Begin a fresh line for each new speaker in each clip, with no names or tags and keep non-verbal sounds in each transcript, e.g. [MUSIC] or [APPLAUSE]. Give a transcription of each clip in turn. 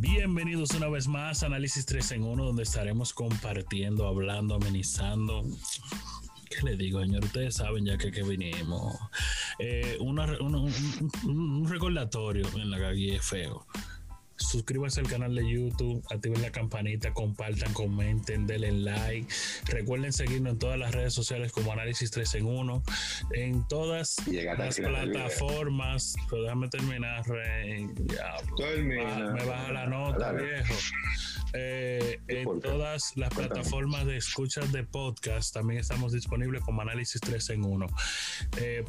Bienvenidos una vez más a Análisis 3 en 1, donde estaremos compartiendo, hablando, amenizando. ¿Qué le digo, señor? Ustedes saben ya que, que vinimos. Eh, una- una- un, un- un recordatorio en la que es feo. Suscríbanse al canal de YouTube, activen la campanita, compartan, comenten, denle like. Recuerden seguirnos en todas las redes sociales como Análisis 3 en 1, en todas
Llegaste al
las
final del video.
plataformas. Pero déjame terminar, Rey. Diablo.
Termina.
Ah, me baja la nota,
Dale.
viejo. Eh,
¿Y
en
por qué?
todas las
Cuéntame.
plataformas de escuchas de podcast también estamos disponibles como Análisis 3 en 1.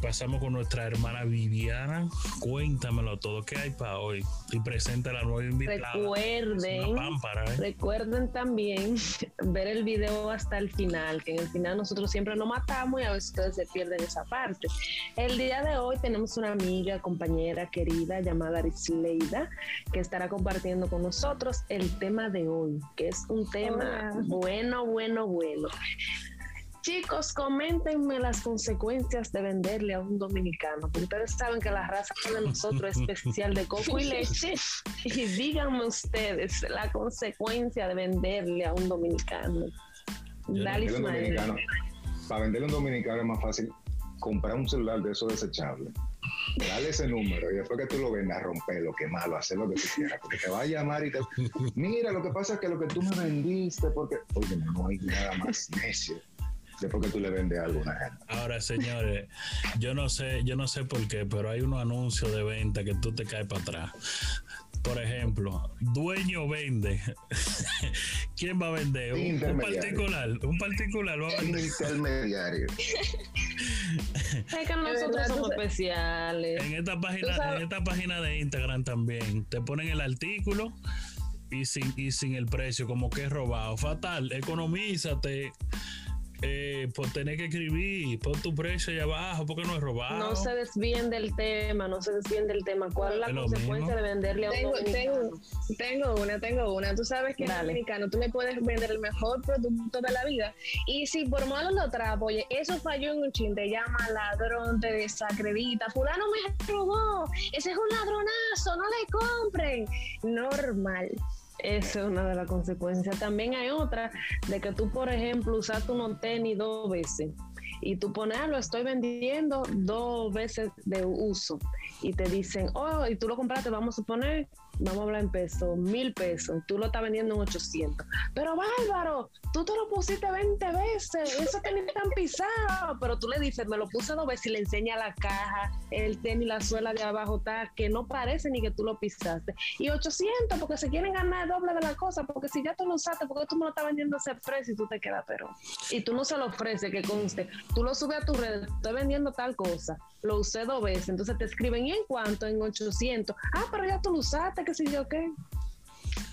pasamos con nuestra hermana Viviana. Cuéntamelo todo. ¿Qué hay para hoy? Y presenta la nueva invitada. Es
Recuerden,
una pámpara, ¿eh?
recuerden también [LAUGHS] ver el video hasta el final, que en el final nosotros siempre nos matamos y a veces ustedes se pierden esa parte. El día de hoy tenemos una amiga, compañera querida llamada Arisleida, que estará compartiendo con nosotros el tema de hoy, que es un tema
Hola.
bueno, bueno, bueno. Chicos, coméntenme las consecuencias de venderle a un dominicano. porque Ustedes saben que la raza de nosotros
[LAUGHS]
es especial de coco y leche. Y díganme ustedes la consecuencia de venderle a un dominicano.
Yo
Dale
Venderle un
Ismael.
dominicano. Para venderle a un dominicano es más fácil comprar un celular de esos desechables. Dale ese número y después que tú lo vendas, romperlo, quemarlo, hacer lo que tú quieras, porque te va a
[LAUGHS]
llamar y te. Mira, lo que pasa es que lo que tú me vendiste, porque. Oye, no hay nada más necio después que tú le vendes algo a una gente.
Ahora, señores, yo no sé, yo no sé por qué, pero hay unos anuncios de venta que tú te caes para atrás. Por ejemplo, dueño vende. [LAUGHS] ¿Quién va a vender? Un, un
Intermediario.
particular, un particular va a
Un
vender.
intermediario.
Es que nosotros
verdad, tú
somos
sabes-
especiales.
En esta
Eh, Tú
página,
sabes-
en esta página de Instagram también te ponen el artículo y sin, y sin el precio, como que es robado. Fatal, economízate. Eh, por tener que escribir, pon tu precio allá abajo, porque no es robado.
No se desvíen del tema, no se desvíen del tema. ¿Cuál es la
Es lo
consecuencia
mismo.
de venderle a un
Tengo,
dominicano?
tengo, tengo una, tengo una. Tú sabes que en
Dale.
dominicano tú le puedes vender el mejor producto de la vida. Y si por malo lo trapo, oye, eso falló en un chin, te llama ladrón, te desacredita. Fulano me robó, ese es un ladronazo, no le compren. Normal.
Esa es una de las consecuencias. También hay otra de que tú, por ejemplo, usaste unos tenis dos veces y tú pones, "Ah, lo estoy vendiendo dos veces de uso y te dicen, oh, y tú lo compraste, vamos a poner, vamos a hablar en pesos, mil pesos, y tú lo estás vendiendo en 800. Pero bárbaro, tú te lo pusiste 20 veces, esos tenis están pisados, pero tú le dices, me lo puse dos veces y le enseña la caja, el tenis, la suela de abajo, está que no parece ni que tú lo pisaste y 800 porque se quieren ganar el doble de la cosa, porque si ya tú lo usaste, porque tú me lo estás vendiendo a ese precio y tú te quedas, pero. Y tú no se lo ofreces, que conste. Tú lo subes a tu red, estoy vendiendo tal cosa, lo usé dos veces, entonces te escriben, ¿y en cuánto? En 800. Ah, pero ya tú lo usaste, qué sé yo qué.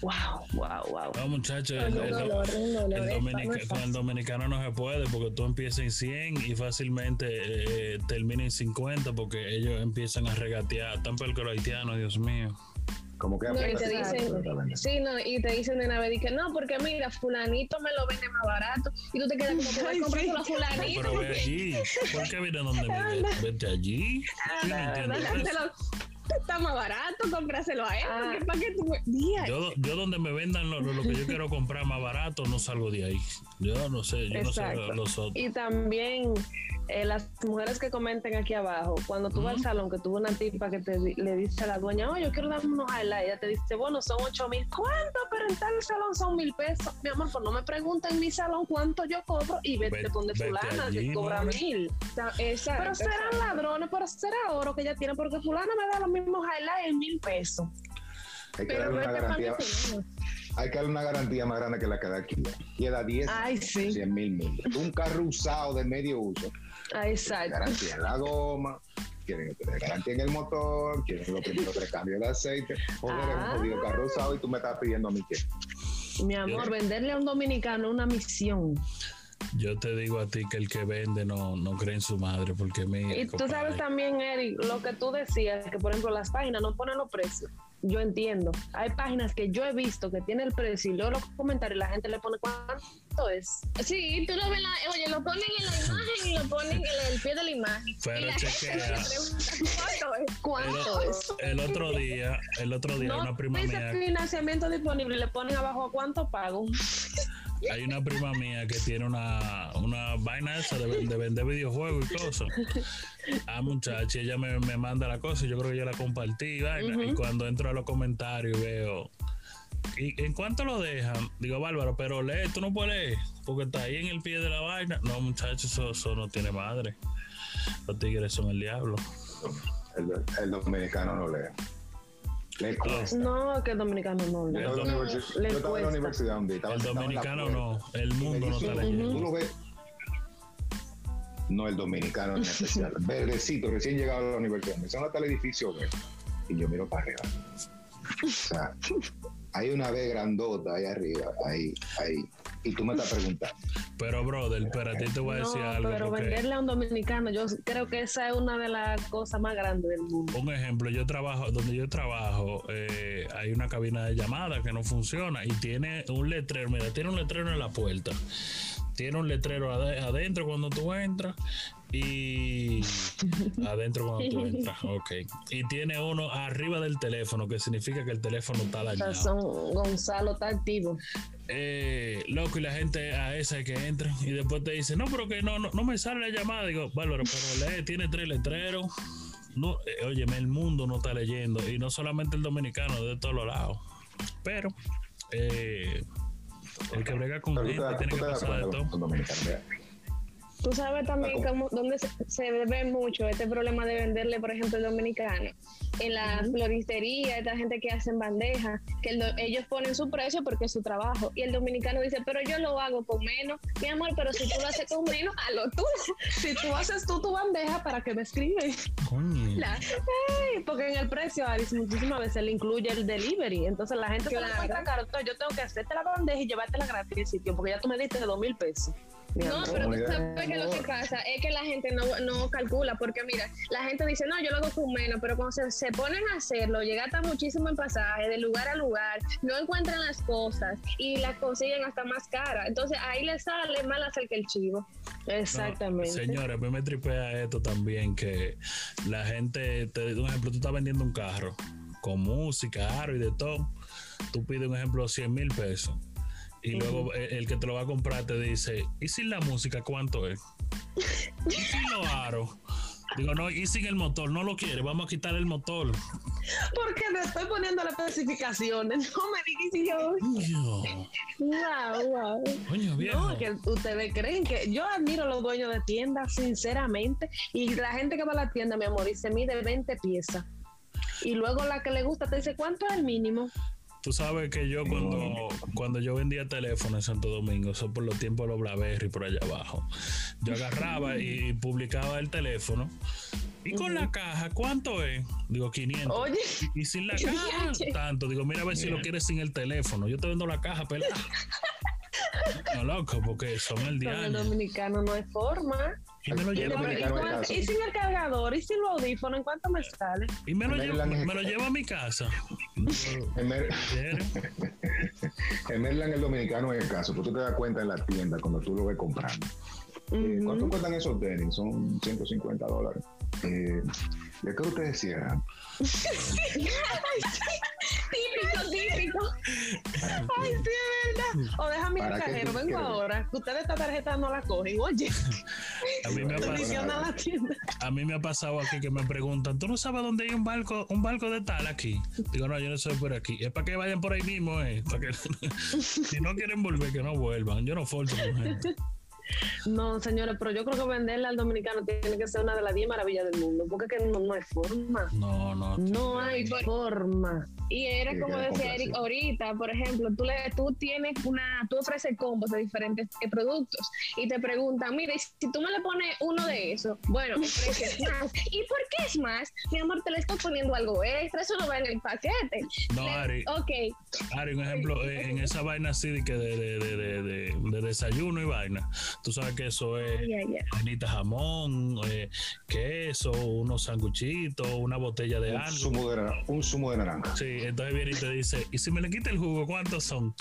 Wow, wow, wow.
No, muchachos,
Ay,
el-
un
el-
dolor, un dolor,
el
es pa- no
dominica-
es
con el
fácil.
dominicano no se puede porque tú empiezas en 100 y fácilmente eh, termina en 50 porque ellos empiezan a regatear. Tan peor que los haitianos, Dios mío.
Como que
No, y
apenas
te
si
Exacto.
dicen,
te venden.
sí, no, y te dicen de Navidad que no, porque mira, fulanito me lo vende más barato. Y tú te quedas como que voy a
Ay,
comprar
sí.
solo a
No,
fulanito.
pero ve allí. ¿Por qué viene donde
[LAUGHS]
me Vete allí.
Ah,
Yo no entiendo eso.
Dárselo- Está más barato, compráselo a él.
Ah.
porque ¿Para qué tú? Día.
Yo, do- yo donde me vendan lo, lo- lo que yo quiero comprar más barato, no salgo de ahí. Yo no sé, yo no sé
Exacto.
los otros.
Y también eh, las mujeres que comenten aquí abajo, cuando tú vas al
Ujú.
salón, que tuvo una tipa que te, di- le dice a la dueña, oh, yo quiero darme unos highlights, ella te dice, bueno, son ocho mil, ¿cuánto? Pero en tal salón son mil pesos. Mi amor, pues no me pregunten en mi salón cuánto yo cobro y vete,
Vete-
donde
vete
fulana
allí,
que cobra
mami.
mil.
Está- Exacto.
Pero serán
exacto.
ladrones, pero será oro que ella tiene, porque fulana me da los mismos highlights en mil pesos.
Hay que
Pero
darle
no
una
es tan
garantía. Hay que darle una garantía más grande que la que da aquí. Queda 10
Ay, sí.
100 mil millas. Un carro usado de medio uso.
Ah, Exacto.
Garantía en la goma. Quieren tener garantía en el motor. Quieren los primeros tres cambios de aceite. Joder, es
Ah.
un jodido carro usado y tú me estás pidiendo a mí que.
Mi amor, venderle a un dominicano una misión.
Yo te digo a ti que el que vende no, no cree en su madre, porque mira.
Y tú
compadre,
sabes también, Eric, lo que tú decías, que por ejemplo las páginas no ponen los precios. Yo entiendo. Hay páginas que yo he visto que tiene el precio y luego los comentarios y la gente le pone cuánto es.
Sí, tú lo ves, la, oye, lo ponen en la imagen y lo ponen en el pie de la imagen.
Pero
y la
chequea.
gente se pregunta, [LAUGHS] ¿cuánto es?
¿Cuánto
El-
es?
El otro día, el otro día,
No pues,
una prima
dice
mía
financiamiento disponible, le ponen abajo cuánto pago.
Hay una prima mía que tiene una, una vaina esa de, ven- de vender videojuegos y cosas. Ah, muchacha, ella me, me manda la cosa y yo creo que yo la compartí. vaina. Y cuando entro a los comentarios veo. ¿Y en cuánto lo dejan? Digo, Bárbaro, pero lee, tú no puedes leer, porque está ahí en el pie de la vaina. No, muchachos, eso, eso no tiene madre. Los tigres son el diablo.
El, el dominicano no lee. Le cuesta.
No, que el dominicano no.
Yo estaba
no.
en la universi- yo estaba
le
en la
cuesta.
universidad un día. estaba
El
sentado en la
dominicano
puerta.
no, el mundo no está
Ujú. Tú
leyendo.
lo ves. No el dominicano en especial. Verdecito, recién llegado a la universidad. Me dicen, "¿Dónde está el edificio B?" Y yo miro para arriba. O sea, hay una B grandota ahí arriba, ahí, ahí. Y tú me estás
[LAUGHS]
preguntando.
Pero, brother, pero a ti te voy a decir
No,
algo.
pero
porque-
venderle a un dominicano, yo creo que esa es una de las cosas más grandes del mundo.
Un ejemplo, yo trabajo, donde yo trabajo, eh, hay una cabina de llamada que no funciona y tiene un letrero, mira, tiene un letrero en la puerta, tiene un letrero ade- adentro cuando tú entras
[LAUGHS]
y adentro cuando tú entras, ok. Y tiene uno arriba del teléfono, que significa que el teléfono está dañado.
Razón, Gonzalo está activo.
Eh, loco, y la gente a esa que entra y después te dice, no, pero que no, no, no me sale la llamada. Digo, Bárbaro, pero lee, tiene tres letreros. No, eh, óyeme, el mundo no está leyendo y no solamente el dominicano, de todos los lados. Pero eh, el que brega con
Pero tú te
gente
das-
tiene
tú
que
te das
pasar de
cuenta
todo.
con dominicano. Mira,
Tú sabes también cómo, dónde se, se ve mucho este problema de venderle, por ejemplo, el dominicano. En la floristería, esta gente que hacen bandejas, que el do- ellos ponen su precio porque es su trabajo. Y el dominicano dice, pero yo lo hago con menos. Mi amor, pero si tú lo haces con menos, hazlo tú. [LAUGHS]
Si tú haces tú tu bandeja, ¿para que me escribes?
Coño.
Sí, porque en el precio, Aris, muchísimas veces le incluye el delivery. Entonces la gente se
Claro.
lo encuentra caro. Entonces yo tengo que hacerte la bandeja y llevártela gratis del sitio, porque ya tú me diste dos mil pesos. mi
No,
amor.
pero tú
Comunidad de
sabes que lo que
amor.
pasa es que la gente no, no calcula, porque mira, la gente dice, no, yo lo hago con menos, pero cuando se, se ponen a hacerlo, llega hasta muchísimo en pasaje, de lugar a lugar, no encuentran las cosas y las consiguen hasta más caras. Entonces ahí les sale más la sal que el chivo.
Exactamente.
No, señores, a mí me tripea esto también, que la gente, te doy un ejemplo, tú estás vendiendo un carro con música, aro y de todo, tú pides un ejemplo 100 mil pesos y luego el, el que te lo va a comprar te dice, ¿y sin la música cuánto
[LAUGHS]
es? ¿Y sin los aros? Digo, no, y sin el motor, no lo quiere, vamos a quitar el motor.
Porque me estoy poniendo las especificaciones. [LAUGHS] No me digas si yo.
Coño,
Wow, wow.
coño, viejo.
No, que ustedes creen que yo admiro a los dueños de tiendas, sinceramente. Y la gente que va a la tienda, mi amor, dice mide 20 piezas. Y luego la que le gusta te dice, ¿cuánto es el mínimo?
Tú sabes que yo cuando, cuando yo vendía teléfono en Santo Domingo, eso por los tiempos de los Blaberry por allá abajo, yo agarraba y, y publicaba el teléfono. Y con la caja, ¿cuánto es? Digo, 500.
Oye, [LAUGHS]
Y sin la caja, tanto. Digo, mira a ver si lo quieres sin el teléfono. Yo te vendo la caja, pelada. No, loco, porque son el
con el
diario.
dominicano no hay forma.
Y me lo
El
llevo,
¿Y,
dominicano-
a-
Déjame
cuánto-
caso.
y sin el cargador, y sin los audífonos, ¿en cuánto me sale?
y me lo
Maryland
llevo,
es-
me lo llevo a mi casa. Digo,
En, Mer-
¿quiere?
en Maryland el dominicano es escaso, pero tú te das cuenta en la tienda cuando tú lo ves comprando. Eh,
Mm.
¿Cuánto cuestan esos tenis? Son 150 dólares. Eh, ¿De qué ustedes cierran?
Típico, típico.
Ay, sí, es verdad. O déjame ir al
¿Para qué
cajero,
tú
vengo
quieres?
ahora. que Ustedes esta tarjeta no la cogen. Oye,
A mí me ha pasado.
visión a la tienda.
A mí me ha pasado aquí que me preguntan, ¿tú no sabes dónde hay un barco, un barco de tal aquí? Digo, no, yo no soy por aquí. Es para que vayan por ahí mismo, eh. Para que, [LAUGHS] si no quieren volver, que no vuelvan. Yo no forzo con gente.
No, señores, pero yo creo que venderle al dominicano tiene que ser una de las 10 maravillas del mundo, porque es que no, no hay forma.
No, no.
No hay forma.
Y era
Sí,
como
que era
decía Eric
complacido.
ahorita, por ejemplo, tú, le, tú tienes una, tú ofreces combos de diferentes eh, productos y te preguntan, mira, y si tú me le pones uno de esos, bueno, me ofreces más. ¿Y por qué es más? Mi amor, te le estoy poniendo algo extra, eso no va en el paquete.
No,
Le- oh,
Ari,
Ok,
Ari, un ejemplo, eh, en esa vaina así de que de, de, de, de- de- de desayuno y vaina. Tú sabes que eso es
Ay, ay, ay.
vainita jamón, eh, queso, unos sanguchitos, una botella de
Un
algo.
zumo de, nana- un zumo de naranja.
Sí, entonces viene y te dice, ¿y si me le quita el jugo, cuántos son?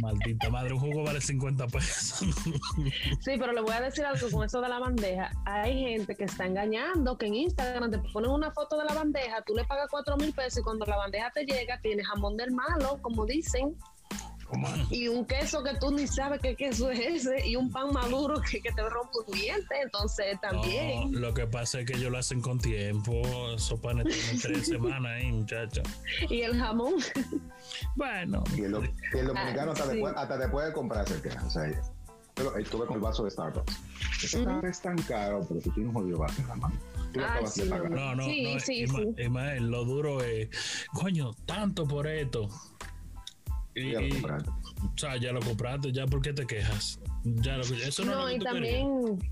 Maldita madre, un jugo vale 50 pesos. [LAUGHS]
Sí, pero le voy a decir algo con eso de la bandeja. Hay gente que está engañando, que en Instagram te ponen una foto de la bandeja, tú le pagas cuatro mil pesos y cuando la bandeja te llega tiene jamón del malo, como dicen, y un queso que tú ni sabes qué queso es ese, y un pan maduro que, que te rompe un diente, entonces también.
No, lo que pasa es que ellos lo hacen con tiempo. Esos panes tienen
[LAUGHS]
tres semanas ahí, muchacha.
Y el jamón,
Bueno,
Y el, do- y el dominicano hasta,
sí.
después, hasta te puede comprarse el tema. O sea, yo lo- estuve con el vaso de Starbucks. Ese café es tan caro, pero tú tienes un jodido vaso en la mano. Tú lo
Ay,
acabas de
sí,
pagar.
mamá.
no, no,
Sí,
no,
sí,
y ma-
sí.
y más, lo duro es, coño, tanto por esto. Y,
Ya lo
y-
compraste. Ah,
o sea, ya lo compraste, ya por qué te quejas. Ya lo, eso no, es lo
no,
que
y
tú querías.
también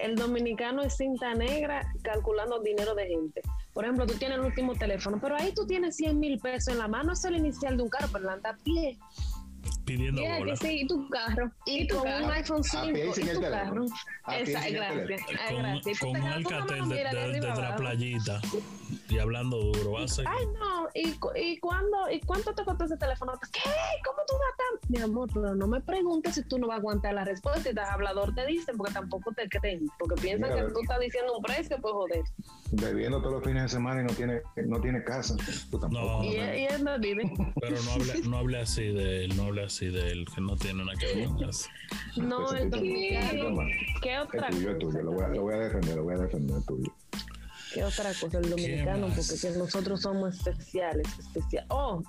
el dominicano es cinta negra calculando dinero de gente. Por ejemplo, tú tienes el último teléfono, pero ahí tú tienes 100 mil pesos en la mano, es el inicial de un carro, pero le anda a pie.
pidiendo
Yeah, que
bola.
sí, y tu carro.
Y
tu
con un
carro.
iPhone
A
5
pie y
y
sin el
tu
teléfono.
carro.
A pie y
Esa,
sin el
gracias,
teléfono.
ay,
Con,
gracias. Y tú
con un
te quedas con una
alcatel
mano,
de,
mira,
de-
arriba
de la
abajo.
playita y hablando duro. Va a ser-
Ay, no, ¿y, cu- y cuándo, ¿y cuánto te costó ese teléfono? Pues, ¿Qué? ¿Cómo tú vas tan...? Mi amor, pero no me preguntes si tú no vas a aguantar la respuesta y estás hablador te dicen, porque tampoco te creen, porque piensan
Mira,
que tú estás diciendo un precio, pues joder.
Bebiendo todos los fines de semana y no tiene, no tiene casa. Tú tampoco.
No.
Y, e-,
bueno.
y es
[LAUGHS]
me vive.
Pues,
Pero no hable, no hable así de él, no hable así de él, que no tiene nada que ver
[LAUGHS]
con eso.
No,
Pues,
el
tú-
dominicano. ¿Qué
Es
otra
tuyo, es tuyo. Lo voy, a, lo
cosa?
voy a defender, lo voy a defender, es tuyo.
¿Qué otra cosa? El dominicano,
más?
porque que nosotros somos especiales. especial. Oh,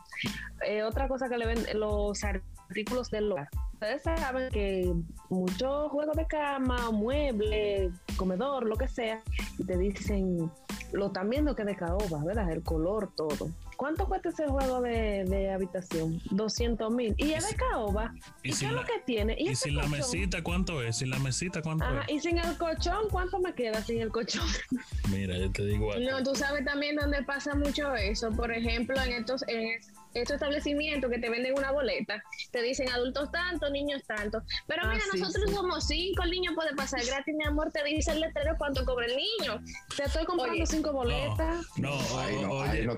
eh, otra cosa que le ven los artículos del hogar. Ustedes saben que muchos juegos de cama, mueble, comedor, lo que sea, y te dicen, lo están viendo que de caoba, ¿verdad? El color, todo. ¿Cuánto cuesta ese juego de, de habitación? 200 mil. Y es de caoba.
y
¿Y,
sin
qué es lo
la-
que tiene?
Y
ese
sin la
colchón?
mesita, ¿cuánto es? Sin la mesita, ¿cuánto
Ajá,
es?
y sin el colchón, ¿cuánto me queda sin el colchón? [LAUGHS]
Mira, yo te digo algo.
No, tú sabes también dónde pasa mucho eso. Por ejemplo, en estos, en estos establecimientos que te venden una boleta, te dicen adultos tanto, niños tanto. Pero
Ah,
mira,
sí,
nosotros
sí.
somos cinco, el niño puede pasar gratis, mi amor, te dice el letrero cuánto cobra el niño. [LAUGHS]
Te estoy comprando
Oye.
cinco boletas.
No, o-
ahí no,
o-
ahí
oye,
no,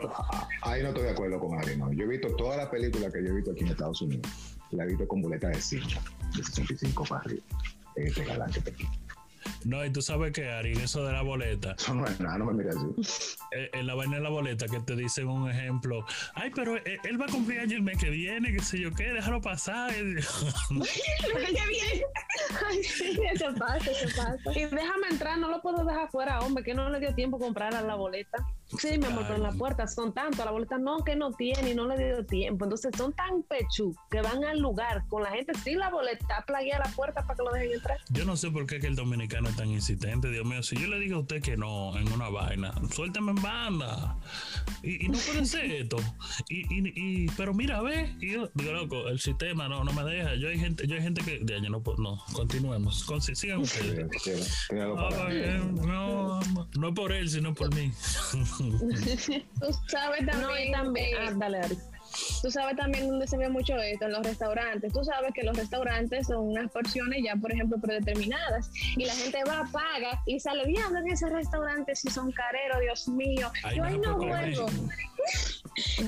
ahí no estoy de acuerdo con Ari, no. Yo he visto todas las películas que yo he visto aquí en Estados Unidos. La he visto con boleta de 5, de 65 para arriba. Este galán que te quita.
no, y tú sabes que Ari, en eso de la boleta,
Eso no es nada, no me mires así.
eh, en la vaina de la boleta que te dicen un ejemplo, ay, pero eh, él va a cumplir años el mes que viene, qué sé yo qué, déjalo pasar.
¡Qué bien! Ay, sí, eso pasa, eso pasa.
[LAUGHS] Y déjame entrar, no lo puedo dejar fuera, hombre, que no le dio tiempo comprar a la boleta. Sí, mi amor, pero en la
Ay.
puerta son tanto, la boleta no, que no tiene y no le dio tiempo. Entonces son tan pechú que van al lugar con la gente sin la boleta, plaguea la puerta para que lo dejen entrar.
Yo no sé por qué que el dominicano es tan insistente, Dios mío. Si yo le digo a usted que no en una vaina, suéltame en banda. Y, y no puede ser esto. Y, y, y- pero mira, ve. Y yo digo, loco, el sistema no, no me deja. Yo hay gente, yo hay gente que. Ya, yo no puedo. No, continuemos. Con- si- sigan ustedes.
Tíralo, tíralo para
Ay, eh,
adelante.
no, no es por él, sino por mí. [LAUGHS]
Tú sabes también,
No, y también.
eh,
Ah, dale, Ari.
Tú sabes también dónde se ve mucho esto, en los restaurantes. Tú sabes que los restaurantes son unas porciones ya, por ejemplo, predeterminadas. Y la gente va, paga y sale viendo en ese restaurante si son careros, Dios mío.
Ay,
yo
no
ahí
se
no
puede comer.
vuelvo.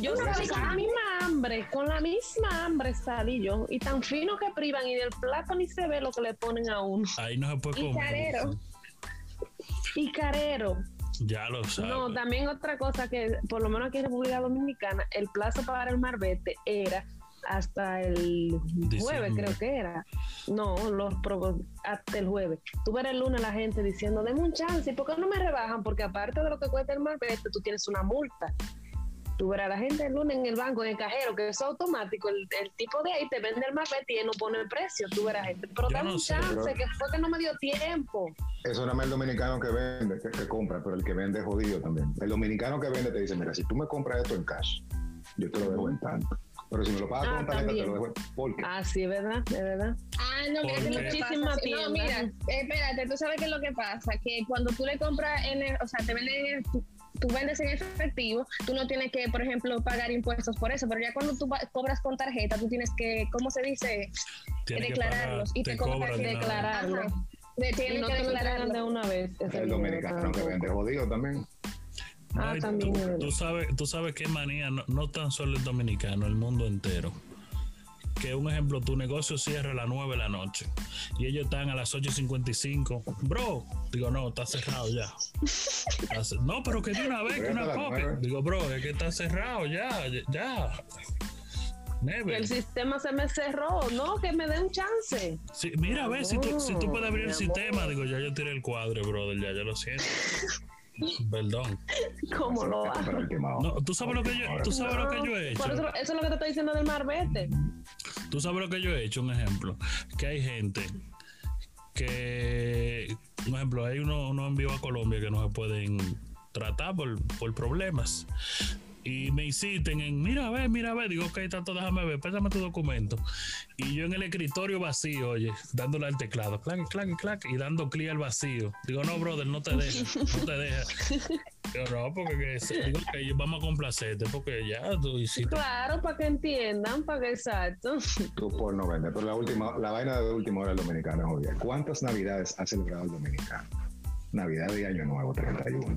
Yo
Tú
no
sabes
con
que-
la misma hambre, con la misma hambre salí yo. Y tan fino que privan y del plato ni se ve lo que le ponen a uno.
Ahí no se puede
Y
comer.
carero.
Y carero.
Ya lo sabes.
No, también otra cosa que, por lo menos aquí en República Dominicana, el plazo para el marbete era hasta el jueves,
Diciembre.
creo que era. No, los provo- hasta el jueves. Tú ver el lunes la gente diciendo, deme un chance, ¿y por qué no me rebajan? Porque aparte de lo que cuesta el marbete, tú tienes una multa. Tú verás la gente el lunes en el banco, en el cajero, que eso es automático. El, el tipo de ahí te vende el marbete y él no pone el precio. Tú verás gente, pero
Yo
dame
no
un
sé,
chance,
pero-
que fue que no me dio tiempo.
Eso nada más el dominicano que vende, que, que compra, pero el que vende es jodido también. El dominicano que vende te dice, mira, si tú me compras esto en cash, yo te lo dejo en tanto. Pero si me lo pagas
Ah,
con tarjeta, te
también.
lo dejo en... ¿Por qué?
Ah, sí, ¿verdad? De verdad.
Ah, no, mira,
Porque-
que lo que
Muchísima
pasa.
tienda.
No, mira, espérate, tú sabes qué es lo que pasa, que cuando tú le compras en el, o sea, te venden en el- tú vendes en efectivo, tú no tienes que, por ejemplo, pagar impuestos por eso, pero ya cuando tú va- cobras con tarjeta, tú tienes que, ¿cómo se dice?
Tienes que
declararlos
pagar,
y te cobran
de una vez.
declararlo.
Ajá. De-
Y
tienes
no
que
te lo entregan de
declararlo.
una vez. ese
El
dinero
dominicano que
tampoco.
vende jodido también.
Ah,
Ay,
también,
tú-
es verdad.
Tú sabes, tú sabes qué manía, no, no tan solo el dominicano, el mundo entero. Que un ejemplo, tu negocio cierra a las 9 de la noche y ellos están a las 8.55. Bro, digo, no, está cerrado ya. Está ce- No, pero que de una vez, que
Pero hasta
una
las
copia.
nueve.
Digo, bro, es que está cerrado ya, ya, ya. Never.
El sistema se me cerró, no, que me dé un chance. [LAUGHS]
Sí, mira, a ver si tú, si tú puedes abrir el
Mi amor.
sistema. Digo, ya yo tiré el cuadro, brother, ya, ya lo siento.
[LAUGHS]
Perdón.
¿Cómo
Eso
lo
es
hago?
comprar el quemado.
No, tú sabes lo que yo, tú sabes lo que yo he hecho.
Por eso, eso es lo que te estoy diciendo del marbete.
Tú sabes lo que yo he hecho, un ejemplo, que hay gente que, un ejemplo, hay uno- unos envíos a Colombia que no se pueden tratar por, por problemas. Y me inciten en, mira, a ver, mira, a ver, digo, ok, tanto, déjame ver, pésame tu documento. Y yo en el escritorio vacío, oye, dándole al teclado, clac, clac, clac, y dando clic al vacío. Digo, no, brother, no te deja, no te
[LAUGHS]
deja. Digo, no, porque que se- digo, ok, vamos a complacerte, porque ya tú hiciste.
Claro, para que entiendan, para que exacto. [LAUGHS]
Tú por no vender. Pero la última, la vaina de última hora del dominicano es jodida. ¿Cuántas navidades ha celebrado el dominicano? Navidad y Año Nuevo, 31.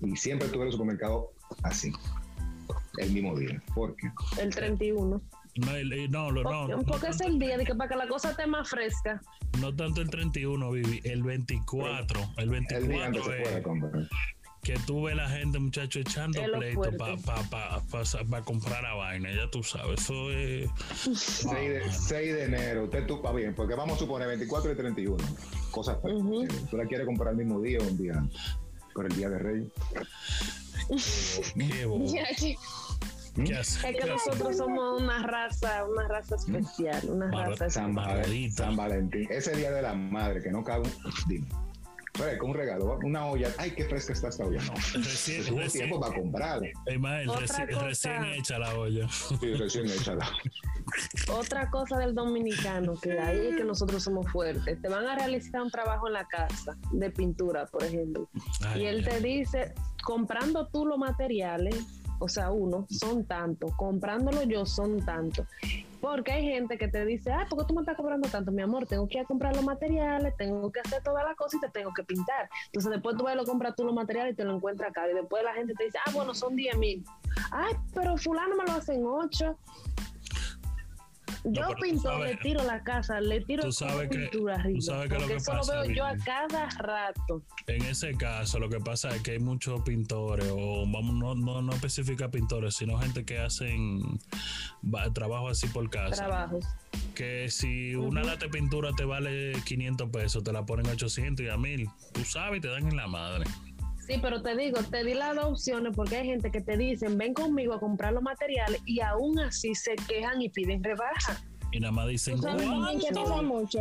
Y siempre tuve el supermercado así. El mismo día. ¿Por qué?
El 31.
No, y- y no, lo- no, no,
porque porque es el día de que para que la cosa esté más fresca.
No tanto el 31, Vivi, el 24. El
El día
24
antes se
es
puede comprar.
que tú ves la gente, muchacho, echando
Es lo
pleito
fuerte.
para comprar a vaina, ya tú sabes. Eso
[LAUGHS]
es.
6 de, 6 de enero, usted tú, va bien, porque vamos a suponer 24 y 31, cosas fáciles.
Ujú.
Tú la quieres comprar el mismo día o un día antes, por el día de Reyes.
Qué bobo.
[LAUGHS] Ya que-
¿Qué hace-
Es que
qué hace?
nosotros somos una raza, una raza especial, una
Mar-
raza
San, Valen-
Margarita.
San Valentín, ese día de la madre, que no cabe un. Dime. Fresco, un regalo, una olla. Ay, qué fresca está esta olla. No,
Recién,
tuvo
recién,
tiempo para comprar.
Ismael,
Otra
recién-
cosa.
recién hecha la olla.
Sí, recién hecha la-
Otra cosa del dominicano que hay es que nosotros somos fuertes. Te van a realizar un trabajo en la casa de pintura, por ejemplo.
Ay,
Y él
ya.
te dice, comprando tú los materiales, o sea, uno, son tanto, comprándolo yo son tanto. Porque hay gente que te dice, ah, ¿por qué tú me estás cobrando tanto? Mi amor, tengo que ir a comprar los materiales, tengo que hacer toda la cosa y te tengo que pintar. Entonces después tú vas y lo compras tú los materiales y te lo encuentras acá. Y después la gente te dice, ah, bueno, son 10 mil. Ay, pero fulano me lo hacen 8. Yo
pero tú
pinto,
sabes-
le tiro la casa, le tiro
tú
la
sabes que-
pintura
tú
arriba,
sabes que lo
porque
que
eso
pasa,
lo veo yo a
Vivi.
cada rato.
En ese caso, lo que pasa es que hay muchos pintores, o vamos, no, no, no especifica pintores, sino gente que hacen va- trabajo así por casa.
Trabajos.
que si una lata de pintura te vale 500 pesos, te la ponen a 800 y a 1000. Tú sabes y te dan en la madre.
Sí, pero te digo, te di las dos opciones porque hay gente que te dicen, ven conmigo a comprar los materiales y aún así se quejan y piden rebaja.
Y nada más dicen,
Tú sabes también que pasa
"¿Cuánto?".
mucho.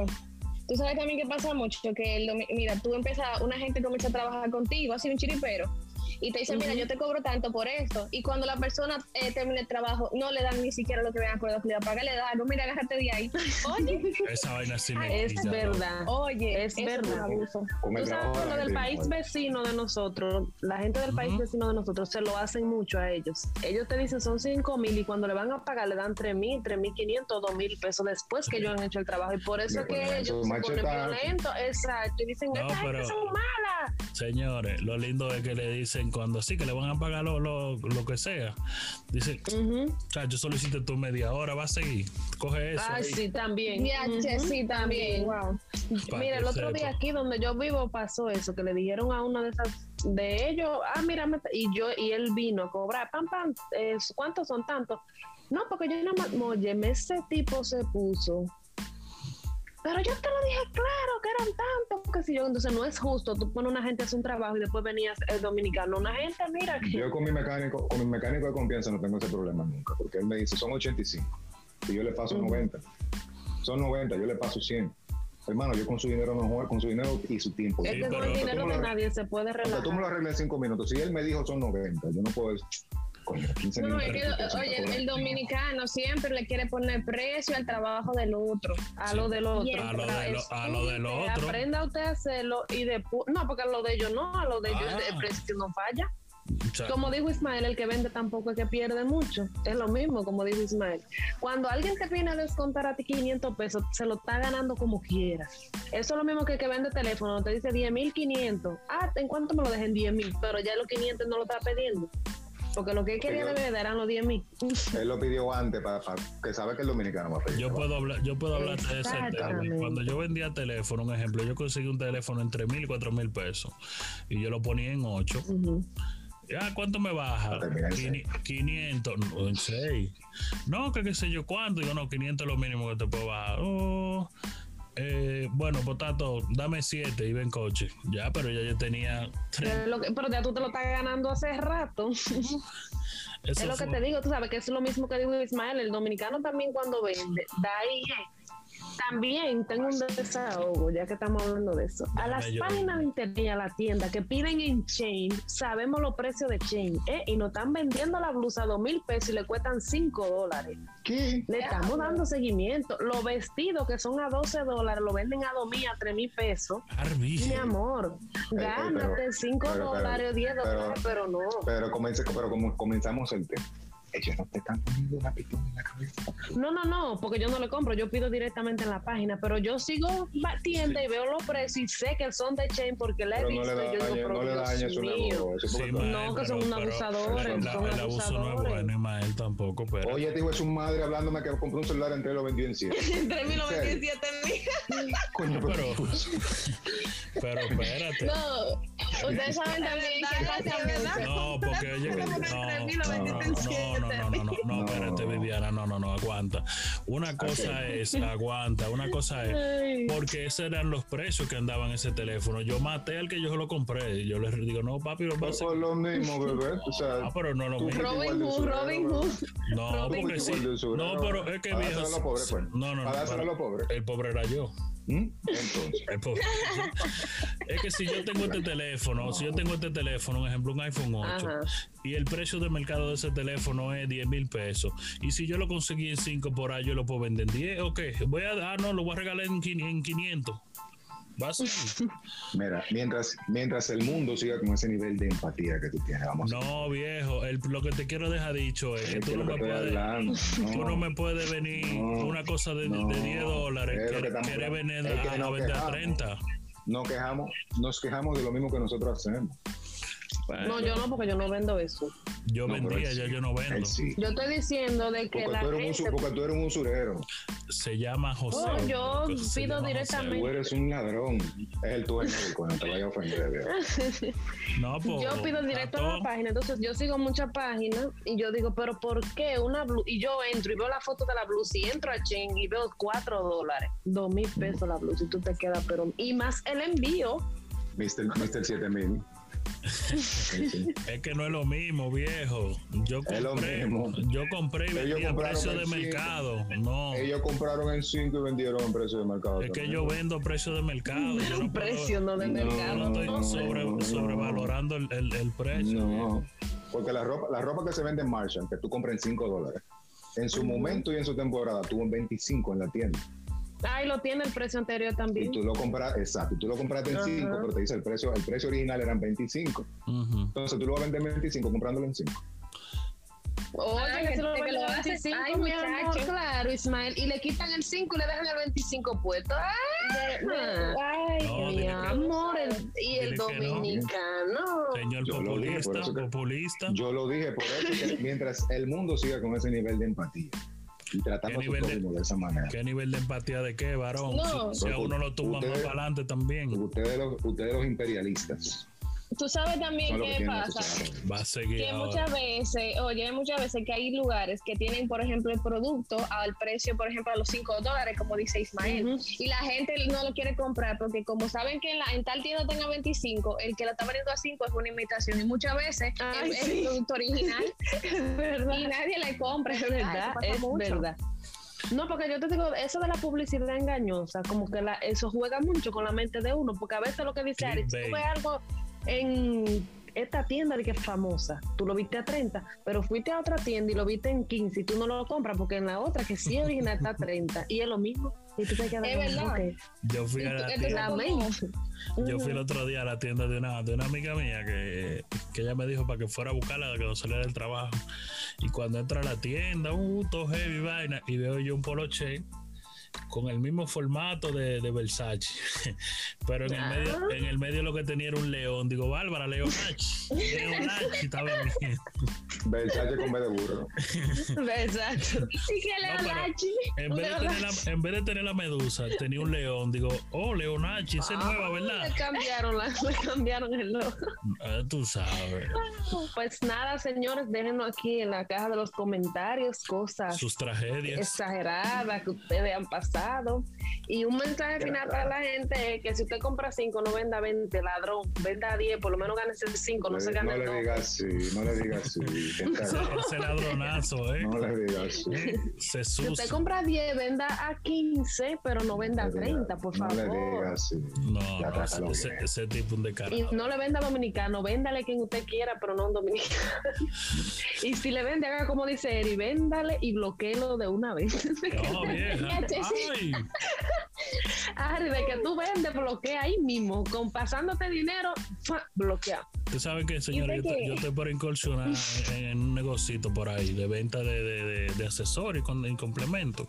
Tú sabes también que pasa mucho que el domi- mira, tú empiezas, una gente comienza a trabajar contigo, así un chiripero, y te dice, mira,
Ujú.
yo te cobro tanto por esto. Y cuando la persona eh, termina el trabajo, no le dan ni siquiera lo que habían acordado que le iba a pagar, le dan, no, mira, agárrate de ahí. Oye,
"Uh, esa vaina sí me
Ah, Es
quilla, loco.
verdad.
[LAUGHS] oye,
Es
eso un
verdad.
abuso.
Con el
Tú
trabajo
sabes,
de la
lo del
gente,
país
igual.
vecino de nosotros, la gente del país
Ujú.
vecino de nosotros se lo hacen mucho a ellos. Ellos te dicen son 5 mil y cuando le van a pagar le dan 3 mil, 3 mil 500, 2 mil pesos después que ellos han hecho el trabajo. Y por eso
Le
es que
ponen a
ellos
esos
se ponen
machetazos.
violentos. Exacto. Y dicen,
No,
esta gente
pero-
son malas.
Señores, lo lindo es que le dicen cuando sí, que le van a pagar lo, lo, lo que sea. Dicen,
Ujú.
chacho, solo hiciste tú media hora, va a seguir. Coge eso.
Ay,
ahí,
Ah, sí, también.
Ya, che,
Ujú.
sí, también. Wow.
pa'
Mira,
que
el otro
sepa".
día aquí donde yo vivo pasó eso, que le dijeron a una de esas de ellos, ah, mira, me- y yo y él vino a cobrar, pam, pam, eh, ¿cuántos son tantos? No, porque yo nada más, oye, ese tipo se puso. Pero yo te lo dije claro, que eran tantos, que si yo, entonces no es justo, tú pones una gente a hacer un trabajo y después venías el dominicano, una gente, mira, que
Yo con mi mecánico, con mi mecánico de confianza no tengo ese problema nunca, porque él me dice, son 85, y yo le paso
Ujú.
90. Son 90, yo le paso 100. Hermano, yo con su dinero no juego, con su dinero y su tiempo.
Este es
Sí,
que con
pero-
el dinero
Tú me
de
lo-
nadie se puede
O sea,
relajar.
tú me lo arreglas en 5 minutos. Si él me dijo son 90, yo no puedo decir, coño, 15
No,
minutos.
es que,
¿qué te
oye,
cobra?
el dominicano siempre le quiere poner precio al trabajo del otro.
a lo
Sí.
del otro.
A lo de lo- a lo del
Usted
otro.
Aprenda usted a hacerlo y después. No, porque a lo de ellos no, a lo de ellos
Ah.
el precio no falla.
Exacto.
Como dijo Ismael, el que vende tampoco es que pierde mucho. Es lo mismo, como dijo Ismael. Cuando alguien te viene a descontar a ti 500 pesos, se lo está ganando como quieras. Eso es lo mismo que el que vende teléfono. Te dice 10.500. Ah, ¿en cuánto me lo dejen? 10.000. Pero ya los 500 no lo está pidiendo. Porque lo que él quería de
Pero-
verdad eran los 10.000.
Él lo pidió antes para, para- que sabe que el dominicano va a pedir.
Yo puedo hablar, yo puedo hablar de ese tema.
Exactamente.
Cuando yo vendía teléfono, un ejemplo, yo conseguí un teléfono entre mil y cuatro mil pesos y yo lo ponía en ocho.
Ujú.
Ah, ¿cuánto me baja?
Termina en
Quini- 500, no, en 6. No, que qué sé yo, ¿cuánto? Digo, no, 500 es lo mínimo que te puedo bajar. Oh, eh, bueno, potato, dame 7 y ven coche. Ya, pero ya yo tenía.
Pero, es lo que- pero ya tú te lo estás ganando hace rato.
Eso
es lo que
fue-
te digo, tú sabes que es lo mismo que dijo Ismael, el dominicano también cuando vende, da ahí. eh, También tengo un desahogo, ya que estamos hablando de eso. A
Déjame
las
yo-
páginas de internet y a la tienda que piden en chain, sabemos los precios de chain, ¿eh? y nos están vendiendo la blusa a dos mil pesos y le cuestan cinco dólares.
¿Qué?
Le estamos dando seguimiento. Los vestidos que son a 12 dólares, lo venden a dos mil, a tres mil pesos.
Arbi.
Mi amor,
eh, pero-
gánate cinco
pero- pero-
dólares o 10
pero-
dólares, pero no.
Pero, comencé, pero como comenzamos el tema. Ellos no te están poniendo una pistola en la cabeza.
No, no, no, porque yo no le compro, yo pido directamente en la página, pero yo sigo la tienda y veo los precios y sé que son de chain porque la he
Pero no le
visto.
da
y yo
daño,
digo,
no
pero
le da daño a
Dios
su
mío.
negocio.
Sí,
porque-
ma-
No, que son
pero-
un abusador,
pero
son
el abuso no es
abusadores.
bueno, Ismael tampoco, pero.
Oye, te digo, es un madre hablándome que compró un celular entre los 21 en 7.
[LAUGHS] Entre mil
serio?
mil.
Coño,
Pero,
pero.
[LAUGHS] pero espérate.
No, ustedes saben
Es
también
verdad,
que
es verdad.
pasa
[LAUGHS]
mucho.
No, porque oye, no,
Pero
no,
como
entre mil o
no, no,
27.
no, no, no, no, no,
No.
[LAUGHS] espérate, Viviana, no, no, no, aguanta. Una cosa es, aguanta, una cosa es,
Ay,
porque esos eran los precios que andaban ese teléfono. Yo maté al que yo lo compré. Y yo le digo, no, papi, lo
Pero
pasé.
por lo mismo, bebé. O sea,
Ah, pero no lo
Tú-
mismo.
Robin Hood, Robin Hood.
No,
Robin
porque
Hood.
sí. No, pero es que
Para
viejo.
dárselo a los pobres, pues.
No, no, no.
Para dárselo a los pobres.
El pobre era yo.
¿Mm? Entonces,
El pobre.
[LAUGHS]
es que si yo tengo este teléfono, si yo tengo este teléfono, un ejemplo, un iPhone 8,
Ajá.
y el precio de mercado de ese teléfono es 10 mil pesos. Y si yo lo conseguí en 5 por ahí, yo lo puedo vender en 10. Ok, voy a. Ah, no, lo voy a regalar en, quin- en 500. Va a
[LAUGHS]
ser.
mira, mientras, mientras el mundo siga con ese nivel de empatía que tú tienes, vamos a
No, viejo, el- lo que te quiero dejar dicho es que
Es
tú
que
no
lo que
me
estoy
puedes.
hablando,
Tú no me puedes venir
No.
una cosa de, de
No.
10 dólares,
Es lo que
querer
estamos
querer
hablando.
vender
Es que
a,
no
a vender a
quejamos.
30.
no quejamos, nos quejamos de lo mismo que nosotros hacemos.
No, yo no, porque yo no vendo eso.
Yo
No, pero
vendía,
él
ya
sí.
yo no vendo.
Él sí.
Yo estoy diciendo de que
Porque
la
tú, eres un,
gente.
usu- porque tú eres un usurero,
Se llama José.
No, yo
Se
pido
llama José.
directamente.
tú eres un ladrón. Es el dueño del coño, te vaya a ofender. veo.
No, po,
Yo pido directo a la
Tato.
página, entonces yo sigo muchas páginas y yo digo, pero ¿por qué una blusa? Y yo entro y veo la foto de la blusa y entro a Chain y veo cuatro dólares, dos mil pesos la blusa y tú te quedas, pero... Y más el envío,
Mr. Mr. 7000. Sí.
Es que no es lo mismo, viejo. Yo compré,
Es lo mismo.
Yo compré y
Ellos
vendí a
compraron
precio de
el cinco.
mercado. [LAUGHS] No.
Ellos compraron en 5 y vendieron en precio de mercado.
es que
también.
yo vendo precio de mercado. Yo no puedo-
precio no de
No,
yo no
mercado.
estoy
no,
sobre-
no.
sobrevalorando el, el- el precio.
No, porque la ropa, la ropa que se vende en Marshall, que tú compras en 5 dólares, en su momento y en su temporada tuvo en 25 en la tienda.
Ahí lo tiene el precio anterior
Y
también.
tú lo compraste, exacto, y tú lo compraste en
Ajá.
5, pero te dice el precio, el precio original eran 25.
Ujú.
Entonces tú lo vas a vender en 25 comprándolo en 5.
Ay,
Oye, este, que se lo
gente que
venden
lo hace.
25,
Ay,
mi amor,
muchacho.
claro, Ismael. Y le quitan el 5 y le dejan el 25 puesto. Ah,
Ay,
No,
mi
dile que-
amor, el- y el
dile que no.
dominicano.
Señor
Yo lo dije, por
populista,
eso que-
populista.
Yo lo dije por eso, que mientras el mundo siga con ese nivel de empatía y tratando a
¿Qué
su
nivel de-
prójimo de esa manera.
¿Qué nivel de empatía de qué, varón?
No.
Si, si a uno lo tumba más
Ustedes-
para adelante también,
Ustedes los, ustedes los imperialistas
tú sabes también
son los que
qué
tienen que
pasa.
escuchar.
va a seguir.
Que
ahora.
muchas veces, oye, muchas veces que hay lugares que tienen, por ejemplo, el producto al precio, por ejemplo, a los 5 dólares, como dice Ismael,
Ujú.
y la gente no lo quiere comprar porque como saben que en, la, en tal tienda tenga 25, el que la está vendiendo a 5 es una imitación y muchas veces
Ay,
es, es
sí.
el producto original
[LAUGHS] Es verdad.
y nadie le compra.
Es verdad,
Ah, eso pasa
es
mucho.
verdad. No, porque yo te digo, eso de la publicidad engañosa, como que la, eso juega mucho con la mente de uno, porque a veces lo que dice Ari, si tú
Clickbait.
ves algo en esta tienda de que es famosa, tú lo viste a 30, pero fuiste a otra tienda y lo viste en 15 y tú no lo compras porque en la otra que sí es original está a 30 y es lo mismo. Y tú te quedas
Es
como,
verdad.
ok.
Yo fui
Y
a
tú-
la
entonces,
tienda.
como-
Yo fui el otro día a la tienda de una, de una amiga mía que, que ella me dijo para que fuera a buscarla cuando saliera del trabajo. Y cuando entra a la tienda, un todo heavy vaina, y veo yo un poloche con el mismo formato de, de Versace. [LAUGHS] Pero en el, medio, en el medio lo que tenía era un león. Digo, Bárbara, Leonachi. Leonachi estaba bien. [LAUGHS]
Versace con B de burro.
[LAUGHS]
Exacto.
Y que le
No, pero-
alache.
En vez, de tener la, en vez de tener la medusa, tenía un león. Digo, oh, Leonachi, esa es nueva, ¿verdad?
Le cambiaron, la, le cambiaron el logo.
Ah, tú sabes.
Pues nada, señores, déjenos aquí en la caja de los comentarios cosas
Sus tragedias.
exageradas que ustedes han pasado. Y un mensaje final para la gente es que si usted compra 5, no venda 20, ladrón, venda 10, por lo menos gane 5, no se
no
gane el
le
doble.
digas así, no le digas así. que está bien.
Ese ladronazo, ¿eh?
No le digas así.
Se
Si
sucia.
usted compra 10, venda a 15, pero no venda a 30, por
No le
favor.
digas así.
No,
Ya,
no,
trátalo
ese,
bien.
ese tipo un descarado.
Y no le venda a dominicano, véndale a quien usted quiera, pero no a un dominicano. [LAUGHS] y si le vende, haga como dice Eri, véndale y bloqueelo de una vez.
No, Oh,
[LAUGHS]
vieja. Ay,
Ari, de Ah, que tú vendes, bloquea ahí mismo, con pasándote dinero, ¡fua! bloquea.
tú sabes que, señora, yo,
de
te-
qué?
yo estoy por incursionar en, en un negocito por ahí de venta de, de, de- de accesorios y, con- y complementos.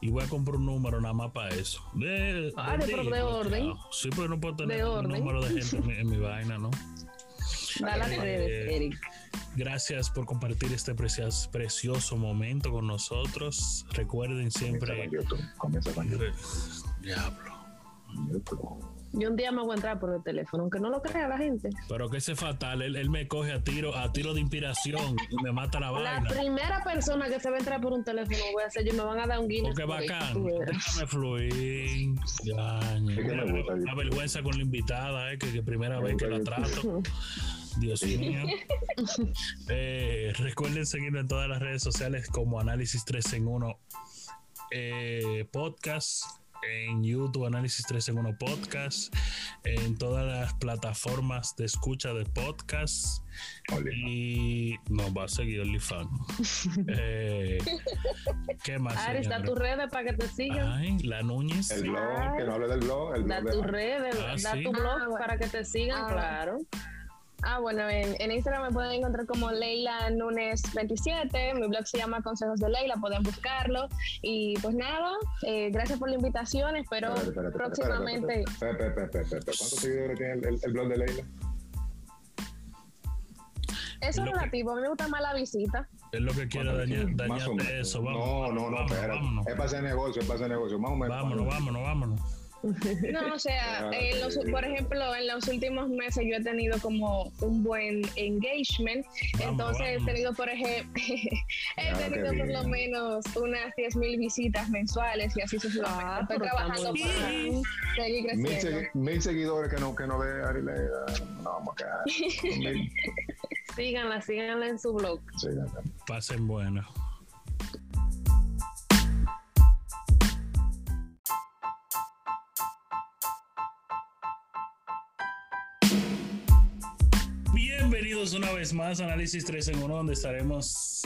Y voy a comprar un número nada más para eso. De,
Ah, de-
ti,
pero de
bloqueado.
orden.
Sí, pero no puedo tener
De
un
orden.
número
[LAUGHS]
de gente en, mi- en mi vaina, ¿no?
Da las
Eh,
redes, Eric.
Gracias por compartir este precias- precioso momento con nosotros. Recuerden
Comienza con
siempre.
YouTube. Comienza con YouTube.
Diablo.
YouTube.
Yo un día me voy a entrar por el teléfono, aunque no lo crea la gente.
Pero que ese es fatal, él, él me coge a tiro, a tiro de inspiración y me mata la
La
vaina.
primera persona que se va a entrar por un teléfono, voy a hacer yo, me van a dar un guiño.
Porque bacán, Ah, déjame fluir. Ya,
que me gusta,
la
Dios.
vergüenza con la invitada, eh, que, que primera
Me
vez que
gusta,
la
Dios.
trato. Dios mío. Eh, recuerden seguirme en todas las redes sociales como Análisis 3 en 1 eh, Podcast. En YouTube, Análisis 3 en 1 Podcast. En todas las plataformas de escucha de podcast.
Ole.
Y nos va a seguir OnlyFans. Eh, ¿Qué más?
Ari, da
señora?
tus redes para que te sigan.
Ay, la Núñez.
El blog, que no hable del blog. El
Da
blog
tus
de-
redes,
Ah,
da
sí.
tu blog
Ah, bueno.
para que te sigan,
Ah.
claro.
Ah, bueno, en, en Instagram me pueden encontrar como Leila Nunes 27. Mi blog se llama Consejos de Leila, pueden buscarlo. Y pues nada, eh, gracias por la invitación. Espero
Espérate, espérate, espérate,
próximamente.
espérate, espérate, espérate, espérate. ¿Cuántos seguidores tiene el, el- el blog de Leila?
Eso es
Lo que-
relativo, a mí me gusta más la visita.
Es lo que quiero dañar,
Más o menos.
dañarte eso. Vamos,
no, no, no,
vámonos,
espérate. Eh,
vámonos,
Es para hacer negocio, es para hacer negocio. Más o menos.
vámonos, vámonos, vámonos.
No, o
[LAUGHS]
sea,
Ah,
en los-
ok.
por ejemplo, en los últimos meses yo he tenido como un buen engagement.
Vamos,
entonces
vamos.
he tenido, por ejemplo, [LAUGHS] he
Ah, qué
tenido por lo
bien.
menos unas 10.000 visitas mensuales y así sucesivamente.
Ah,
Estoy
pero está
trabajando
muy
para
bien.
Mil,
seguir creciendo.
segui- mil seguidores que no, que no ve Ari Leila. No, vamos a caer. Mil.
Síganla, síganla en su blog.
Sí, ya está.
Pasen buenas. Bienvenidos una vez más a Análisis 3 en 1, donde estaremos.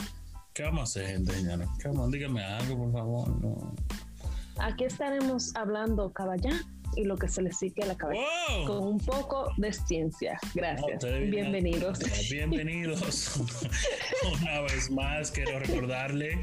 ¿Qué vamos a hacer, gente? señores? ¿Qué vamos? Díganme algo, por favor. No.
Aquí estaremos hablando caballá y lo que se le sigue a la cabeza.
¡Wow!
Con un poco de ciencia. Gracias.
ustedes vienen- [LAUGHS]
Bienvenidos.
Bienvenidos [LAUGHS] una vez más. Quiero recordarle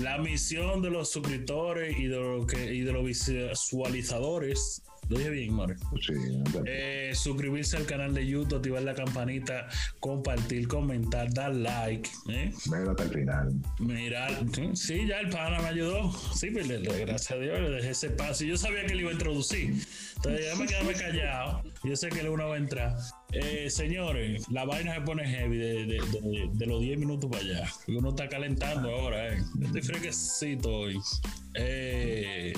la misión de los suscriptores y de, lo que, y de los visualizadores. Lo dije bien, More.
Sí, ya está.
Eh, suscribirse al canal de YouTube, activar la campanita, compartir, comentar, dar like. ¿eh?
Mira hasta el final.
Mirar. Sí, ya el pana me ayudó. Sí, pues, le- le- gracias a Dios le dejé ese paso. Yo sabía que le iba a introducir. Entonces ya me quedé callado. Yo sé que él uno va a entrar. Eh, señores, la vaina se pone heavy de, de- de- de los 10 minutos para allá. Y Uno está calentando ahora, ¿eh? Yo Estoy fresquecito hoy. Eh,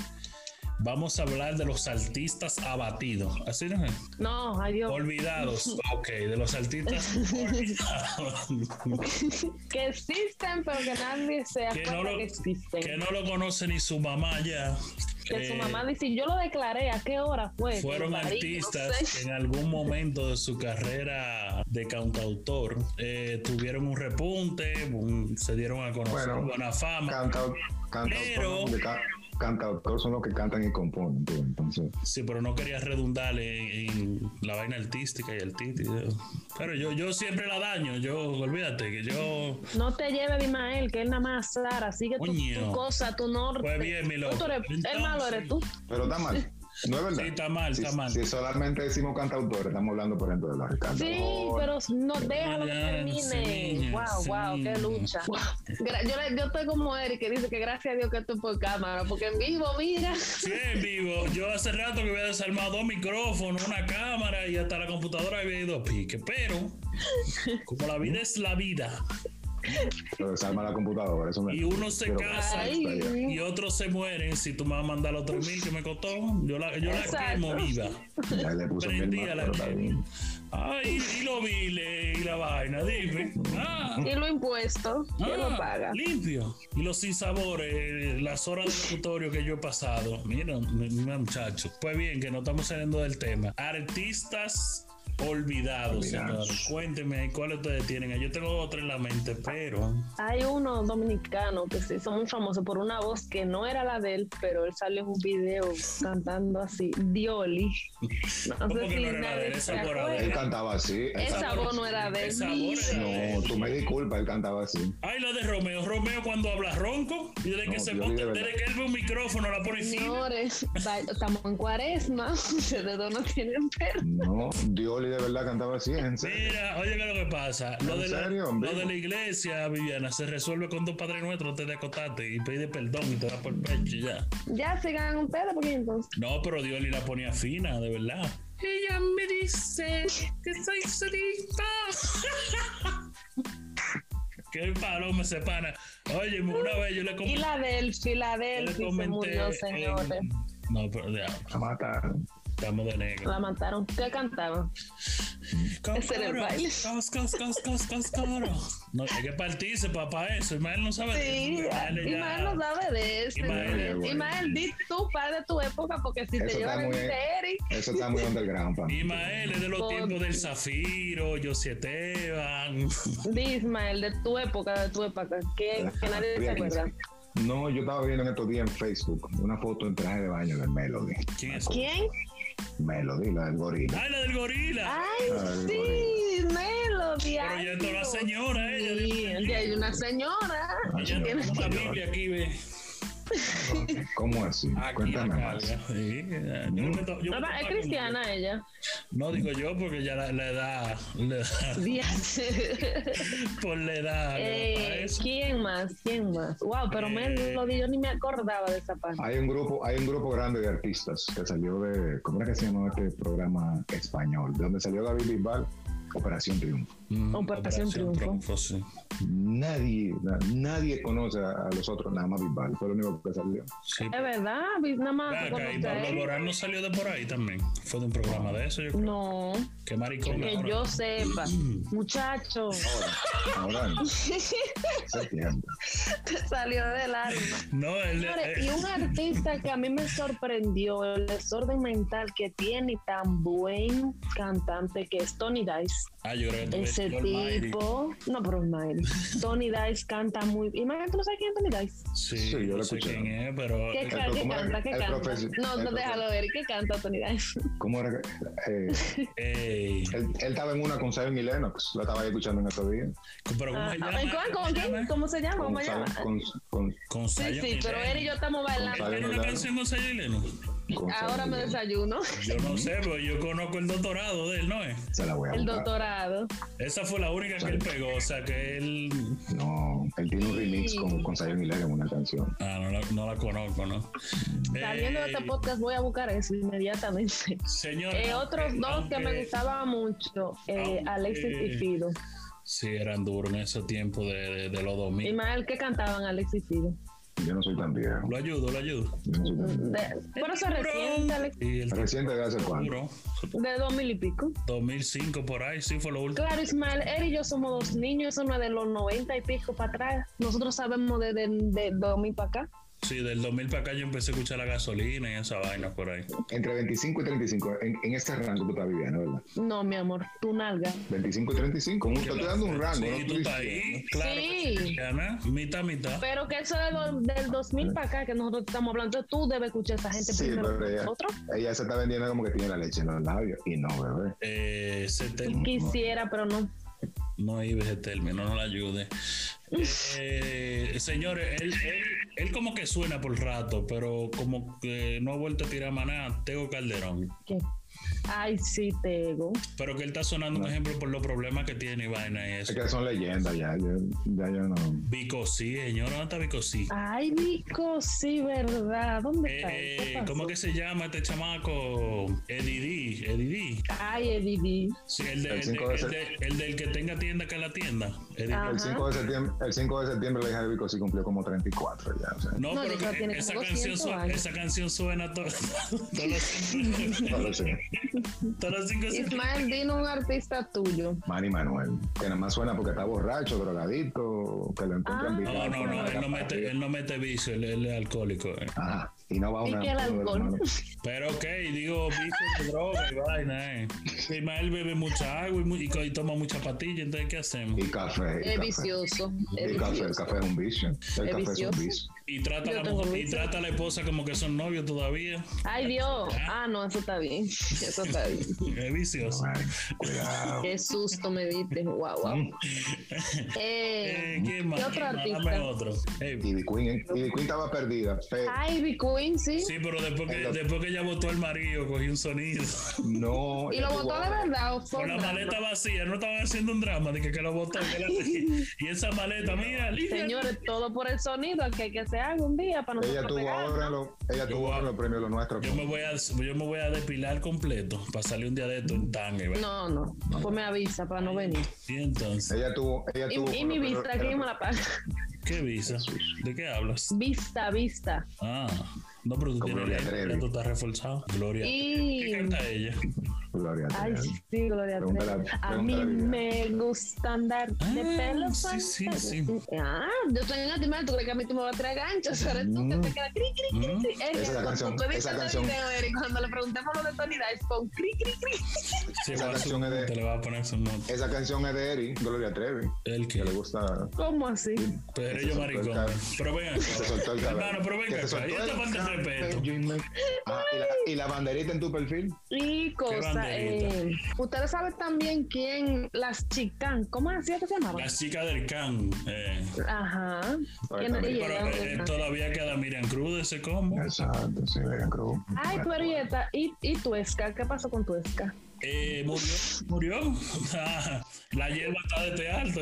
vamos a hablar de los artistas abatidos. ¿Así no es?
No, adiós.
Olvidados. Ok, de los artistas olvidados.
Que existen, pero que nadie se
Que no
acuerda
lo-
que existen.
que no lo conoce ni su mamá ya.
Que su
Eh,
mamá dice, yo lo declaré, ¿a qué hora fue?
Fueron
Marido,
artistas
no sé.
que en algún momento de su carrera de cantautor eh, tuvieron un repunte, un- se dieron a conocer
Bueno,
buena fama.
Canta, canta,
Pero-
de ca- cantautores son los que cantan y componen. tú, Entonces,
Sí, pero no quería redundar en, en la vaina artística y artística. Pero yo, yo siempre la daño. Yo, olvídate que yo.
No te lleve Dimael, que él nada más Sara, sigue tu,
Coño.
tu cosa, tu norte.
Pues bien, mi loco.
Tú eres-
Entonces-
el malo eres tú.
pero está mal. No es verdad.
Sí, está mal,
Si-
está mal.
Si solamente decimos cantautores, estamos hablando, por ejemplo, de los Ricardo.
Sí,
Arjona.
pero no déjalo que
Niña, sí,
termine.
niña,
Wow,
sí,
wow, qué
niña.
lucha.
Gra- Yo, le- yo estoy como Eric que dice que gracias a Dios que esto es por cámara, porque en vivo,
[LAUGHS]
mira.
Sí, en vivo. Yo hace rato que había desarmado dos micrófonos, una cámara y hasta la computadora había ido a pique. Pero, como la vida es la vida
Pero desarma la computadora. Eso me-
y uno se
Pero-
casa
Ay.
y otros se mueren, si tú me vas a mandar los 3 mil que me costó, yo la, yo la
Exacto.
quemo viva.
Ya le puso mil más,
Prendida la
pero está bien.
quemo. Ay, y lo vile y la vaina, dime. Ah.
Y lo impuesto, ¿quién
Ah,
lo paga?
Limpio. Y los sinsabores, las horas de locutorio que yo he pasado. Mira, mi- mira, muchachos. Pues bien, que no estamos saliendo del tema. Artistas olvidados,
Olvidados.
señores. Cuéntenme ahí, cuáles ustedes tienen. Yo tengo otro en la mente, pero.
Hay uno dominicano que se hizo muy famoso por una voz que no era la de él, pero él salió en un video cantando así, Dioli. No
¿Cómo
sé
que
si
no era la de
nadie
él?
se
Esa era la de
acuerda.
Él cantaba así. él
Esa
cantaba-
voz no era de
Esa
mí.
voz era de
No, tú me disculpas, él cantaba así.
Ay, la de Romeo. Romeo cuando habla ronco y desde
No,
que se
Dios,
monta,
de verdad.
desde que él ve un micrófono la pone fina.
Señores, va- estamos en
[LAUGHS]
cuaresma, ustedes dos no tienen perro.
No, Dioli de verdad cantaba así, en serio.
Mira, oye, ¿qué es lo que pasa? Lo
¿En
de, la,
serio, hombre?
lo de la iglesia, Viviana, se resuelve con dos padres nuestros antes de acostarte y pide perdón y te da por el pecho y ya.
Ya se ganan un pedo, porque entonces.
No, pero Dioli la ponía fina, de verdad. Ella me dice que soy solita. [LAUGHS] Qué paloma ese pana. Oye, una vez yo le
Y
comenté.
la
yo
del
le
Filadelfia se
comenté
murió,
en-
señores.
No, pero ya,
La mataron.
estamos de negro.
La mataron. ¿Qué cantaban?
Ese era el baile.
Cos, cos, cos, cos, cos, coro. No, hay que partirse, papá, eso. Ismael no sabe
Sí,
de eso.
Ismael no sabe de eso.
Ismael,
Ismael,
bueno.
Ismael, di tú, padre de tu época, porque si te
Eso está
llevan el
muy-
de Eric,
Eso está muy underground para mí.
Ismael es de los
Por-
tiempos del Zafiro, José Esteban. [LAUGHS]
Di, Ismael, de tu época, de tu época, que, que nadie se acuerda.
No, yo estaba viendo en estos días en Facebook una foto en traje de baño de Melody.
¿Quién es?
¿quién?
Melody, la del gorila.
¡Ay, la del gorila!
Ah,
¡Ay,
La del gorila.
sí! ¡Melody!
Pero ya
ay,
entró la
Dios
señora, ella.
mío, Ya hay una señora.
Ah,
Ella
señor,
tiene la
señor.
Biblia aquí, ve.
¿Cómo así?
Ah, Aquí la
Ah, Cuéntame
carga.
más.
Sí, eh, yo me to- yo me
No,
topaba
es
con-
cristiana ella.
No digo yo porque ya la, la edad, la edad- [LAUGHS]
Día-
por la edad. ¿no? Para
Eh,
eso.
¿Quién más? ¿Quién más? Wow, pero
Eh.
Melody, yo ni me acordaba de esa parte.
Hay un grupo, hay un grupo grande de artistas que salió de, ¿cómo era que se llamaba este programa español? De donde salió David Bisbal, Operación Triunfo.
Mm,
Operación Triunfo.
sí.
Nadie, na- nadie conoce a, a los otros, nada más Bisbal, fue lo único que salió.
Sí.
Es verdad, vi- nada más
Ven acá, y
conocí a
Pablo
él.
Borán no salió de por ahí también. Fue de un programa de eso, yo creo.
No,
Qué maricón.
que
ahora.
yo sepa. Muchacho,
Ahora, ahora
[LAUGHS]
no, hace tiempo.
Te salió del alma.
No, eh, el,
señores, y un artista que a mí me sorprendió el desorden mental que tiene y tan buen cantante que es Tony Dice.
ah, yo creo que tú ves
Ese
Joel Mayri.
tipo, no, pero Mighty. Tony Dice canta muy bien. Imagínate, ¿tú no sabes quién es Tony Dice?
Sí,
Sí, yo lo
yo no sé
escuché.
quién es, pero. eh,
¿Qué,
ca-
ca- qué
¿cómo era?
canta? ¿Qué
El
canta?
profesor.
No,
El
no, déjalo ver. ¿Qué canta Tony Dice?
Pues
¿Cómo era que- eh,
Ey,
él, él estaba en una con Simon y Lennox, la estaba ahí escuchando en estos días.
pero ¿cómo
Ah,
se
¿Con
llama?
cuál? ¿Con quién? ¿Cómo se
Ah,
llama?
Con,
¿Cómo se llama?
con, con,
Con
Sí,
Zion
sí, pero
Lennon.
él y yo estamos bailando.
Zion
¿Tiene una
Lennon.
canción con Sayo
con
Ahora
Simon
me
y Lennox.
desayuno.
Yo no sé, pero yo conozco el doctorado de él, ¿no es?
Se la voy a
El
buscar.
doctorado.
Esa fue la única que él pegó, o sea que él...
No, él tiene un remix con, con Zion y Lennox en una canción.
Ah, no la, no la conozco, ¿no?
Saliendo de
Eh,
este podcast voy a buscar eso inmediatamente.
Señor...
Eh, otros
aunque-
dos que me
aunque-
gustaban mucho, eh,
aunque-
Alexis y Fido.
Sí, eran duros en ese tiempo de, de, de los 2000.
Y más el que cantaban Alexis y Fido.
Yo no soy tan viejo.
Lo ayudo, lo ayudo.
Yo no soy tan viejo.
De, pero eso es reciente, Alexis,
Y el
Reciente de hace cuánto.
duro,
de dos mil y pico.
2005 por ahí, sí fue lo último.
Claro, Ismael, él y yo somos dos niños, eso no es de los noventa y pico para atrás. Nosotros sabemos de, de, de 2000 para acá.
Sí, sí, del 2000 para acá yo empecé a escuchar la gasolina y esa vaina por ahí.
Entre 25 y 35, en, en ese rango tú estás viviendo, ¿verdad?
No, mi amor, tu nalga.
25 y 35, un, te dando un rango.
Sí,
¿no?
tú estás
dices,
ahí, claro.
Sí.
que sí, Ana. Mitad, mitad.
Pero que eso es do- del 2000 para acá que nosotros estamos hablando, entonces tú debes escuchar a esa gente
Sí,
primero
pero
que
ella-
nosotros.
Ella se está vendiendo como que tiene la leche en los labios. Y no, bebé.
Eh, ese
Y
término,
quisiera, pero no.
no iba ese término, no la ayude. Eh, señores, él, él, él como que suena por rato, pero como que no ha vuelto a tirar maná, Tego Calderón.
¿Qué? Ay, sí, Tego.
Pero que él está sonando un
No.
ejemplo por los problemas que tiene y vaina y eso.
Es que son leyendas ya. Yo, ya yo no.
Vico sí, señor, ¿dónde está Vico sí?
Ay, Vico, sí, ¿verdad? Ah, ¿Dónde está? él? ¿Qué
Eh,
pasó?
¿Cómo que se llama este chamaco? Eddie D. Eddie D.
Ay, Eddie. D.
Sí, el, de-
El
el de-
cinco de
el
sep-
de- el del que tenga tienda que la tienda. Eddie D.
Ah.
El
Ajá.
5, de septiembre, el 5 de septiembre la hija de Vico sí cumplió como 34 ya. O sea,
No,
No,
pero
ya
que-
tiene
esa,
como
canción
200
su-
años.
esa canción suena to-
[LAUGHS]
todos los-
no lo sé.
todos los cinco
Ismael vino un artista tuyo.
Manny Manuel, que nada más suena porque está borracho, drogadito, que lo encuentran
Ah.
No,
picado
no,
con
no,
la
él no mete,
patilla.
él no mete vicio, él, él es alcohólico. eh.
Ajá, y no va a
Y
una.
que el
uno de los
alcohol. [LAUGHS]
malos.
Pero ok, digo vicio de droga y vaina, eh. Ismael bebe mucha agua y, mu- y co- y toma mucha patilla, entonces ¿qué hacemos?
Y café. y
Es
café.
vicioso. es
El café, el
vicioso.
café es un vicio. El
Es
café es
vicioso.
un vicio.
Y trata, a
Yo
la,
tengo
mujer- y
vicio.
trata a la esposa como que son novios todavía.
Ay, Dios.
Ah, no, eso está bien. Eso está
[LAUGHS]
bien.
Es vicioso.
Ay, cuidado. Mm.
Qué susto me diste. Guau, guau. Eh,
Mm. Eh, ¿Quién más?
¿Qué otro
¿Quién más? Dame
artista?
otro. Ey,
Y The Queen, eh. y The Queen estaba perdida. pero
Ivy Queen, sí.
Sí, pero después que,
Pero-
después que ella votó al marido, cogí un sonido.
No.
Y
ella
lo votó
tuvo-
de verdad. o fue
Con la
un drama?
maleta vacía, no estaban haciendo un drama de que, que lo votó. que la- y esa maleta, mira, Lidia.
Señores, todo por el sonido que hay que hacer algo un día para nosotros
Ella tuvo
pegar.
ahora los, ella
Yo
tuvo
voy a-
ahora los premios los nuestros.
Yo me voy a, yo me voy a depilar completo para salir un día de esto en tanga. y va.
No, no. Pues me avisa para no venir.
Y entonces,
Ella tuvo, ella
Y,
tuvo.
y
con
mi
los
vista,
premios-
¿quién me la paga?
¿qué visa? ¿De qué hablas?
[LAUGHS] Vista, vista.
Ah, no, pero tú
Con
tienes
Gloria
la-
Trevi.
tú estás reforzado. Gloria.
Y-
¿Qué canta ella?
Gloria a
Ay,
Dios.
sí, Gloria
Pregúntale
Trevi.
a-
A
pregúntale
mí
a Viviana.
me gusta andar de
Ah,
pelo
sí,
para-
sí, sí.
Ah, yo soy una timada, ¿tú crees que a mí tú me vas a traer ganchos? Ahora tú que te quedas cri, cri, cri,
Mm.
cri. Eric,
Esa canción-
tú
esa
editas el
canción.
video, Eric, cuando le preguntamos lo de Tony Dice, fue un cri, cri, cri.
Sí,
Esa
va a su
canción es de-
monte, le va a poner su moto.
Esa canción es de Eri, Gloria Trevi,
El
que
que.
le gusta.
¿Cómo así?
Pero
Ese
yo
soltó el
maricón.
cable.
Pero venga.
Se soltó el cabello.
Hermano, pero
Que
venga
se
acá. Y
soltó
esta
el
parte de respeto.
cabello y me- Ah, y la- y la banderita en tu perfil.
Y cosa,
banderita.
eh,
Ustedes saben también quién, las chicas, ¿cómo así es que se llamaban?
Las chicas del can. Eh.
ajá.
Ahí
Que
está
no-
bien.
y
Pero
era-
eh, todavía queda Miriam Cruz de ese combo.
Exacto, sí, Megan Cruz.
Ay, pero y, esta- y, y Tuesca, ¿qué pasó con Tuesca?
Eh, murió, murió. [LAUGHS] Ah, La hierba está de este alto.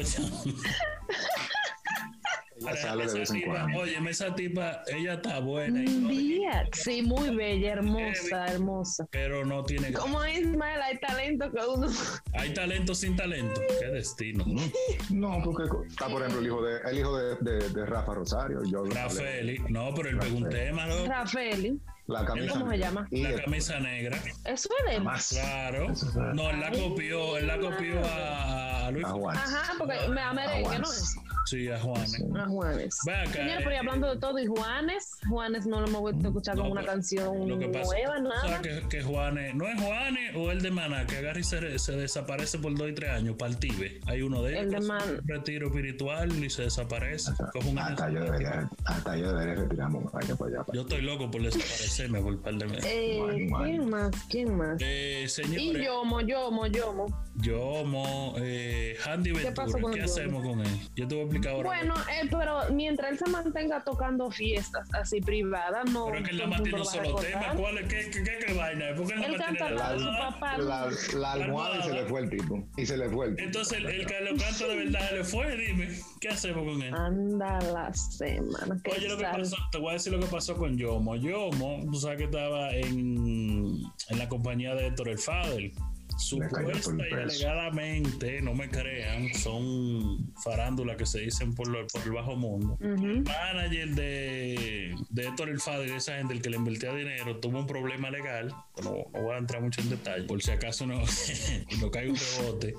Ella sale de vez en cuando.
Oye, esa tipa, ella está buena, y
Un
todo,
día. Sí, muy bella, hermosa, hermosa.
pero no tiene.
Como Ismael, hay talento que uno.
Hay talento sin talento. Qué destino.
Mm.
No, porque co- está, por ejemplo, el hijo de, el hijo de, de- de Rafa Rosario. Yo
Rafael, y- no, pero él pegó un tema, ¿no?
Rafael,
La camisa.
¿Cómo se llama?
Y
La camisa negra.
eso es de él.
más.
Claro. No, él la copió, él la copió a, a Luis.
A Juan.
Ajá,
pues,
porque me da merengue, ¿no?
Aguas.
Sí, a ¿eh? Juanes.
A Juanes.
Ve acá,
Señores, pero y
eh,
hablando de todo, y Juanes, Juanes no lo hemos vuelto a escuchar
No,
con una
pero
canción
Lo que pasa
nueva,
tú
nada.
sabes que, que Juanes, no es Juanes o el de Maná, que agarra y se, se desaparece por dos y tres años, Partive. Hay uno de ellos.
El de
que hace
Man-
un retiro espiritual y se desaparece. Coge un
Hasta yo debería, hasta yo debería retirarme un baño para allá. para-
Yo estoy loco por desaparecerme por un par de meses.
Eh,
Juan,
¿Quién más? ¿Quién más?
Eh,
Y
señores,
Yomo, Yomo, Yomo.
yo, mo, eh, Handy Ventura,
pasó con
¿qué
Yomo?
hacemos con él? Yo te voy a explicar ahora.
Bueno, eh, pero mientras él se mantenga tocando fiestas así privadas, no.
pero es que él
todo
nada
el
más
mundo
tiene un
lo va a
solo
recordar.
tema. ¿Cuál es? ¿Qué, qué, qué, qué vaina? ¿Por qué
Él
nada más tiene
canta la de su
nada?
papá.
La, la almohada y
almohada.
se le fue el tipo. Y se le fue el tipo.
Entonces, el, el
[LAUGHS]
que lo canta de verdad le fue, dime, ¿qué hacemos con él?
Anda la semana. que
Oye, lo que
sal-
pasó, te voy a decir lo que pasó con Yomo. Yomo, tú sabes que estaba en, en la compañía de Héctor El Fadel. Supuesta y alegadamente, no me crean, son farándulas que se dicen por, lo- por el bajo mundo. El manager de, de Héctor El Fadel, esa gente, el que le invertía dinero, tuvo un problema legal. No, no voy a entrar mucho en detalle, por si acaso no, [LAUGHS] no caiga un rebote.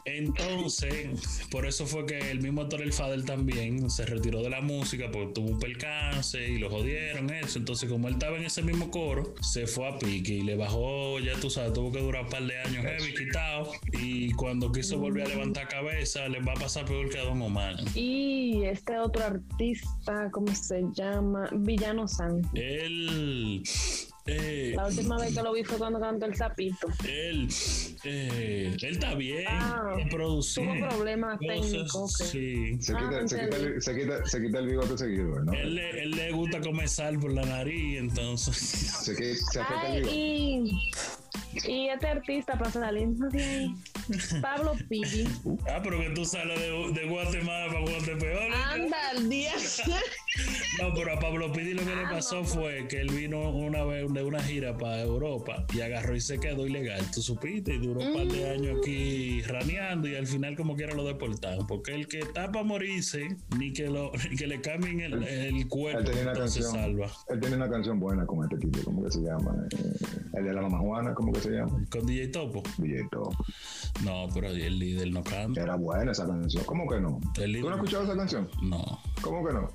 Entonces, por eso fue que el mismo Héctor El Fadel también se retiró de la música porque tuvo un percance y lo jodieron, eso. Entonces, como él estaba en ese mismo coro, se fue a pique y le bajó, ya tú sabes, tuvo que durar un par de años heavy, quitado. Y cuando quiso volver a levantar cabeza, le va a pasar peor que a Don Omar.
Y este otro artista, ¿cómo se llama? Villano San.
Él. eh,
La última vez que lo vi fue cuando cantó el sapito.
él. eh, él está bien.
Ah,
de producir
Tuvo problemas
cosas,
técnicos. ok.
sí.
Se quita,
Ah,
se, quita el, se, quita, se quita el bigote seguido, ¿no?
Él le, él le gusta comer sal por la nariz, entonces.
[LAUGHS]
Se, quita, se afeita el
Ay,
bigote.
y, y este artista para salir más de ahí, Pablo Piggy.
Ah, pero que tú sales de, de Guatemala para
Ah,
Guatepeor.
Anda al día.
No, pero a Pablo Pidi lo que le pasó fue que él vino una vez de una gira para Europa y agarró y se quedó ilegal. Tú supiste, y duró un par de años aquí raneando y al final, como quiera, lo deportaron. Porque el que está para morirse, ni que, lo, [LAUGHS] ni que le cambien el, el
Él
cuerpo,
tenía una
no se
canción.
salva.
Él tiene una canción buena con este tipo, ¿cómo que se llama? Eh, el de la mamá Juana, ¿cómo que se llama?
Con DJ Topo.
Billeto.
No, pero el líder no canta.
Era buena esa canción. ¿Cómo que no?
El
¿Tú no
líder.
has escuchado esa canción?
No.
¿Cómo que no?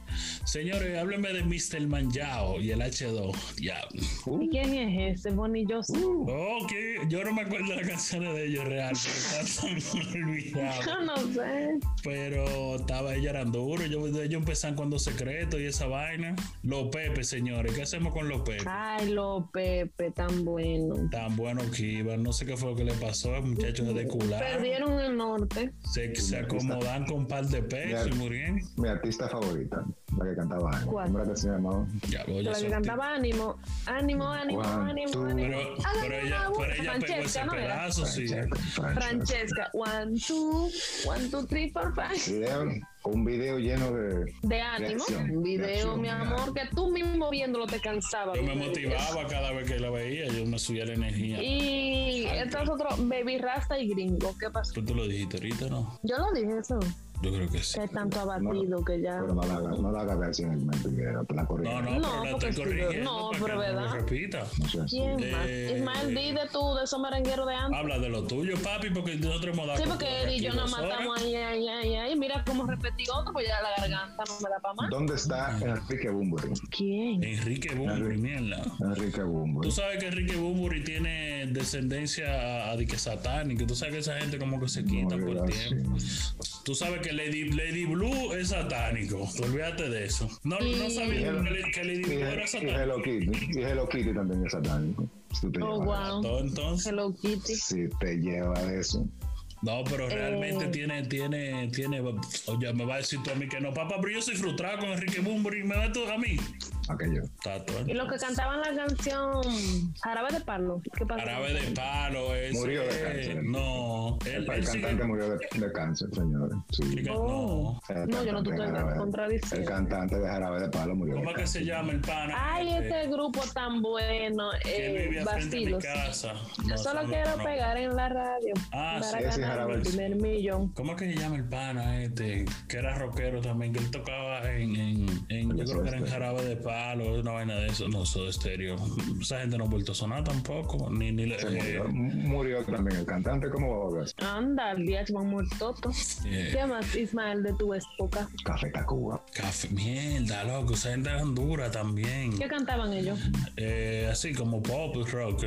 Señores, háblenme de Mr. Manjao y el H2. Diablo.
Uh,
¿Y quién es ese? Bonnie Joseph.
Uh. Ok, yo no me acuerdo las canciones de ellos real, porque [LAUGHS] están tan olvidadas.
Yo [LAUGHS] no sé.
Pero estaba ellos eran duros. Yo, ellos empezaban cuando secreto y esa vaina. Los Pepe, señores, ¿qué hacemos con los Pepe?
Ay, lo Pepe, tan bueno.
Tan buenos que iban, no sé qué fue lo que le pasó al muchacho de cular.
Perdieron el norte.
Se, se acomodan con un par de pesos y murieron.
Mi artista favorita, la que cantaba. Ana.
¿Cuál?
¿Cómo era que se llamaba?
Ya, oye,
La que
son
cantaba Ah, ánimo, ánimo, ánimo,
Juan,
ánimo,
tú-
ti-
ánimo.
Pero, pero ella, pero ella pegó ese
Francesca, ¿no era?
pedazo, sí.
Francesca, Francesca.
Francesca, one, two, one, two, three, four, five.
Video- un video lleno de.
De ánimo.
acción,
Un
de
video,
acción,
mi
de
amor, que tú mismo viéndolo te cansaba.
Yo me
¿verdad?
motivaba cada vez que la veía, yo me subía la energía.
Y este es otro, Baby Rasta y Gringo. ¿Qué pasó?
Tú te lo dijiste ahorita, ¿no?
Yo lo dije eso.
Yo creo que sí.
Que tanto abatido que ya.
Pero no la hagas no la hagas ver sin el momento que era, te la corrija.
No, no,
No,
pero la
porque
estoy
sí, pero-
corrigiendo.
no,
para
pero
que no
¿verdad?
me repita.
No seas tú.
¿Quién más?
Eh,
Ismael, di de tú, de esos merengueros de antes.
Habla de lo tuyo, papi, porque nosotros hemos dado.
Sí, porque él y
Ah, aquí
yo nos
dos horas.
matamos ahí, ahí, ahí, ahí. Mira cómo repetí otro, pues ya la garganta no me da para más.
¿Dónde está Enrique Bumburi?
¿Quién?
Enrique Bumburi, mierda.
Enrique
Tú
Bumburi.
sabes que Enrique Bumburi tiene descendencia a, a de que satánica. Tú sabes que esa gente como que se quita por
No,
el
sí.
tiempo. Tú sabes que Lady, Lady Blue es satánico. Olvídate de eso. No, no sabía
Y-
que, le- que Lady
Y,
Blue era
y
satánica.
Hello Kitty. Y Hello Kitty también es satánico. Si te
Oh,
llevas-
wow.
Todo entonces.
Hello Kitty.
Si te lleva de eso.
No, pero realmente
Eh.
tiene, tiene, tiene. Oye, me va a decir tú a mí que no, papá, pero yo soy frustrado con Enrique Bumburi. Me va tú a mí.
Aquello.
Tato.
Y los que cantaban la canción Jarabe de Palo. ¿Qué pasó?
Árabe de palo, ese.
Murió de cáncer.
No, él,
El,
él sigue-
cantante murió de, de cáncer, señores. Sí.
Diga,
Oh.
El
No, yo no
cantante
te
de
estoy
Jarabe- El
contradiciendo.
cantante de Jarabe de Palo murió. de
¿Cómo es que
cáncer.
se llama el pana?
Ay,
ese
este grupo tan bueno.
que
Eh,
vivía frente a mi
Bastilos.
casa.
Yo
No,
solo
no,
quiero
no.
pegar en la radio.
Ah, sí,
para
ese
ganar
Jarabe.
el primer millón.
¿Cómo es que se llama el pana este? Que era rockero también, que él tocaba en, en, en yo
El
creo que era en
Soda Stereo.
jarabe de palo, una vaina de eso. No, Soda Stereo. Esa gente no ha vuelto a sonar tampoco, ni, ni le-
Se
eh,
murió, murió también el cantante, ¿cómo va a ver?
Anda, el día Juan Mortoto.
eh,
¿Qué más, Ismael, de tu época?
Café Tacuba.
café. Mierda, loco, esa gente era dura también.
¿Qué cantaban ellos?
Eh, así como pop y rock.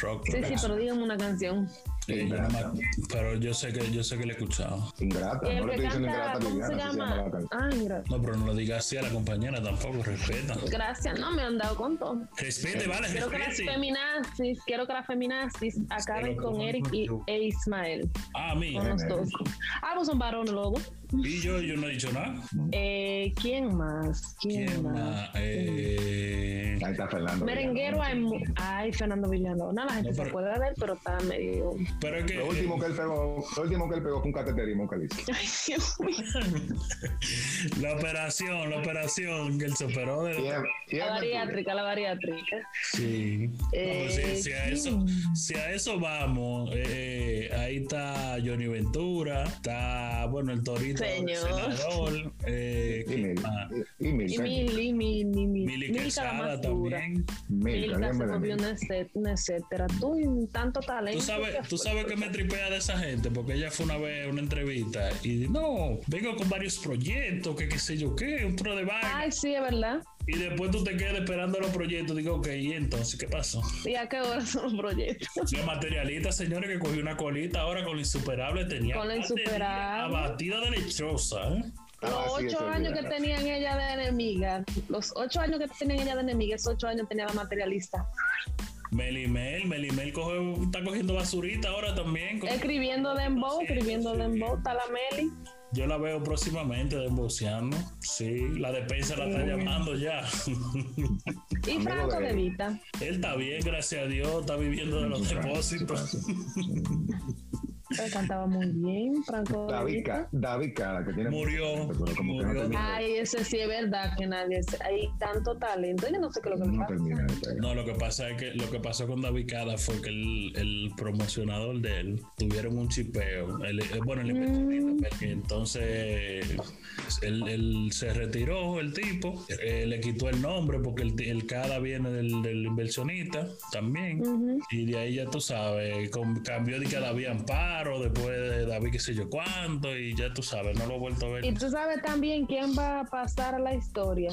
rock
Sí, sí, pero díganme una canción.
Eh, yo no me- pero yo sé que yo sé que le he escuchado.
Ingrata,
Y
no
el
le
que
estoy diciendo
canta,
ingrata,
¿cómo
Liliana,
se
así llama
llama?
la canción.
Ah, gra-
No, pero no lo diga así a la compañera tampoco, respeta.
gracias. No me han dado con todo.
Respete, vale,
Quiero que las
respete.
feminazis, quiero que las feminazis acaben
Pero
con
¿cómo
Eric y,
yo?
e Ismael.
A mí.
Con los
Bien,
dos.
Eric.
Ambos son varones, lobo.
Y yo, yo no he dicho nada.
Eh, ¿Quién más? ¿Quién,
¿Quién
más?
más? Eh,
Ahí está Fernando.
Merenguero, hay mu- ay, Fernando Villano. No, la gente
No,
se
pero-
puede ver, pero está medio. [LAUGHS]
pero es que.
Lo último que él pegó, lo último que él pegó fue un cateterismo que le hizo.
Ay, Dios mío.
[LAUGHS] [LAUGHS] la operación, la operación, que él se operó de.
Y es- y es
La
mentira.
bariátrica, la bariátrica.
Sí.
Eh,
No, si, si a eso, si a eso vamos, eh, eh, ahí está Johnny Ventura, está, bueno, el Torito, el
Señor.
senador, eh,
Y
¿quién
Mil-
más?
y- y Milka.
Y Mili, Mili, Mili.
Milly Quesada
más dura.
también.
Milka,
Milka se
dígame de
volvió
Milka.
una etc- una etcétera. Tú y tanto talento.
Tú sabes, tú
fue.
sabes que me tripea de esa gente, porque ella fue una vez a una entrevista y no, vengo con varios proyectos, que qué sé yo qué, un pro de vaina.
[LAUGHS] Ay, sí, es verdad.
Y después tú te quedas esperando los proyectos. Digo, ok, ¿y entonces qué pasó?
¿Y a qué hora son los proyectos?
Los materialistas, señores, que cogió una colita ahora con la insuperable tenía.
Con la insuperable.
Abatida de lechosa, ¿eh?
Los
Ah, sí,
ocho
eso es
años que
verdad.
tenían ella de enemiga, los ocho años que tenían ella de enemiga, esos ocho años tenía la materialista,
Melimel, Melimel coge, está cogiendo basurita ahora también.
escribiendo dembow,
Sí,
escribiendo
sí.
dembow, está la Meli.
Yo la veo próximamente desboceando. Sí, la despensa la está llamando ya.
Y
Amigo
Franco
de-
de Vita.
Él está bien, gracias a Dios, está viviendo de los
Sí, Franco,
depósitos.
sí,
Él cantaba muy bien, Franco de
David Ca-
Vita.
David Cara, que tiene.
Murió,
Pero como que no
murió.
termina-
Ay, ese sí es verdad que nadie, hay tanto talento. Yo no sé qué es lo que le
no
pasa.
termina de pegar.
No, lo que pasa es que lo que pasó con David Cada fue que el, el promocionador de él tuvieron un chipeo. El- eh, bueno, el inversionista, porque entonces él, él se retiró el tipo, eh, le quitó el nombre porque el, el Cada viene del, del inversionista también.
Ujú.
Y de ahí ya tú sabes, con- cambió de que David Amparo, después de David qué sé yo cuánto, y ya tú sabes, no lo he vuelto a ver.
Y tú sabes también quién va a pasar a la historia,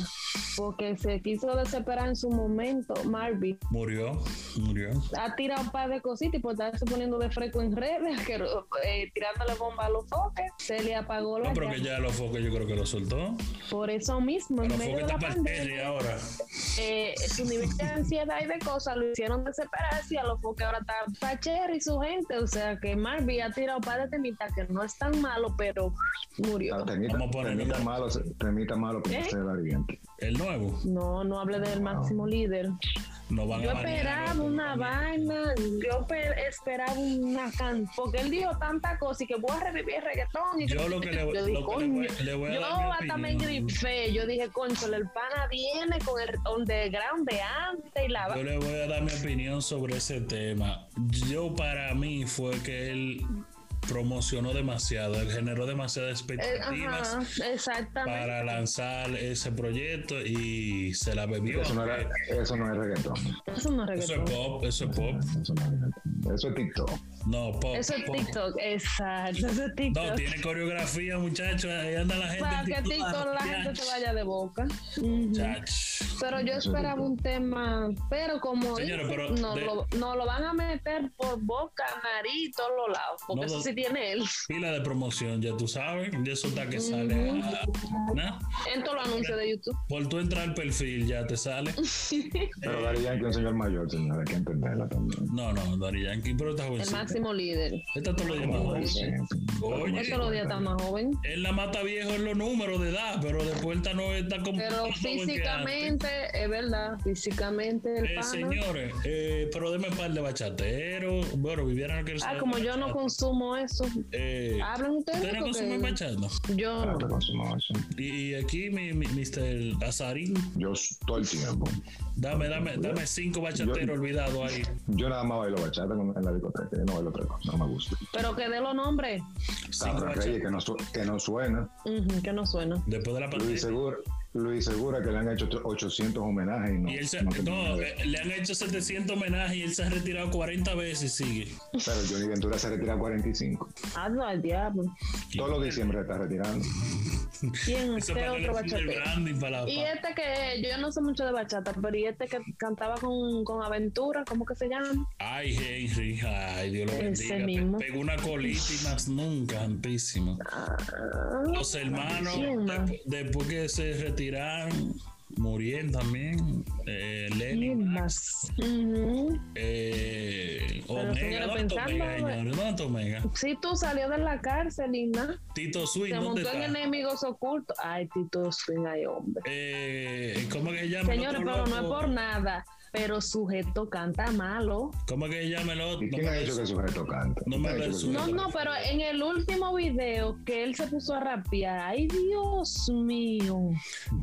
porque se quiso desesperar en su momento, Marvin.
Murió, murió.
ha tirado un par de cositas y por estarse poniendo de fresco en redes, [LAUGHS] que, eh, tirándole bomba a los foques, se le apagó la
No, pero que
llama.
ya lo foques yo creo que lo soltó.
Por eso mismo, en
Los
medio
foques
de Pues
está
la
para el
pandemia,
Terry ahora.
eh, su nivel de ansiedad y de cosas lo hicieron desesperarse y a los foques ahora está Pacher y su gente. O sea que Marvin ha tirado un par de temitas que no es tan malo, pero murió.
Ah, temita-
Vamos a ponerlo.
temita malo, temita malo como
¿Eh?
ser valiente.
El nuevo.
No, no hable del máximo líder.
No van
Yo
a banear,
esperaba
loco.
una vaina, yo pe- esperaba una can, porque él dijo tanta cosa y que voy a revivir el reggaetón. Y
Yo lo que le,
yo
lo
dije,
que le voy,
"Coño".
le voy a
Yo
dar mi
hasta me
opinión.
engripé, yo dije, concho, el pana viene con el underground de antes y la
Yo
va. Eh,
le voy a dar mi opinión sobre ese tema. Yo para mí fue que él promocionó demasiado, él generó demasiadas
Eh,
expectativas
ajá, exactamente.
para lanzar ese proyecto y se la bebió.
Eso no, era, eso no es reggaetón.
Eso no es
Eso es
reggaetón.
pop, eso es pop.
Eso, no es reggaetón. Eso es TikTok.
No, pop.
Eso es
pop.
TikTok, exacto, eso es
No,
TikTok.
tiene coreografía, muchachos. Ahí anda la gente.
para que TikTok la gente se vaya de boca. Ujú.
Chach.
Pero yo
Eso es
esperaba
verdad.
un tema, pero como
Señora,
dice,
pero
no,
de-
lo, no lo van a meter por boca, nariz, todos los lados, porque
No,
eso
no.
sí tiene él
Pila de promoción, ya tú sabes. Y eso está que sale. a- ¿no?
en todos los anuncios de YouTube. [LAUGHS]
Por tú entrar al perfil ya te sale. Eh.
Pero Daddy Yankee es un señor mayor, señor. Hay que entenderla también.
No, no, Dari Yankee, pero está
El
jovencita.
máximo líder.
Esta todo lo
Como
llamamos.
dice,
Oye.
Esto los días está más joven.
Él la mata viejo en los números de edad, pero después está no está como.
Pero
más joven que
físicamente, es verdad, físicamente el
antes. Eh,
pana.
señores, eh, pero deme un par de bachateros. Bueno, vivieran que
Ah, como yo no consumo eso.
Eh,
Hablan ustedes.
¿Ustedes no consumen
porque
bachata?
Yo
ah,
no.
te consumo eso.
Y, y aquí, mi, mi- Mr. Azarín,
Yo s- todo el tiempo.
dame, dame, dame cinco bachateros
Yo-
olvidados ahí.
Yo nada más bailo bachata en la discoteca. Yo no bailo otra cosa. No me gusta.
Pero que dé los nombres,
Cinco
Sabra Reyes,
bachateros.
que no, su- que no suena.
Ujú, que no suena.
Después de la
Luis
pandemia.
Segura, Luis Segura, que le han hecho 800 homenajes. Y no,
Y él se-
no termina
no,
de-
eh, le han hecho 700 homenajes y él se ha retirado 40 veces y sigue.
Pero Johnny Ventura se retira a 45.
Hazlo al diablo.
Todos los diciembre está retirando.
[LAUGHS]
¿Quién?
Eso
¿Qué
para
este otro
el
bachatero?
branding, para la-
Y este que yo no sé mucho de bachata, pero y este que cantaba con, con Aventura, ¿cómo que se llama?
Ay, Henry, ay, Dios lo
Ese
bendiga.
mismo.
Pe- Pegó una colita y más nunca, santísimo.
Ah,
Los hermanos,
¿Quién más?
dep- después que se retiraron, Muriel también, eh, Lenny
¿Quién
Max,
más? Ujú.
eh,
Pero,
Omega,
señora,
¿dónde está
pensando, eh?
Omega, señores? ¿Dónde está Omega?
Si tú salió de la cárcel, Igna,
Tito Swing,
se
¿dónde
montó
está?
en enemigos ocultos. Ay, Tito Swing, ay, hombre.
Eh, ¿Cómo que se llama? el
Señores,
otro
pero no es
loco?
por nada, pero sujeto canta malo.
¿Cómo que se llama el otro?
¿Y quién ha dicho que el sujeto canta?
No me
¿Quién ha dicho que el
resulta.
sujeto
No,
canta?
no, pero en el último video que él se puso a rapear, ay, Dios mío.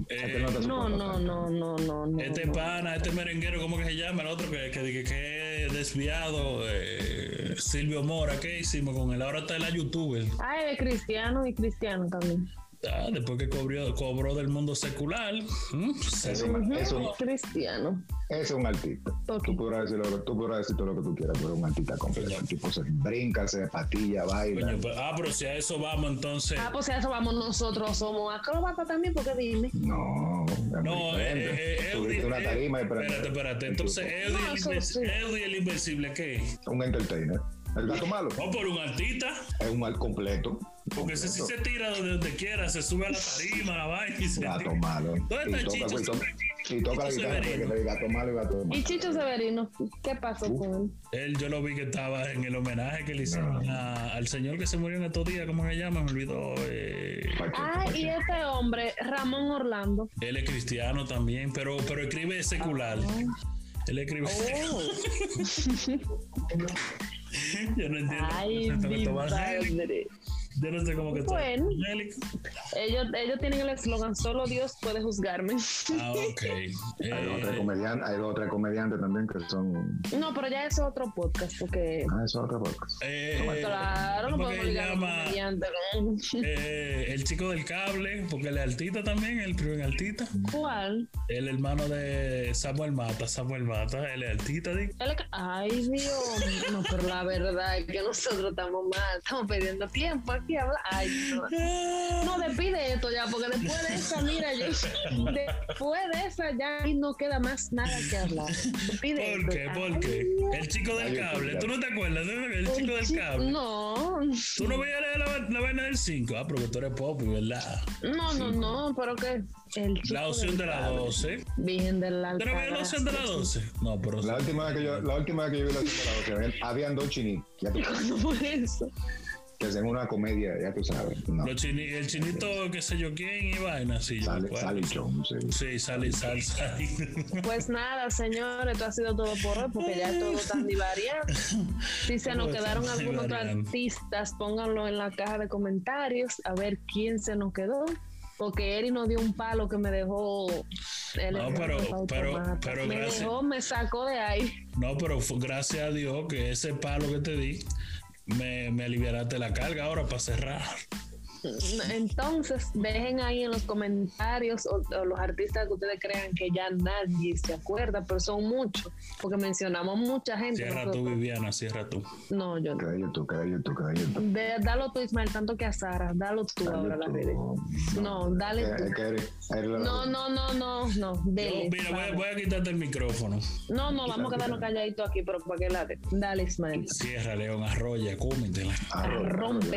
Eh,
Este no está
No,
sujeto
no,
canta.
no, no, no. no,
Este
no.
pana, este merenguero, ¿cómo que se llama? El otro que, que, que- que es desviado, eh, Silvio Mora, ¿qué hicimos con él? Ahora está en la youtuber.
Ay, de cristiano y cristiano también.
Ah, después que cobró, cobró del mundo secular. ¿m? Se-
Eso-
Ujú,
eso-
Cristiano.
Ese es un artista.
Ok.
Tú podrás, decir lo, que- tú podrás decir todo lo que tú quieras, pero es un artista completo. El tipo se brinca, se patilla, baila.
Coño, pues, ah, pero si a eso vamos, entonces.
Ah, pues a eso vamos nosotros, somos acróbatas también, porque dime.
No, es muy
No, eh,
diferente.
eh, eh,
Subirte
Eudy-
una
eh,
tarima y prender
Espérate, espérate.
el
Entonces,
truco.
Eudy
No,
el,
eso sí.
inven- Eudy el Invencible, ¿qué?
un entertainer. El gato malo
No por un artista.
es un mal completo.
Porque ese sí
Completo.
se tira de donde quiera, se sube a la tarima, la vaina y se
Gato
tira.
malo.
¿Dónde está
Y toca,
Chicho?
y toca- y toca la
Chicho
guitarra
Severino.
porque le gato malo y gato malo.
Y Chicho Severino, ¿qué pasó
Uf.
con él?
Él, yo lo vi que estaba en el homenaje que le hicieron
No.
Ah.
a- al señor que se murió en estos días, ¿cómo se llama? Me olvidó. eh,
Pacheco,
Ah, y
Pacheco.
este hombre, Ramón Orlando.
él es cristiano también, pero, pero escribe secular.
Ah.
Él escribe.
Oh.
[LAUGHS] yo no entiendo.
Ay,
[LAUGHS] Esto que
mi
esto va a ser.
madre.
Yo no sé cómo que esto-
Bueno.
evangélico.
Ellos, ellos tienen el eslogan, solo Dios puede juzgarme.
Ah,
[LAUGHS]
ok.
Hay
Eh,
otra comediante, hay otra comediante también que son.
No, pero ya es otro podcast, porque... pues,
Ah, eso es otra podcast.
eh,
Claro, no
¿cómo
podemos
que
ligar a un
llama?
comediante, ¿no?
eh, el chico del cable, porque el altita también, el primer altita.
¿Cuál?
El hermano de Samuel Mata, Samuel Mata, el altita. di-
Él es ca- Ay, Dios. No, pero la verdad es que nosotros estamos mal. Estamos perdiendo tiempo aquí. Habla. Ay, no. No, despide esto ya, porque después de esa, mira, yo, después de esa ya ahí no queda más nada que hablar. Despide
¿Por
esto.
qué? ¿Por
Ay,
qué? El chico del
Ay,
cable.
ya.
¿Tú no te acuerdas? no? El
el
chico del
chi-
cable.
No,
¿Tú no veías la, la, la vaina del 5? Ah, porque tú eres pop, ¿verdad?
no, no, no, pero que el chico
La opción de
del
la
cable,
12. ¿Tú
Virgen del
no veías la opción de
[LAUGHS]
la 12? No, pero...
La última vez que yo, la última vez que yo vi la segunda habían, habían dos chinitos, ya tú-
¿Cuándo fue eso?
que hacen una comedia, ya tú sabes. No.
los chini- el chinito, qué sé yo quién, y vaina, sí. yo me
Sale,
acuerdo.
sale Jones. sí.
Sí, sale, sale, sale. [LAUGHS]
Pues nada, señores, esto ha sido todo por hoy, porque ya es todo tan divariado. Si se nos
Todo
quedaron
tan
algunos otros
divariado.
artistas, pónganlo en la caja de comentarios a ver quién se nos quedó. Porque Eri nos dio un palo que me dejó. El
No, pero-
el
pero-
automata.
pero
me
gracias.
dejó, me sacó de ahí.
No, pero fu- gracias a Dios que ese palo que te di, me, me aliviaraste la carga ahora para cerrar.
Entonces, dejen ahí en los comentarios o, o los artistas que ustedes crean que ya nadie se acuerda, pero son muchos, porque mencionamos mucha gente.
Cierra tú,
nosotros.
Viviana, cierra tú.
no, yo no.
Queda YouTube, queda YouTube, queda YouTube.
De- dalo tú, Ismael, tanto que a Sara. Dalo tú
Dale
ahora a las
tú.
redes. No, dale
Es que-
tú.
es que eres- eres la-
No, no, no, no, no. Dele,
Yo, mira, voy, a-
Sara.
voy a quitarte el micrófono.
No, no, vamos a
Quizá,
quedarnos
quizá.
calladitos aquí, pero para que late. Dale, Ismael.
Cierra, León, arrolla, cómetela.
Arroyo, arroyo,
Rompe,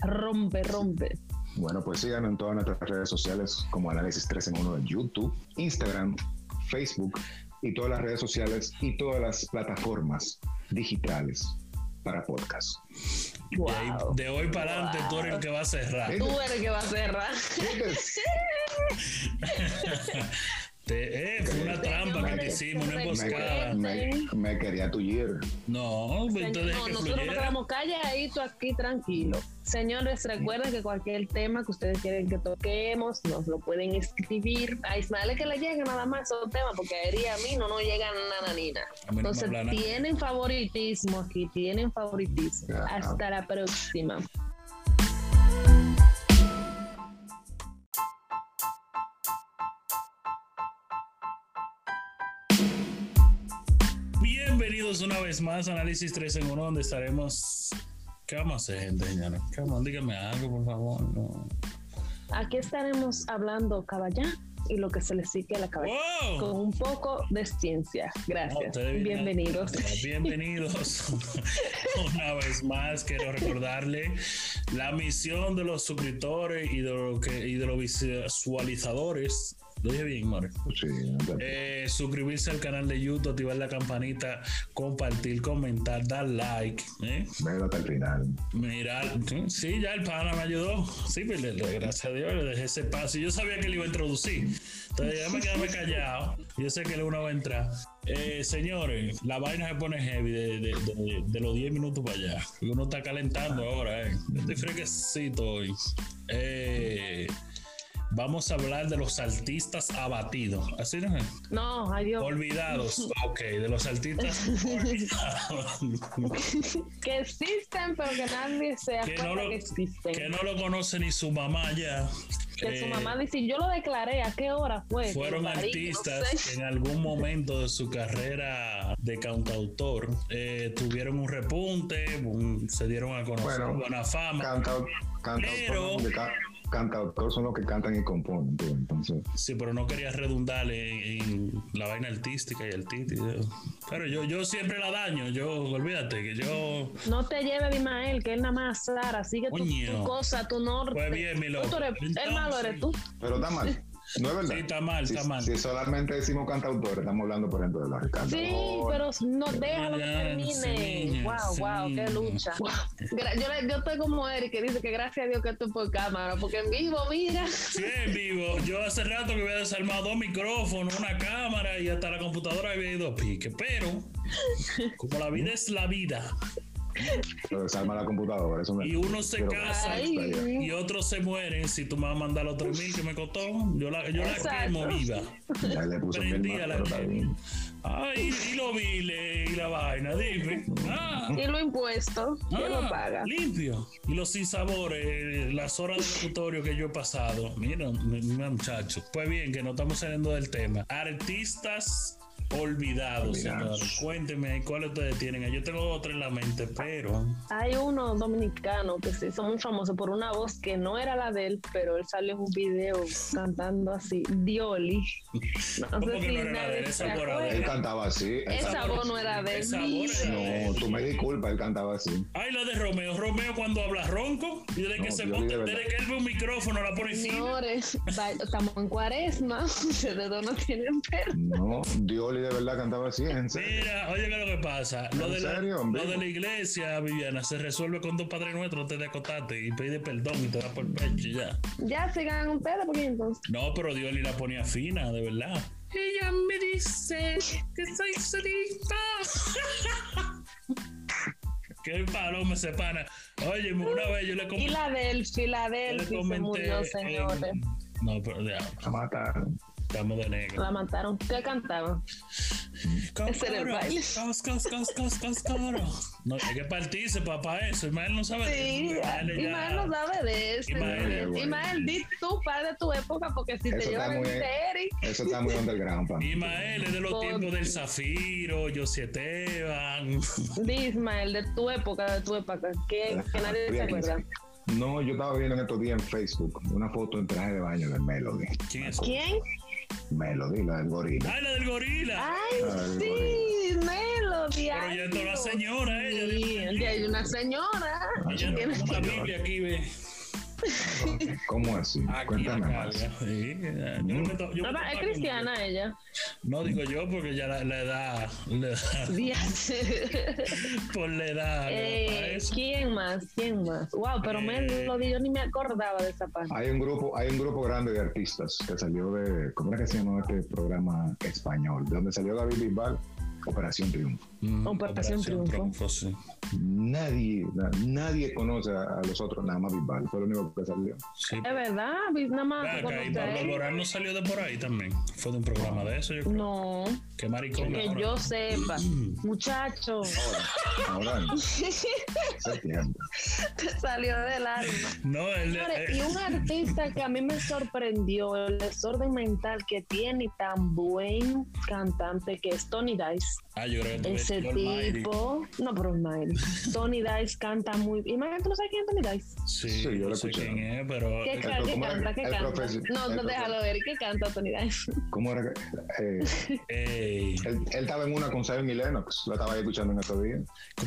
arroyo.
rompe, rompe.
Bueno, pues síganos en todas nuestras redes sociales como Análisis 3 en 1 en YouTube, Instagram, Facebook y todas las redes sociales y todas las plataformas digitales para podcast.
De, ahí-
Wow.
de hoy para adelante tú eres el que va a cerrar.
Tú eres el que va a cerrar.
[LAUGHS] Te- eh, fue una trampa que te hicimos, una emboscada.
Me, me quería tullir.
No, pues
Señor,
entonces
no,
que
nosotros nos
fluyera.
quedamos calladitos aquí, tranquilo. Señores, recuerden que cualquier tema que ustedes quieren que toquemos, nos lo pueden escribir. A Ismael es que le llega nada más esos temas, porque a Eri y a mí no nos llega nada, nina.
A mí no me
Entonces,
habla nada.
tienen favoritismo aquí, tienen favoritismo.
Ya.
Hasta la próxima.
Bienvenidos una vez más a Análisis 3 en 1, donde estaremos. ¿Qué vamos a hacer, gente? señora? ¿Qué vamos? Dígame algo, por favor. no.
Aquí estaremos hablando caballá y lo que se le sigue a la cabeza. Con
¡Wow!
un poco de ciencia.
Oh. No,
Gracias.
ustedes vienen- [LAUGHS]
Bienvenidos.
Bienvenidos. [LAUGHS] Una vez más, quiero recordarle la misión de los suscriptores y de, lo que, y de los visualizadores Lo dije bien, More.
Sí, anda.
Eh, suscribirse al canal de YouTube, activar la campanita, compartir, comentar, dar like. ¿eh?
Velo hasta el final.
Mirar. Sí, ya el pana me ayudó. Sí, pues, le- le- gracias a Dios, le dejé ese espacio. Yo sabía que le iba a introducir. Entonces, déjame quedarme callado. Yo sé que él uno va a entrar. Eh, señores, la vaina se pone heavy de, de- de- de los 10 minutos para allá. Y Uno está calentando ahora, ¿eh? Yo estoy fresquecito hoy. Eh, Vamos a hablar de los artistas abatidos. ¿Así no es?
No, adiós.
Olvidados. Ok, de los artistas olvidados.
que existen, pero que nadie se
Que no
acuerda
lo-
que existen.
que no lo conoce ni su mamá ya.
Que su
Eh,
mamá dice, yo lo declaré, ¿a qué hora fue?
fueron
Que lo parí, que no
artistas
sé".
que en algún momento de su carrera de cantautor eh, tuvieron un repunte, un- se dieron a conocer
Bueno,
buena fama.
Cantau-
Pero-
Cantautor de ca- cantautor son los que cantan y componen. pues, Entonces,
Sí, pero no quería redundar en, en la vaina artística y artística. Pero yo, yo siempre la daño, yo, olvídate que yo...
No te lleve Bimael, que él nada más Sara, sigue tu,
Coño.
tu cosa, tu norte.
Pues bien, mi loco.
Tú eres-
Entonces-
el malo eres tú.
pero está mal. No es verdad.
Sí, está mal,
Si-
está mal.
Si, solamente decimos cantautores, estamos hablando, por ejemplo, de los Ricardo.
Sí,
Arjona,
pero no déjalo que
Niña, sí,
termine. Wow, wow,
niña.
qué lucha.
Gra- Yo, le- yo estoy como Eric que dice que gracias a Dios que esto es por cámara, porque en vivo, mira.
Sí, en vivo. Yo hace rato que había desarmado dos micrófonos, una cámara y hasta la computadora había ido a pique. Pero, como la vida es la vida
Pero desarma la computadora. Eso me-
y uno se
pero-
casa
Ay.
y otros se mueren, si tú me vas a mandar los 3.000 que me costó, yo la, yo la
Exacto.
quemo viva.
Ya le puse mil
Prendí
más,
a la
pero está bien.
Ay, y lo vile y la vaina, dime. Ah,
Y lo impuesto, ¿quién
ah,
lo paga?
limpio. Y los sinsabores, eh, las horas de tutorio que yo he pasado. Mira, m- mira, muchachos. Pues bien, que no estamos saliendo del tema. Artistas olvidados,
Olvidados.
señores. Cuéntenme cuáles ustedes tienen. Yo tengo otro en la mente, pero.
Hay uno dominicano que se hizo muy famoso por una voz que no era la de él, pero él salió en un video cantando así, Dioli. No
¿Cómo
sé
que no era la
si
de
nadie
él?
se
Esa voz era de
acuerda.
Él cantaba así. él
Esa
cantaba-
voz no era de él.
Esa voz era de él.
No, tú me disculpas, él cantaba así.
Ay, la de Romeo. Romeo cuando habla ronco y desde que
No,
se
yo
monta,
de verdad.
desde que él ve un micrófono la pone fina.
Señores, va- estamos en
[LAUGHS]
cuaresma, ustedes dos no tienen perro.
No, Dioli de verdad cantaba así, en serio.
Mira, oye, ¿qué es lo que pasa? Lo
¿En
de, la,
serio, en
lo
vivo?
de la iglesia, Viviana, se resuelve con tu Padre Nuestro antes de acostarte y pide perdón y te da por pecho y ya.
Ya se ganan un pedo, porque entonces.
No, pero Dioli la ponía fina, de verdad. Ella me dice que soy solita. [LAUGHS] Qué paloma ese pana. Oye, una vez yo le
Y
comenté.
la de él,
yo le
Filadelfia, se
comenté
murió,
en-
señores.
No, pero ya,
La mataron.
estamos de negro.
La mataron. ¿Qué cantaba?
Ese era el baile.
Cos, cos, cos, cos, cos, coro. No, hay que partirse, papá, eso. Ismael no sabe
Sí,
de eso.
ah,
Ismael ya-
Ismael no sabe de eso.
Ismael,
bueno.
Ismael, di tú, padre de tu época, porque si te
Eso está
llevan
muy-
el Eric.
Eso está muy underground, para mí.
Ismael es de los
Por-
tiempos del Zafiro, José Esteban.
Dismael, de tu época, de tu época, que, que nadie se acuerda.
No, yo estaba viendo en estos días en Facebook una foto en traje de baño de Melody.
¿Quién es?
¿Quién?
Melody, la del gorila.
¡Ay, la del gorila!
¡Ay,
La del gorila.
sí! Melody.
Pero
ay,
ya está una
Dios.
señora, ella.
Sí, ya hay una señora.
Ella
Ay,
Ah, tiene una
señor.
Biblia aquí, ve.
¿Cómo así?
Aquí la
Cuéntame
carga.
más.
Sí, yo me meto- yo me
No,
meto
es
para
cristiana
que
ella.
No, No, digo yo, porque ya la, la edad, la edad- [LAUGHS] por la edad,
Eh,
para eso.
¿Quién más? ¿Quién más? Wow, pero
Eh.
Melody, yo ni me acordaba de esa parte.
Hay un grupo, hay un grupo grande de artistas que salió de, ¿cómo era que se llamaba este programa español? De donde salió David Bisbal, Operación Triunfo.
Mm,
Operación Triunfo.
sí.
Nadie, na- nadie conoce a, a los otros, nada más Bisbal, fue lo único que salió.
Sí,
Es verdad, nada más
Acá, y
conoce a
Pablo
él.
Alborán no salió de por ahí también. Fue de un programa de eso, yo creo.
No,
Qué maricón.
que
ahora. [CLEARS THROAT]
yo sepa. Muchacho,
Ahora, ahora no, hace tiempo.
Te [LAUGHS] salió del alma.
No, eh, el,
Señores, y un artista que a mí me sorprendió el desorden mental que tiene y tan buen cantante que es Tony Dice.
ah, yo creo que tú ves
Ese
Joel Mighty.
tipo, no, pero Mighty. Tony Dice canta muy bien. Imagínate, ¿tú no sabes quién es Tony Dice?
Sí,
Sí, yo lo
no sé
escuché.
quién es, pero.
¿Qué,
pero
qué
¿cómo era?
canta? ¿Qué
El
canta?
profesor-
No,
el
no,
profe-
déjalo ver. ¿Qué canta Tony Dice?
¿Cómo era que? eh,
Ey,
él, él estaba en una con Simon y Lennox, lo estaba ahí escuchando en estos días.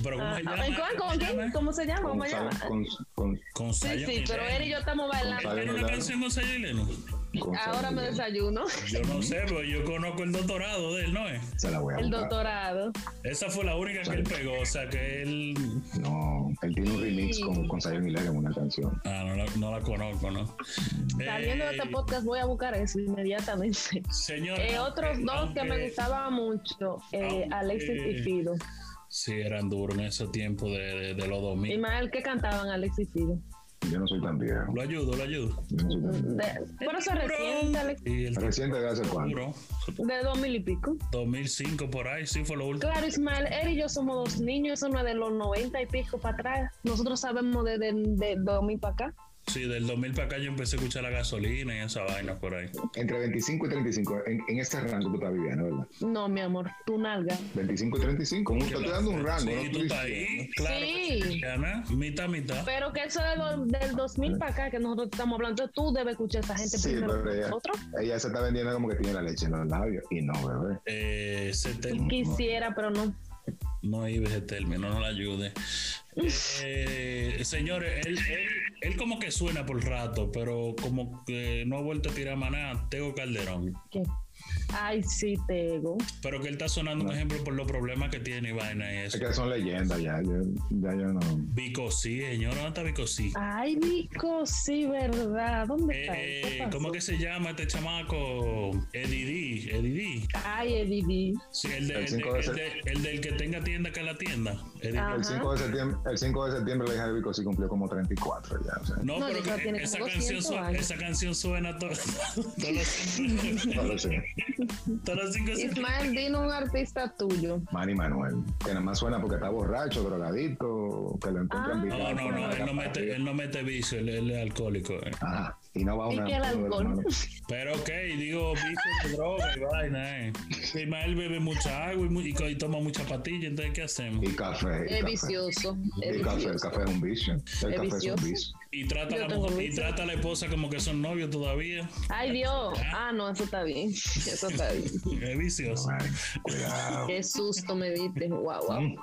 pero ¿cómo se
Ah,
llama?
¿en cuál?
¿Cómo
¿Con
se
quién?
llama?
¿Cómo se llama? ¿Cómo
Con,
se llama?
Simon- con- con-
Con
Sí,
Zion
sí,
y
pero
Lennon.
él y yo estamos bailando.
Zion.
¿Tiene una
Lennon.
canción con Sayo y Lennon?
con
Ahora me
Samuel.
desayuno.
Yo no sé, pero yo conozco el doctorado de él, ¿no es?
Se la voy a
El
buscar.
doctorado.
Esa fue la única que él pegó, o sea que él...
No, él tiene un remix con, con Zion Miller en una canción.
Ah, no la, no la conozco, ¿no?
Saliendo de
Ey, Ah,
este podcast voy a buscar eso inmediatamente.
Señor...
Eh, otros
aunque-
dos que me
aunque-
gustaban mucho, eh,
aunque-
Alexis y Fido.
Sí, eran duros en ese tiempo de, de, de los
Y
2000.
más el que cantaban Alexis y Fido.
Yo no soy tan viejo.
Lo ayudo, lo ayudo.
Yo no soy tan viejo.
De, por eso reciente, Alexis,
Y el
Reciente de hace cuánto.
duro,
de dos mil y pico.
2005 por ahí, sí fue lo último.
Claro, Ismael, él y yo somos dos niños, eso no es de los 90 y pico para atrás. Nosotros sabemos de, de, de 2000 para acá.
Sí, del 2000 para acá yo empecé a escuchar la gasolina y esa vaina por ahí.
Entre 25 y 35, en, en ese rango tú estás viviendo, ¿verdad?
No, mi amor, tu nalga.
25 y 35, un, te estoy dando un rango,
Sí,
¿no?
tú
Tú
estás
dices,
ahí, claro.
Sí.
que sí, Ana, mitad, mitad.
Pero que eso es do- del 2000 para acá, que nosotros estamos hablando, tú debes escuchar a esa gente
Sí,
primero
pero
que
ella-
nosotros.
Ella se está vendiendo como que tiene la leche en los labios. Y no, bebé.
Eh, ese término,
Quisiera, pero no.
no iba ese término, no la ayude. Eh, señores, él, él, él como que suena por rato, pero como que no ha vuelto a tirar maná, Tego Calderón.
¿Qué? Ay, sí, Tego.
Pero que él está sonando un ejemplo por los problemas que tiene y vaina y eso.
Es que son leyendas ya. Yo, ya yo no.
Bicosí, señor, ¿dónde está Bicosí?
Ay, Nico, sí, ¿verdad? Ah, ¿Dónde está? él? ¿Qué
Eh,
pasó?
¿Cómo que se llama este chamaco? Eddie D. Eddie D.
Ay, Eddie D.
Sí, el, de-
El
el
cinco
de-
de
el de- el del que tenga tienda que la tienda. Eddie D.
Ah.
El
Ajá.
5, de septiembre, el 5 de septiembre la hija de Vico sí cumplió como 34 ya. O sea,
No,
No,
pero
yo creo
que
que tiene
esa,
como
canción
200
suena,
años.
esa canción suena to- [LAUGHS]
[LAUGHS]
todos los-
no lo sé.
todos los cinco
Ismael, vino un artista tuyo.
Manny Manuel, que nada más suena porque está borracho, drogadito, que lo encuentran
Ah.
No,
viral
no,
con
no,
una
él no mete,
patilla.
él no mete vicio, él, él es alcohólico. eh.
Ajá, y no va a
Y
una.
que el alcohol.
Pero ok, digo vicio de droga y vaina. Eh. Ismael bebe mucha agua y, mu- y co- y toma mucha patilla, entonces ¿qué hacemos?
Y café. y
[LAUGHS] Es
café.
vicioso. es
El café, el
vicioso.
café es un vicio. El
Es
café es un
vicioso.
vicio.
Y trata, a
Yo
la
tengo
mujer- y
vicio.
trata a la esposa como que son novios todavía. [LAUGHS]
Ay, Dios. Ah, no, eso está bien. Eso está bien.
Es vicioso.
Ay, cuidado.
Qué susto me diste. Guau, guau.
Mm.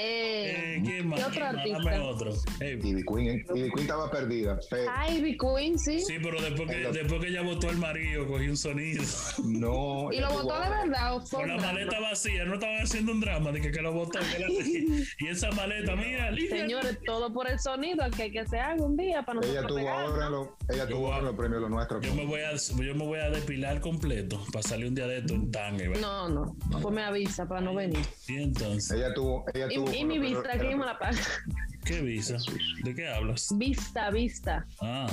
Eh,
[LAUGHS] Eh, ¿Quién más?
¿Qué otro
¿Quién más? Dame
artista?
otro. Ey,
Y The Queen, eh, y The Queen estaba perdida, pero
Ivy Queen, sí.
Sí, pero después que,
Hello.
después que ella votó al marido, cogió un
[LAUGHS]
sonido.
no.
Y
ella
lo votó
tuvo-
de verdad. o fue
Con
un
la
drama?
maleta vacía, no estaban haciendo un drama de que, que lo votó. que la- [LAUGHS] y esa maleta, mira, limpia.
Señores, todo por el sonido que hay que hacer algún día para
Ella
nosotros
tuvo
pegar.
ahora los, ella
Yo
tuvo
voy a-
ahora los premios los nuestros.
Yo me voy a yo me voy a depilar completo para salir un día de esto en tanga. y va.
No, no. Pues me avisa para no venir.
Y entonces,
Ella tuvo, ella tuvo.
Y, y
con
mi
los
vista,
premios-
¿quién me la paga? [LAUGHS]
¿qué visa? ¿De qué hablas?
Vista, vista.
Ah,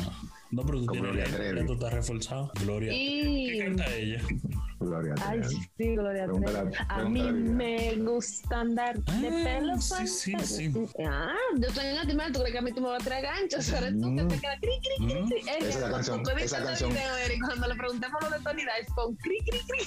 no, pero tú
Con
tienes
Gloria
lente,
Trevi.
ya tú estás reforzado. Gloria. ¿Qué
Y.
canta ella?
Gloria a
Ay,
Dios.
sí, Gloria
Pregúntale
Trevi.
a-
A mí
pregúntale a Viviana.
me gusta andar de
Ah,
pelo
sí,
suelto.
sí, sí.
Ah, yo soy un animal, ¿tú crees que a mí tú me vas a traer ganchos? Ahora tú que
Mm.
te queda cri, cri, cri,
Mm.
cri. Ey,
Esa es la
cuando
canción,
tú editas
esa
el
canción.
video, Eric, cuando le preguntamos lo de Tony Dice, pon cri, cri, cri.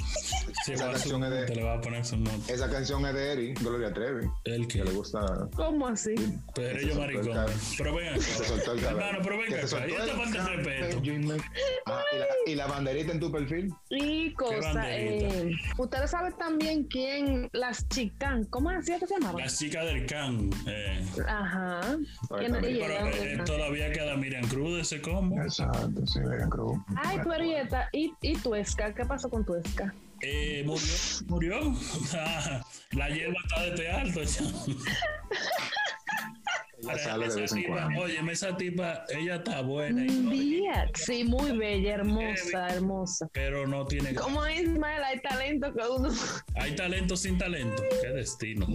Se
Esa
va a su-
canción es de-
Te le va a poner su nombre.
Esa canción es de Eri, Gloria Trevi,
El que.
que le gusta.
¿Cómo así?
Pero
Ese
yo
soltó el
maricón.
cable.
Pero venga.
Se soltó el cabello.
Hermano, pero venga
Que se
acá. Y esta
soltó el
falta de respeto.
cabello. Ah, y, la, y la banderita en tu perfil.
Y cosa,
banderita.
eh, ustedes saben también quién, las chicas, ¿cómo hacía que se llamaban?
La chica del can. Eh.
Ajá.
Ahí
Que no-
está.
y
Pero
eran-
eh, todavía queda Miriam Cruz de ese combo.
Exacto, sí, Vegan Cruz.
Ay, pero y, esta- y, y Tuesca, ¿qué pasó con Tuesca?
Eh, murió, murió. [LAUGHS] Ah, la hierba está de este alto.
Ella sale de vez en cuando.
Oye, esa tipa, ella está buena, eh,
Un día. Sí, muy bella, hermosa, hermosa.
pero no tiene.
Como Ismael, hay talento que uno. [LAUGHS]
Hay talento sin talento. Qué destino.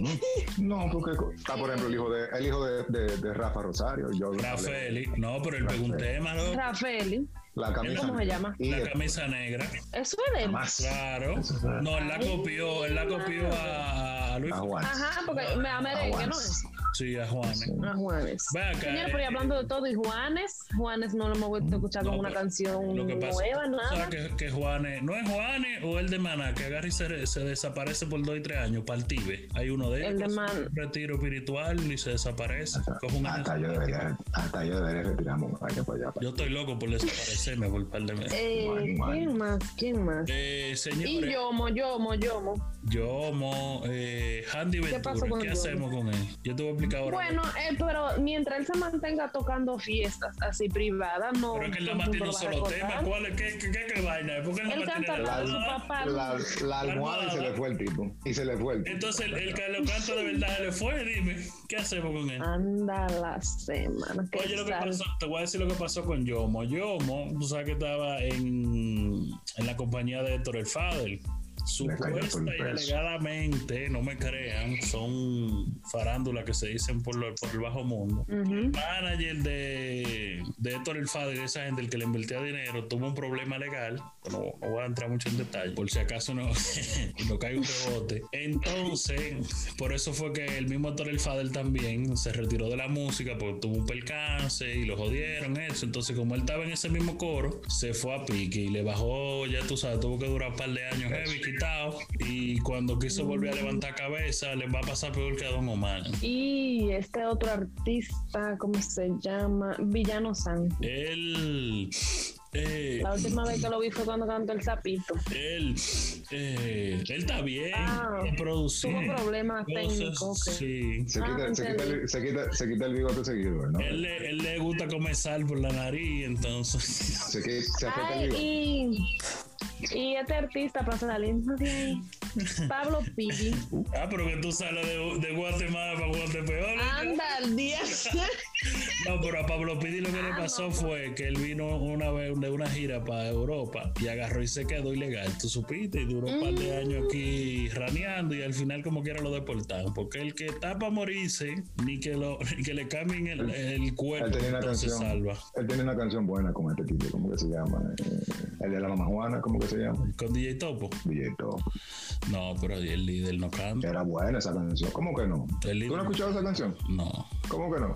No, porque co- está, por ejemplo, el hijo de, el hijo de, de- de Rafa Rosario. Yo
Rafael, no, pero él pegó un tema, ¿no?
Rafael,
La camisa.
¿Cómo se llama?
Y
La
el-
camisa negra,
eso es de.
más.
claro. No, él la copió, él la copió a, a Luis.
A Juan.
Ajá, porque me da merengue, ¿no?
Juanes.
Sí, a ¿eh? Juanes.
A Juanes.
Ve acá,
Señor, pero y
eh,
hablando de todo, y Juanes, Juanes no lo hemos vuelto a escuchar
No,
con una
pero
canción
Lo que pasa
nueva,
o sea,
nada.
que, que Juanes, no es Juanes o el de Maná, que agarra y se, se desaparece por dos y tres años, partive. Hay uno de ellos,
El de
que
Man-
hace un retiro espiritual y se desaparece. Coge un
Hasta yo debería, hasta yo debería retirarme un año para allá. para-
Yo estoy loco por desaparecerme
[LAUGHS]
por un par de meses.
Eh,
Juan, Juan.
¿Quién más? ¿Quién más?
Eh,
Y
señores,
Yomo, Yomo, Yomo.
Yo, mo, eh, Handy Ventura,
pasó con
¿qué
el
hacemos con él? Yo te voy a explicar ahora.
Bueno, eh, pero mientras él se mantenga tocando fiestas así privadas, no.
Pero es que él
todo
nada
el
más
mundo
tiene
lo
un
va a
solo
recordar.
tema. ¿Cuál es? ¿Qué, qué, qué, qué vaina? ¿Por qué él
Él
nada más tiene
canta
la-
la de su
la-
papá.
La, la almohada y se le fue el tipo. Y se le fue el tipo.
Entonces, el, el que lo canta de verdad le fue, dime, ¿qué hacemos con
Ah,
él?
Anda la semana. que
Oye, lo que
sal-
pasó, te voy a decir lo que pasó con Yomo. Yomo, tú sabes que estaba en, en la compañía de Héctor el Fadel.
Le cayó por el
Supuesta y
peso.
alegadamente, no me crean, son farándulas que se dicen por, lo- por el bajo mundo.
Ujú.
manager de, de Héctor El Fader, esa gente, el que le invertía dinero, tuvo un problema legal. No, no voy a entrar mucho en detalle, por si acaso no, [LAUGHS] no cae un rebote. Entonces, por eso fue que el mismo Héctor El Fader también se retiró de la música porque tuvo un percance y lo jodieron, eso. Entonces, como él estaba en ese mismo coro, se fue a pique y le bajó, ya tú sabes, tuvo que durar un par de años heavy, quitado. Y cuando quiso volver a levantar cabeza, le va a pasar peor que a Don Omar.
Y este otro artista, ¿cómo se llama? Villano San.
Él. eh,
La última vez que lo vi fue cuando cantó el sapito.
él. eh, él está bien.
Ah,
de producir.
Tuvo problemas
cosas,
técnicos. ok.
Sí.
Se quita,
Ah,
se, quita el, se, quita, se quita el bigote seguido, ¿no?
Él le, él le gusta comenzar por la nariz, entonces. [LAUGHS]
Se, quita, se aprieta el
Ay,
bigote.
y, y este artista para salir más
[LAUGHS]
de ahí, Pablo Piggy.
Ah, pero que tú sales de, de Guatemala para Guatepeor.
Anda al día.
No, pero a Pablo Pidi lo que le
Ah,
pasó
no.
fue que él vino una vez de una gira para Europa y agarró y se quedó ilegal. Tú supiste, y duró un par
Mm.
de años aquí raneando y al final, como quiera, lo deportaron. Porque el que está para morirse, ni que, lo, [LAUGHS] ni que le cambien el, el
Él
cuerpo,
tenía una
entonces
canción.
salva.
Él tiene una canción buena con este tipo, ¿cómo que se llama? Eh, el de la mamá Juana, ¿cómo que se llama?
Con DJ Topo.
Billeto.
No, pero el líder no canta.
Era buena esa canción. ¿Cómo que no?
El
¿Tú no has
líder.
escuchado esa canción?
No.
¿Cómo que no?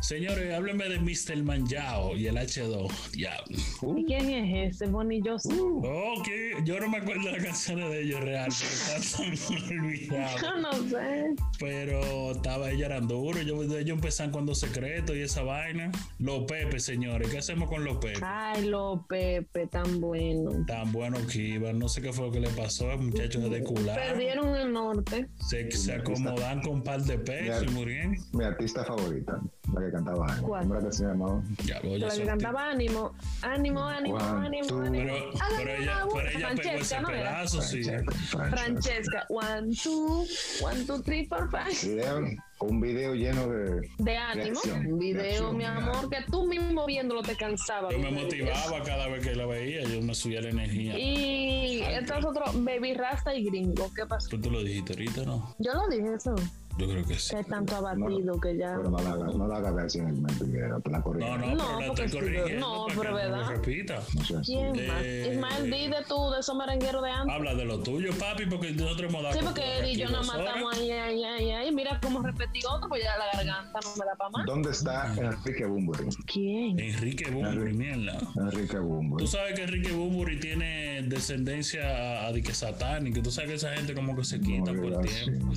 Señores, háblenme de Mr. Manjao y el H2. Ya.
¿Y
Uh,
quién es este? ese? Bonnie Joseph.
uh.
Ok, yo no me acuerdo las canciones de ellos real, [LAUGHS] pero están tan olvidadas.
Yo no sé.
Pero estaba ellos eran duros. Yo, ellos empezaron cuando secreto y esa vaina. Los Pepe, señores, ¿qué hacemos con los Pepe?
Ay, lo Pepe, tan bueno.
Tan buenos que iban, no sé qué fue lo que le pasó al muchacho de cular.
Perdieron el norte.
Se, se acomodan con un par de pesos y murieron.
Mi artista favorita, la que cantaba. Ana.
¿Cuál?
¿Cómo era que se llamaba?
Ya, voy
La que cantaba ánimo, ánimo, ánimo,
Juan,
ánimo,
tú-
ánimo.
Pero,
Hágame
pero
una
ella, pero
buena.
ella pegó ese
Francesca, ¿no era?
pedazo, Oh, sí.
Francesca, Francesca.
Francesca, one, two, one, two, three, four, five.
Video, un video lleno de.
De ánimo,
Reacción,
un video,
reacción,
mi amor, que tú mismo viéndolo te cansaba.
Yo me motivaba cada vez que la veía, yo me subía la energía.
Y esto es otro, Baby Rasta y Gringo, ¿qué pasó?
Tú te lo dijiste ahorita, ¿no?
Yo lo dije eso,
Yo creo que sí.
que es tanto abatido que ya...
Pero no la hagas no la hagas ver sin el mente, que te la corrija.
No, no,
No,
pero la
porque
estoy
sí, pero-
corrigiendo.
no,
para que
pero
no
¿verdad?
lo repita.
No seas así.
¿Quién más?
Eh,
Ismael, di de tú, de esos merengueros de antes.
Habla de lo tuyo, papi, porque nosotros hemos dado.
Sí, porque él y
aquí
yo nos
dos horas.
matamos ahí, ahí, ahí, ahí. Mira cómo repetí otro, pues ya la garganta no me da pa' más.
¿Dónde está Enrique Bumburi?
¿Quién?
Enrique Bumburi, mierda.
Enrique
Tú
Bumburi.
sabes que Enrique Bumburi tiene descendencia a, a de que satánica. Tú sabes que esa gente como que se quita
No,
por el
¿verdad?
tiempo.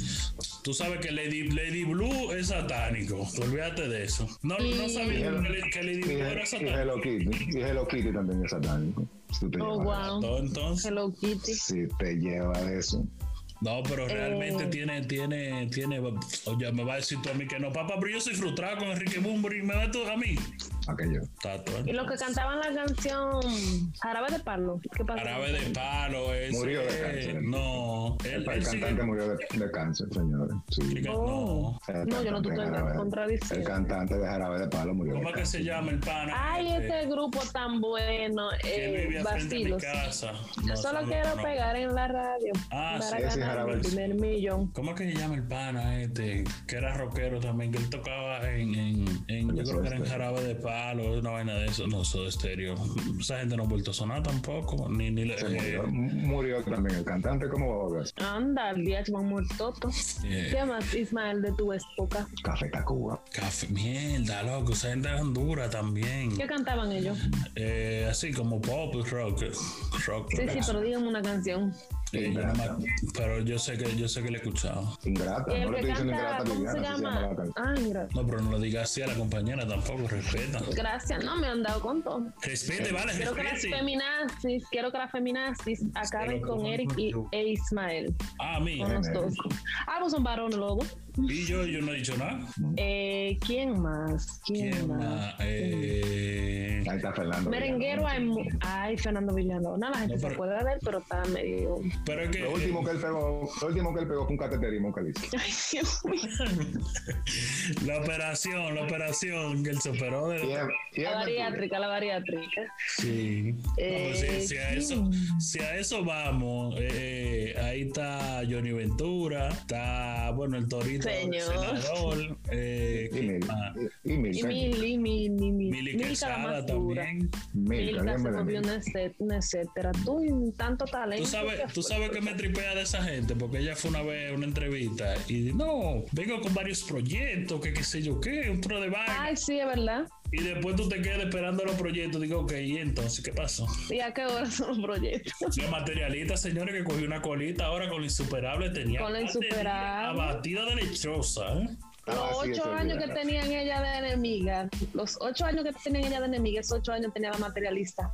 Tú sabes que Lady, Lady Blue es satánico. Tú olvídate de eso. No, no sabía
Y-
que, le- que Lady
Y,
Blue era
y
satánica.
Hello Kitty. Y Hello Kitty también es satánico. Si te
Oh,
llevas
wow.
Todo entonces.
Hello Kitty.
Si te lleva de eso.
No, pero realmente
Eh.
tiene, tiene, tiene. Oye, me va a decir tú a mí que no, papá, pero yo soy frustrado con Enrique Bumburi. Me va tú a mí.
Aquello.
Tato.
Y los que cantaban la canción Jarabe de Palo, ¿qué pasó?
Árabe de palo, ese.
Murió de cáncer.
No, él,
El,
él
el
sigue-
cantante murió de, de cáncer, señores. Sí.
No.
Oh.
El
No, yo no
cantante
te estoy
de Jarabe- El
contradiciendo.
cantante de Jarabe de Palo murió. de
¿Cómo es que se llama el pana?
Ay,
Eh,
este grupo tan bueno,
Que
eh,
vivía frente a mi
Bastilos.
casa.
Yo
No,
solo
no,
quiero
no.
pegar en la radio
Ah, sí,
para
ese
ganar
Jarabe
mi
de-
primer millón.
¿Cómo es que se llama el pana este? Que era rockero también, que él tocaba en, en, en- yo
El
creo que
Soda
era en
Stereo.
jarabe de palo, una vaina de eso, no, soy estéreo. Esa gente no ha vuelto a sonar tampoco, ni, ni le-
Se
eh,
murió, murió también el cantante. ¿Cómo va a volver?
Anda, el día van muertoto.
eh,
¿Qué más, Ismael, de tu época?
Café Tacuba.
café, mierda, loco, esa gente era dura también.
¿Qué cantaban ellos?
Eh, así como pop y rock. rock
Sí, sí, pero dígame una canción.
yo no me-
Ingrata.
Eh, pero yo sé que yo sé que le he escuchado.
Ingrata.
El
No le
que
estoy diciendo
canta,
ingrata
¿cómo
liviana, así
se
se llama
llama?
la canción.
Ah, gra-
No, pero no lo digas así a la compañera tampoco, respeta.
gracias, no me han dado con todo.
Respete, vale,
Quiero que las
respete.
feminazis, quiero que las feminazis acaben
Pero
con
¿cómo
Eric y,
yo?
e Ismael.
A mí.
Son los dos. Ah, pues son varones lobo.
Y yo, yo no he dicho nada.
Eh, ¿Quién más? ¿Quién,
¿Quién
más?
más? Eh,
Ahí está Fernando.
Merenguero hay
Villalona.
mu- Ay, Fernando Villalona, la gente
No,
se
pero-
acuerda de él, pero está medio. [LAUGHS]
pero es que.
Lo último que él pegó, lo último que él pegó fue un cateterismo que le hizo.
Ay, Dios
[LAUGHS]
mío.
La operación, la operación, que él se operó de.
Y es- y es
La
mentira.
bariátrica, la bariátrica.
Sí.
Eh,
No, si, si a
¿quién?
eso, si a eso vamos, eh, eh, ahí está Johnny Ventura, está, bueno, el Torito, el
Señor.
senador, eh,
Y
¿quién
Mil-
más?
y- y
Y
Milka.
Mili, Mili, Mili.
Mili
Milka la
Quesada
más dura.
también.
Milka,
Milka se
dígame de
volvió
Milka.
una etc- una etcétera. Tú y tanto talento.
Tú sabes,
[LAUGHS]
tú
fue.
sabes que me tripea de esa gente, porque ella fue una vez a una entrevista y no, vengo con varios proyectos, que qué sé yo qué, un tro de vaina.
Ay, sí, es verdad.
Y después tú te quedas esperando los proyectos. Digo, ok, ¿y entonces qué pasó?
¿Y a qué hora son los proyectos?
La materialista, señores, que cogió una colita ahora con la insuperable tenía.
Con la
batería,
Insuperable.
Abatida de lechosa, ¿eh?
Ah,
los
sí,
ocho
eso es
años que
verdad.
tenían ella de enemiga. Los ocho años que tenían ella de enemiga, esos ocho años tenía la materialista.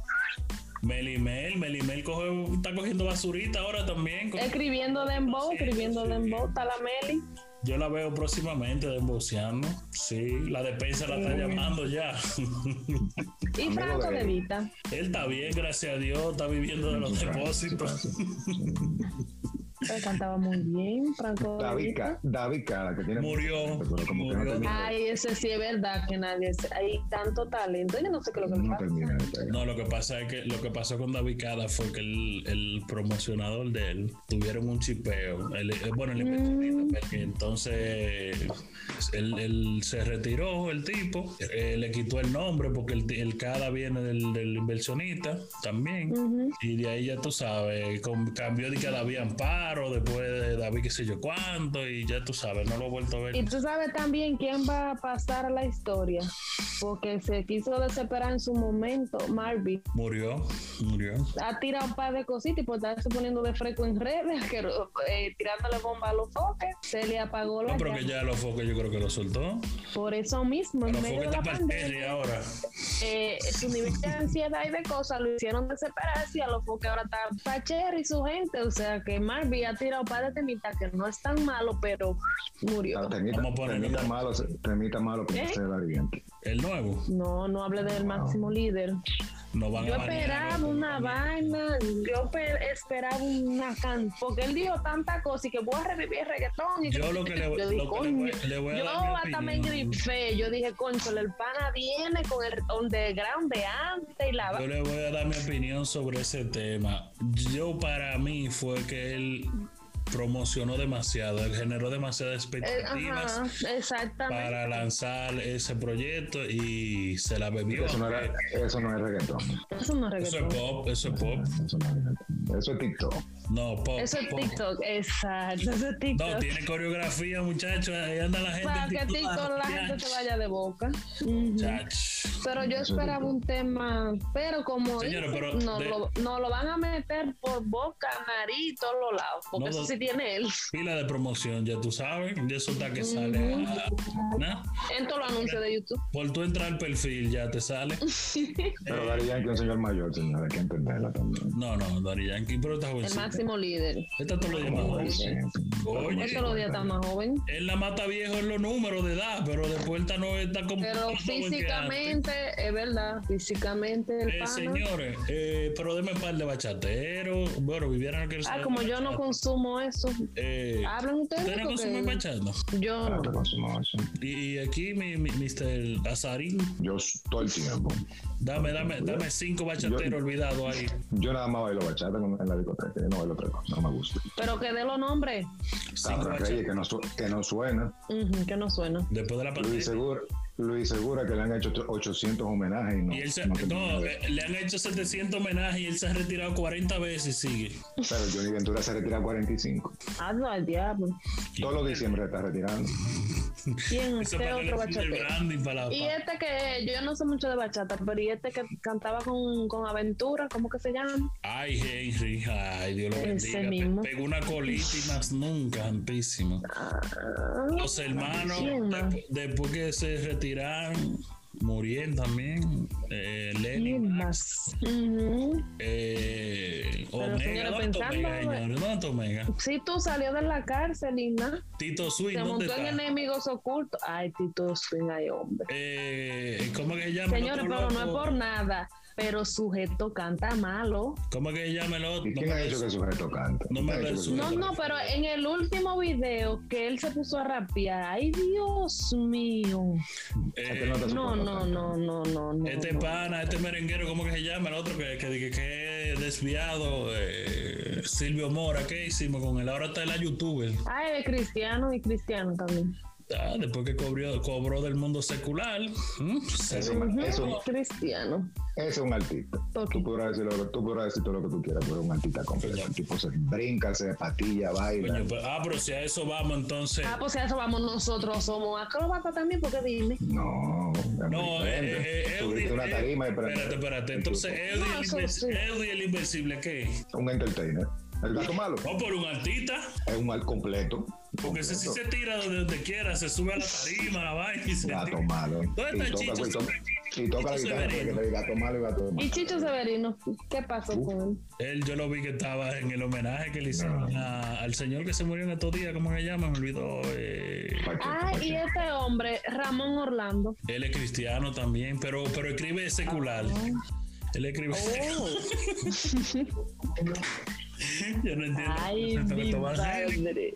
Melimel, Melimel coge, está cogiendo basurita ahora también. con-
Escribiendo Dembow,
Sí,
escribiendo
sí.
Dembow, está la Meli.
Yo la veo próximamente desboceando. Sí, la despensa la está llamando ya.
Y
Amigo
Franco
de-
de Vita.
Él está bien, gracias a Dios, está viviendo de los
Sí, claro,
depósitos.
Él cantaba muy bien, Franco de
David
Vita.
Ca- David Cara, que tiene
Murió,
pero como que no
murió.
termina,
Ay, ese sí es verdad que nadie. Hay tanto talento. Yo no sé qué es lo que le
no
pasa.
termina de pegar.
No, lo que pasa es que lo que pasó con David Cada fue que el, el promocionador de él tuvieron un chipeo. El- eh, bueno, el inversionista, porque entonces él, él se retiró el tipo, eh, le quitó el nombre porque el, ti- el Cada viene del, del inversionista también.
Ujú.
Y de ahí ya tú sabes, con- cambió de que David Amparo, después de David qué sé yo cuánto, y ya tú sabes, no lo he vuelto a ver.
Y tú sabes también quién va a pasar a la historia, porque se quiso desesperar en su momento, Marvin.
Murió, murió.
Ha tirado un par de cositas y por estarse poniendo de fresco en redes, [LAUGHS] que, eh, tirándole bomba a los foques, se le apagó la
No, pero que
llama.
ya lo foques yo creo que lo soltó.
Por eso mismo, en
Pero
medio
foques
de Pues la
está
pandemia,
parterre ahora.
eh, su nivel de ansiedad y de cosas lo hicieron desesperarse y a los foques ahora está Thatcher y su gente. O sea que Marvin ha tirado un par de temitas que no es tan malo, pero murió.
Ah, temita-
Vamos a poner
temita
otra.
malo, se- temita malo que
¿Eh?
se da bien.
El nuevo.
No, no hable del máximo líder.
No van
Yo
a banear,
esperaba
¿no?
una vaina, yo pe- esperaba una can, porque él dijo tanta cosa y que voy a revivir el reggaetón. Y
Yo lo que le,
yo
lo que
dije,
le voy,
"Coño".
le voy a
Yo
dar mi
hasta me
opinión.
grifé, yo dije, concho, el pana viene con el underground de antes y la va-".
Yo le voy a dar mi opinión sobre ese tema. Yo para mí fue que él promocionó demasiado, él generó demasiadas
Eh,
expectativas
ajá, exactamente.
para lanzar ese proyecto y se la bebió.
Eso no, era, eso no es reggaetón.
Eso no es
Eso es
reggaetón.
pop, eso es pop.
Eso no es reggaetón. Eso es TikTok.
No, pop.
Eso es
pop.
TikTok, exacto, eso es
No,
TikTok.
tiene coreografía, muchachos. Ahí anda la gente.
para que
en
TikTok la gente se vaya de boca. Ujú.
Chach.
Pero yo esperaba un tema, pero como
Señora,
dice,
pero
no,
de-
lo, no lo van a meter por boca, nariz y todos los lados, porque
No,
eso
no.
sí tiene él
Pila de promoción, ya tú sabes. Y eso está que sale. a- ¿no?
en todos los anuncios de YouTube. [LAUGHS]
Por tú entrar al perfil ya te sale. Eh.
Pero Daddy Yankee es un señor mayor, señor. Hay que entenderla también.
No, no, Dari Yankee, pero está
El
jovencita.
máximo líder.
Esta todo lo
Como
llamaba.
dice,
Oye.
Él todos los días está más joven.
Él la mata viejo en los números de edad, pero después esta no está como.
Pero
más joven que antes.
físicamente, es verdad, físicamente el
Eh,
pana.
señores, eh, pero deme un par de bachateros. Bueno, vivieran que
Ah, como yo no consumo eso.
Eh,
Hablan ustedes.
¿Ustedes no
porque
consumen bachata?
Yo no.
Ah.
trata con su macho.
Y, y aquí, mi, mi- Mr. Azarín,
Yo s- todo el tiempo.
dame, dame, dame cinco bachateros olvidados ahí.
Yo nada más bailo bachata con- en la discoteca. Yo no bailo otra cosa. No me gusta.
Pero que dé los nombres,
Cinco
Sabra Reyes,
bachateros.
que no, su- que no suena.
Ujú, que no suena.
Después de la
Luis
pandemia.
Segura, Luis Segura, que le han hecho 800 homenajes. Y no,
Y él se-
no te-
no, eh, le han hecho 700 homenajes y él se ha retirado 40 veces y sigue.
Pero Johnny Ventura se retira a 45.
Hazlo al diablo.
Todos los diciembre está retirando.
¿Quién
Eso
este
para
otro
darle el
bachatero?
branding para
Y
para-
este que yo no sé mucho de bachata, pero y este que cantaba con, con Aventura, ¿cómo que se llama?
Ay, Henry, ay, Dios lo
Ese
bendiga. Pe-
mismo.
Pegó una colita y más nunca, ampísimo.
Ah,
Los hermanos,
¿Quién más?
depu- después que se retiraron, murieron también. Eh, Lenny,
¿Quién más? Ujú.
eh,
Pero,
Omega,
señores,
¿dónde está
pensando,
Omega, señores? ¿Dónde está Omega?
Si tú salió de la cárcel, Ina,
Tito Swing,
se
¿dónde
montó en
está?
enemigos ocultos. Ay, Tito Swing, ay, hombre.
Eh, ¿Cómo que se llama? el
Señores,
otro
pero no es
loco?
por nada, pero sujeto canta malo.
¿Cómo que se llama el otro?
¿Y quién
No
ha
me
hecho que el
des-
sujeto cante?
No
¿Quién
me
ha hecho que el
resulta.
sujeto
No,
cante?
no, pero en el último video que él se puso a rapear, ay, Dios mío.
eh,
Este no está
No,
sujeto
no,
cante.
no, no, no. no,
Este
no.
pana, este merenguero, ¿cómo que se llama? El otro que, que, que- que es desviado, eh, Silvio Mora, ¿qué hicimos con él? Ahora está el youtuber.
Ay, de cristiano y cristiano también.
Ah, después que cobrió- cobró del mundo secular. ¿Mm? ¿m? Se-
Eso me-
Ujú,
eso-
Cristiano.
Ese es un artista.
Ok.
Tú podrás, decir lo, que- tú podrás decir todo lo que tú quieras, pero es un artista completo. El tipo se brinca, se patilla, baila.
Coño, pero- ah, pero si a eso vamos, entonces.
Ah, pues a eso vamos nosotros, somos acróbatas también, porque dime.
No,
No, eh, eh, eh,
Subirte
Eudy-
una tarima y
eh, espérate, espérate. Entonces, Eudy
No,
el
eso
inves-
sí.
Eudy el Invencible, ¿qué?
Un entertainer. El gato malo
No por un artista,
es un mal completo.
porque ese sí se
Completo.
tira de donde quiera, se sube a la tarima, la vaina y se
Gato
tira.
malo.
¿Dónde
Y
está
toca,
Chicho?
y toca- y toca la
Chicho
guitarra porque
Severino.
te dice gato malo y gato malo.
Y Chicho Severino, ¿qué pasó
Uf.
con él?
Él, yo lo vi que estaba en el homenaje que le hicieron
No.
a- al señor que se murió en estos días, ¿cómo se llama? Me olvidó. eh,
Pacheco,
Ah, y
Pacheco.
este hombre, Ramón Orlando.
él es cristiano también, pero, pero escribe
Ah,
secular. Él escribe.
Oh.
[LAUGHS] yo no entiendo.
Ay,
Yo siento que
mi
esto va a ser-
padre.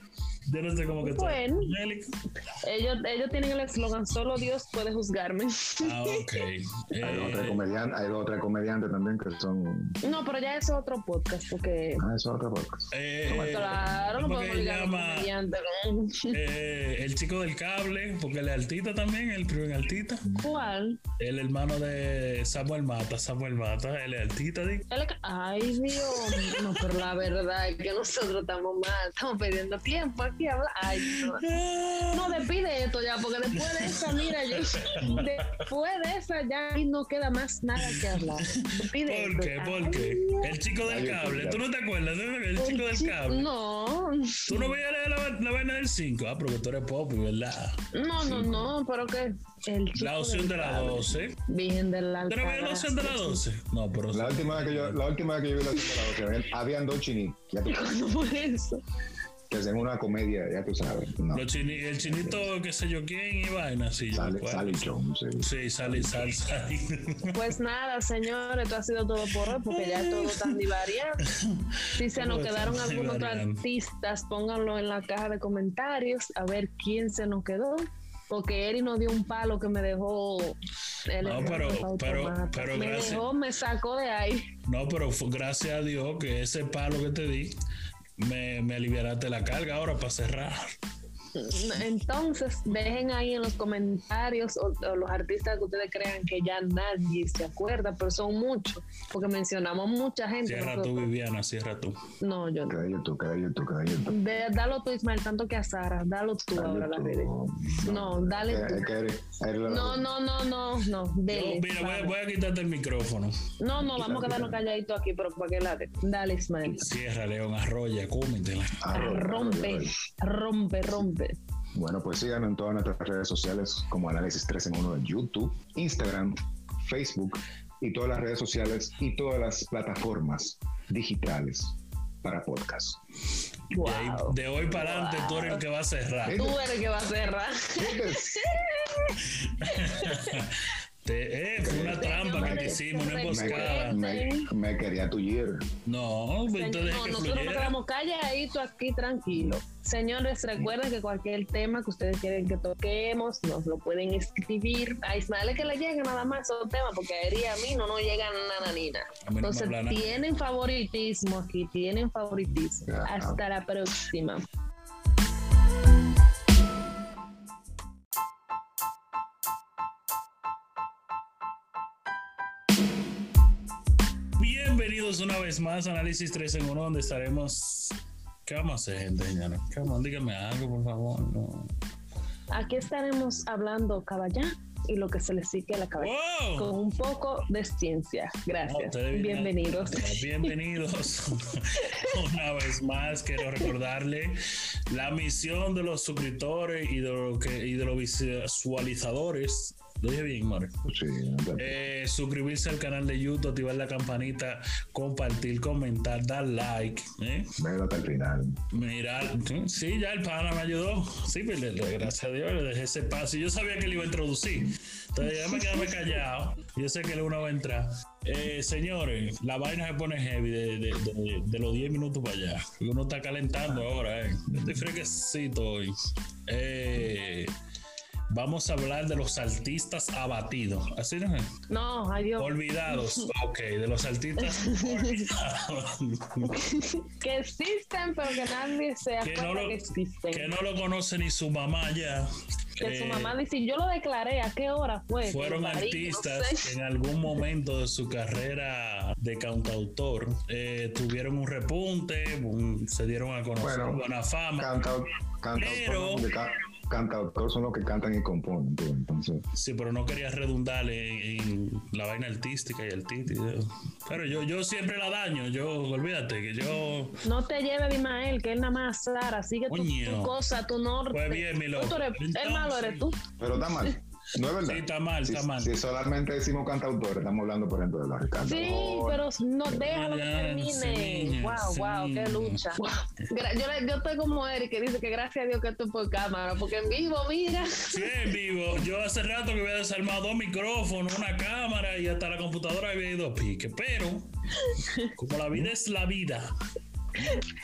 Yo no sé cómo que está.
Bueno. Ellos, ellos tienen el eslogan, solo Dios puede juzgarme.
Ah, ok.
Hay dos o tres
Eh,
comediantes, hay dos o tres comediantes también que son.
No, pero ya es otro podcast, porque...
Ah, eso es otra podcast.
eh,
Claro, no
¿cómo
podemos
que
ligar a un
llama?
comediante, ¿no?
Eh, el chico del cable, porque el altita también, el primo en altita.
¿Cuál?
El hermano de Samuel Mata, Samuel Mata, el altita. di-
Él es ca- Ay, Dios. No, pero la verdad es que nosotros estamos mal. Estamos perdiendo tiempo aquí. habla- Ay, no.
Ah,
No, despide esto ya, porque después de esa, mira, yo, después de esa ya ahí no queda más nada que hablar. Despide
¿Por qué?
esto.
¿Por qué? El chico del
Ay,
cable.
ya.
¿Tú no te acuerdas? no? El
Ay,
chico del
chi-
cable.
No,
¿Tú no veías la, la, la vaina del 5? Ah, porque tú eres pop, ¿verdad?
no, no, no, pero que el chico
La opción de
del
la
cable,
12.
Virgen del
¿Tú no veías la opción de la
Alcázar.
12? No, pero...
La última vez que yo, la última vez que yo vi la segunda la doce, habían dos chinitos, ya tú sabes,
[LAUGHS] No, por eso.
que hacen una comedia, ya tú sabes. No,
los chini- el chinito, qué sé yo quién, y vaina. Sí, yo me
sale,
acuerdo.
sale Jones. sí.
Sí, sale, sale, sale.
Pues nada, señores, esto ha sido todo por hoy, porque ya es todo tan divariante. Si se nos
Todo tan
quedaron algunos otros
divariante.
artistas, pónganlo en la caja de comentarios a ver quién se nos quedó. Porque Eri nos dio un palo que me dejó. el
No, pero-
automata.
pero- pero
me
gracias.
dejó, me sacó de ahí.
[LAUGHS] No, pero fu- gracias a Dios que ese palo que te di me, me aliviaraste la carga ahora para cerrar.
Entonces, dejen ahí en los comentarios o, o los artistas que ustedes crean que ya nadie se acuerda, pero son muchos, porque mencionamos mucha gente.
Cierra
nosotros.
tú, Viviana, cierra tú.
No, yo no.
Queda YouTube, queda YouTube, queda YouTube.
De- dalo tú, Ismael, tanto que a Sara. Dalo tú
Dale
ahora a las
tú.
redes. No, dale
Es que-
tú.
es que eres- eres la-
No, no, no, no, no. Dele.
Yo, mira, voy, a- voy a quitarte el micrófono.
No, no, vamos a quedarnos calladitos aquí, pero para que la de- Dale, Ismael.
Cierra, León, arroya, cómetela.
Arroba,
Rompe,
arroba.
rompe, rompe.
Bueno, pues síganos en todas nuestras redes sociales como Análisis 3 en 1 de YouTube, Instagram, Facebook y todas las redes sociales y todas las plataformas digitales para podcast.
[LAUGHS] De, ahí-
Wow.
de hoy para adelante tú eres el que va a cerrar.
¿Eh?
Tú eres que va a cerrar.
Te- eh, fue una trampa que te hicimos, una emboscada.
Me, me quería tullir.
No, pues
Señor-
entonces
no,
que
nosotros nos
fluyera.
quedamos calladitos aquí, tranquilo. Señores, recuerden que cualquier tema que ustedes quieren que toquemos, nos lo pueden escribir. A Ismael es que le llegue nada más esos temas, porque a Eri y a mí no nos llega nada, ni nada.
A mí no me
Entonces,
habla nada.
tienen favoritismo aquí, tienen favoritismo.
Ajá.
Hasta la próxima.
Bienvenidos una vez más a Análisis 3 en 1, donde estaremos. ¿Qué vamos a hacer, gente, señora? ¿Qué vamos? Dígame algo, por favor. No.
Aquí estaremos hablando caballá y lo que se le sigue a la cabeza.
¡Wow!
Con un poco de ciencia.
Oh. No,
Gracias.
ustedes vienen-
Bienvenidos. [LAUGHS]
Bienvenidos. Una vez más, quiero recordarle la misión de los suscriptores y de, lo que, y de los visualizadores. Lo dije bien, Mario.
Sí, anda.
Eh, suscribirse al canal de YouTube, activar la campanita, compartir, comentar, dar like. ¿eh?
Velo hasta el final.
Mirar. Sí, ya el pana me ayudó. Sí, pues, le- le- gracias a Dios, le dejé ese espacio. Yo sabía que le iba a introducir. Entonces, déjame quedarme callado. Yo sé que le uno va a entrar. Eh, señores, la vaina se pone heavy de, de- de- de los 10 minutos para allá. Y uno está calentando ahora, ¿eh? Yo Estoy fresquecito hoy. Eh, Vamos a hablar de los artistas abatidos. Así no es.
No, adiós.
Olvidados. Ok, de los artistas olvidados.
que existen, pero que nadie se
Que no
acuerda
lo-
que
que
existen. Que,
no lo conoce ni su mamá ya.
su
Eh,
mamá dice, yo lo declaré, ¿a qué hora fue?
fueron
Lo parí,
artistas
no sé.
que en algún momento de su carrera de cantautor eh, tuvieron un repunte, un- se dieron a conocer
Bueno,
buena fama.
Canta,
Pero-
cantautor, ca- cantautor son los que cantan y componen. pues, Entonces,
Sí, pero no quería redundar en, en la vaina artística y artística. Pero yo, yo siempre la daño. Yo, olvídate que yo.
No te lleve Dimael, que él nada más Sara, sigue tu,
Coño.
tu cosa, tu norte.
Pues bien, mi loco.
Tú eres-
Entonces-
el malo eres tú.
pero está mal. No es verdad.
Sí, está mal,
Si-
está mal.
Si solamente decimos cantautores, estamos hablando, por ejemplo, de los Ricardo.
Sí,
Arjona,
pero no déjalo que
Mariana, sí,
termine. Wow,
sí.
wow, qué lucha. Gra- Yo, le- yo estoy como Eric que dice que gracias a Dios que estoy por cámara, porque en vivo, mira.
Sí, en vivo. Yo hace rato que había desarmado dos micrófonos, una cámara y hasta la computadora había ido a pique. Pero, como la vida es la vida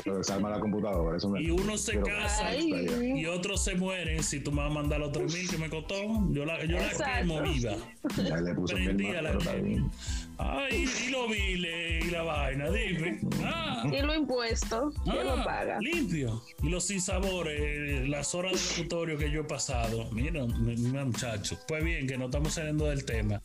pero desarma la computadora. Eso me-
y uno se
pero-
casa
Ay.
y otros se mueren, si tú me vas a mandar los 3 mil que me costó, yo la, yo la
Exacto.
quemo viva.
Ya le puse mil
Prendí
más,
a la
pero está bien.
quemo. Ay, y lo vile y la vaina, dime. Ah.
Y lo impuesto, ¿quién
ah,
lo paga?
Limpio. Y los sinsabores, eh, las horas de tutorio que yo he pasado. Mira, mi- mira, muchacho. Pues bien, que no estamos saliendo del tema.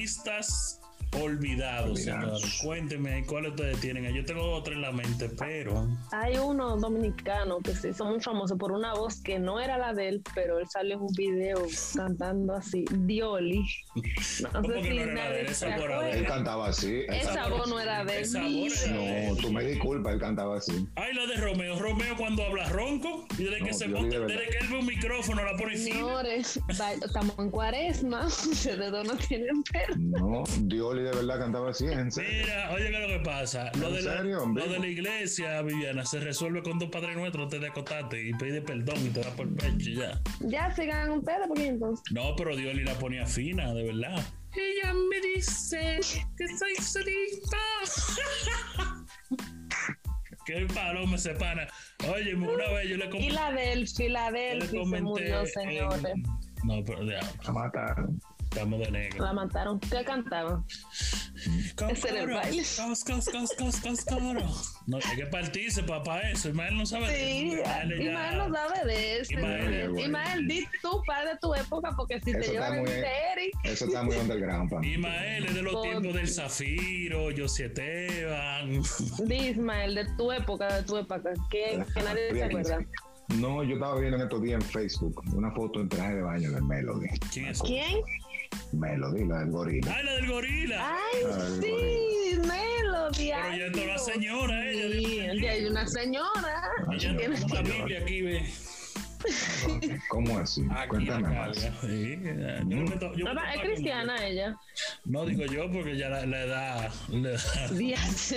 Artistas olvidados,
Olvidados.
señores. Cuéntenme ahí, cuáles ustedes tienen. Yo tengo otro en la mente, pero.
Hay uno dominicano que se hizo muy famoso por una voz que no era la de él, pero él salió en un video cantando así, Dioli. No
¿Cómo
sé
que
si
no era la de
nadie
él?
se
Esa no era de
acuerda.
Él cantaba así. él
Esa
cantaba
voz no era de él.
Esa voz era de
No, tú me disculpas, él cantaba así.
Ay, la de Romeo. Romeo cuando habla ronco y desde que
No,
se
yo
monta,
de verdad.
desde que él ve un micrófono, la pone encima.
Señores, va- estamos en cuaresma, [LAUGHS] ustedes dos no tienen perdón.
No, Dioli de verdad cantaba así, en serio.
Mira, oye, ¿qué es lo que pasa? Lo
¿En
de, la,
serio, hombre?
lo de la iglesia, Viviana, se resuelve con dos padres nuestros, te decotaste y pide perdón y te da por pecho y ya.
Ya sigan ustedes, porque entonces.
No, pero Dioli la ponía fina, de verdad. Ella me dice que soy solita. [LAUGHS] Qué paloma se pana. Oye, una vez yo le com-
Y la del
yo le
Filadelfia se murió,
comenté.
señores.
en- No, pero ya,
La mataron.
estamos de negro.
La mataron. ¿Qué cantaban? Ese era el
Coscoro,
baile.
cos, cos, cos, cos, coscoro. No, hay que partirse, papá, eso. Ismael no sabe.
Sí,
Ismael ya-
Ismael no sabe de eso.
Ismael,
güey.
Ismael, di tu padre de tu época, porque si
Eso
te
está
llevan el
muy-
de Eric,
Eso está muy underground para mí.
Ismael es de los
Por-
tiempos del Zafiro, José Esteban.
di Ismael, de tu época, de tu época, que, que nadie se acuerda.
No, yo estaba viendo en estos días en Facebook una foto en traje de baño de Melody.
¿Quién es?
¿Quién?
Melody, la del gorila.
¡Ay, la del gorila!
¡Ay,
Ay,
sí! Melody.
Pero
ay,
ya entró la
Dios
señora, ella, Dios
mío,
mío.
Ya hay una señora.
Ah,
Ya
señor,
tenemos la
señor.
Biblia aquí, ve.
¿Cómo así?
Aquí la
Cuéntame
carga.
más.
Sí, eh, yo me to- yo me
No, no,
topa
es
con-
cristiana ella.
No digo yo porque ya la, la edad, la edad- [LAUGHS]
Díaz.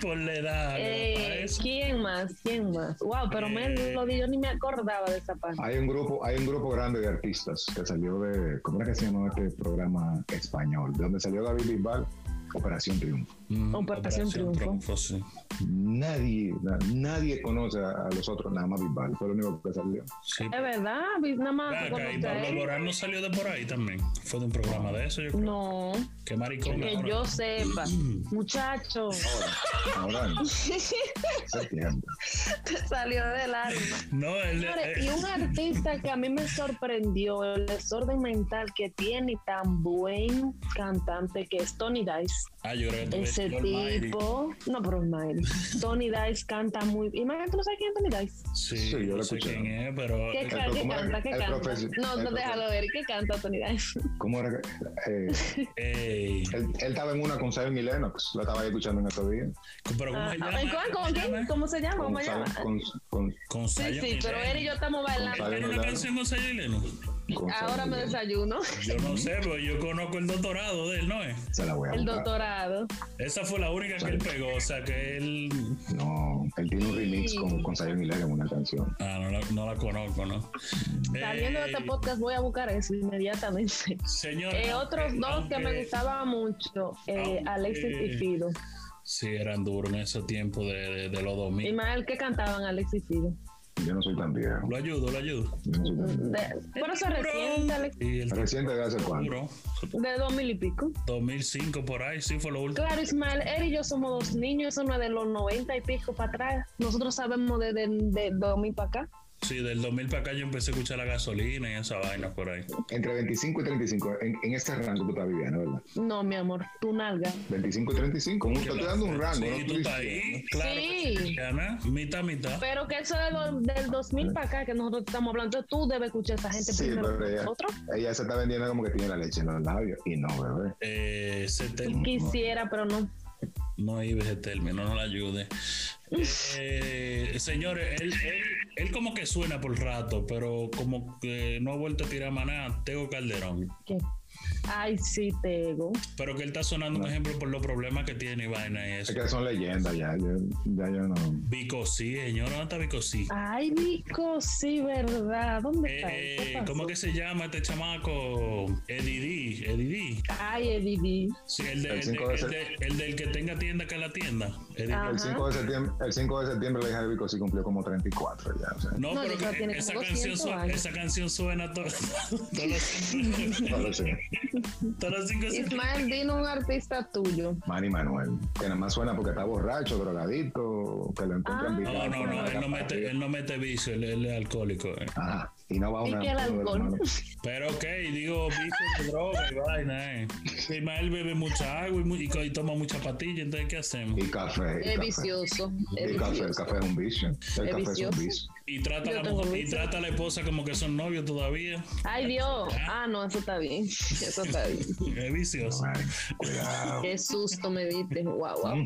por la edad. le da para
Eh,
eso.
¿Quién más? ¿Quién más? Wow, pero
Eh.
Melody, yo ni me acordaba de esa parte.
Hay un grupo, hay un grupo grande de artistas que salió de, ¿cómo era que se llamaba este programa español? De donde salió David Bisbal, Operación Triunfo.
Mm,
Operación Triunfo.
sí.
Nadie, na- nadie conoce a, a los otros, nada más Bisbal, fue lo único que salió.
Sí.
Es verdad, Bis, nada más.
Acá, y
conozco a
Pablo
él.
Borán no salió de por ahí también. Fue de un
Ah.
programa de eso, yo creo.
No,
Qué maricón.
que
ahora.
yo sepa. Muchacho, [LAUGHS]
Ahora, ahora, hace tiempo.
te salió del alma.
No, él,
Señores,
eh,
Y un artista que a mí me sorprendió el desorden mental que tiene y tan buen cantante que es Tony Dice.
Ah, yo creo que todavía
Ese
Lord
tipo. No, pero es Miley. Tony Dice canta muy bien. Imagínate, ¿tú no sabes quién es Tony Dice?
Sí,
Sí, yo lo
no sé
escuché.
quién es, pero eh,
¿Qué,
el
ca- qué
profe-
canta? ¿Qué
el
canta?
profe-
No,
el
no,
profe-
déjalo ver. ¿Qué canta Tony Dice?
¿Cómo era? que- eh,
Ey,
él, él estaba en una con Simon y Lennox, lo estaba ahí escuchando en estos días.
pero ¿cómo
Ah,
se
ah,
llama?
¿Cómo, cómo,
se
quién?
llama?
¿Cómo se llama? ¿Cómo
Con
se llama?
Simon- con, con,
Con
Sí,
Zion
sí,
y
pero
Lennon.
él y yo estamos
Con
bailando.
¿Tiene una
Lennon.
canción con Zion y Lennon?
con
Ahora
Simon
me
y Lennox.
desayuno.
Yo no sé, pero yo conozco el doctorado de él, ¿no es?
Se la voy a
El
buscar.
doctorado.
Esa fue la única que él pegó, o sea que él...
No, él tiene un remix con, con Simon y Lennox en una canción.
Ah, no la, no la conozco, ¿no?
Saliendo de este
Ey,
podcast voy a buscar eso inmediatamente.
Señor...
Eh, otros
aunque-
dos que me
aunque-
gustaban mucho, eh,
aunque-
Alexis y Fido.
Sí, eran duros en ese tiempo de, de, de los
Y
2000.
más el que cantaban Alexis y Fido.
Yo no soy tan viejo.
Lo ayudo, lo ayudo.
Yo no soy tan viejo.
De- Por eso reciente, Alexis,
Y el
Reciente de hace cuánto.
duro,
de dos mil y pico.
2005 por ahí, sí fue lo último.
Claro, Ismael, él y yo somos dos niños, eso no es de los 90 y pico para atrás. Nosotros sabemos de, de, de 2000 para acá.
Sí, del 2000 para acá yo empecé a escuchar la gasolina y esa vaina por ahí.
Entre 25 y 35, en, en ese rango tú estás viviendo, ¿verdad?
No, mi amor, tu nalga.
25 y 35, te estoy dando un rango,
Sí,
¿no?
tú
Tú
estás
dices,
ahí, claro.
Sí.
que sí, Ana, mitad, mitad.
Pero que eso es do- del 2000 para acá que nosotros estamos hablando, tú debes escuchar a esa gente
Sí,
primero
pero
que
ya-
nosotros.
Ella se está vendiendo como que tiene la leche en los labios. Y no, bebé.
Eh, ese
Y
término,
Quisiera, pero no.
no iba ese término, no la ayude. Eh, señores, él, él, él como que suena por rato, pero como que no ha vuelto a tirar maná, Tego Calderón.
¿Qué? Ay, sí, Tego.
Pero que él está sonando, por ejemplo, por los problemas que tiene y vaina y
Es
eso.
que son leyendas ya. Yo, ya yo no.
Vicosí, señor, ¿dónde está Vicosí?
Ay, Nico, sí, ¿verdad? ¿Dónde está? él?
Eh,
¿Qué pasó?
¿Cómo que se llama este chamaco? Eddie D, Eddie D.
Ay, Eddie.
Sí, el, de-
El
el de-
5 de
el de- el del que tenga tienda que la tienda. El-
Ah.
El
Ajá.
5, de septiembre, el 5 de septiembre la hija de Vico sí cumplió como 34 ya. O sea,
No,
No,
pero
yo creo
que
que tiene
esa,
como
canción
200
su-
años.
esa canción suena to- [LAUGHS] todos los-
no lo sé.
todos los cinco segundos.
Ismael, dino un artista tuyo.
Manny Manuel. Que nada más suena porque está borracho, drogadito, que lo encuentran
Ah.
vivo.
No, no, no, él no mete, él no mete vicio, él, él es alcohólico. eh.
Ajá. Y no va a
Y
una.
que el
uno de los
alcohol.
malos.
Pero ok, digo, vicio de droga y vaina, eh. Ismael bebe mucha agua y, mu- y co- y toma mucha patilla, entonces ¿qué hacemos?
Y café. y
Es
café.
vicioso. Es
Y café, el
vicioso.
café es un vicio. El
Es
café es
vicioso.
un vicio.
Y trata, a la,
Yo tengo
mu- y
vicio.
trata a la esposa como que son novios todavía. [LAUGHS]
Ay, Dios. Ah, no, eso está bien. Eso está bien.
Es vicioso.
Ay, cuidado.
Qué susto me diste. Guau, guau.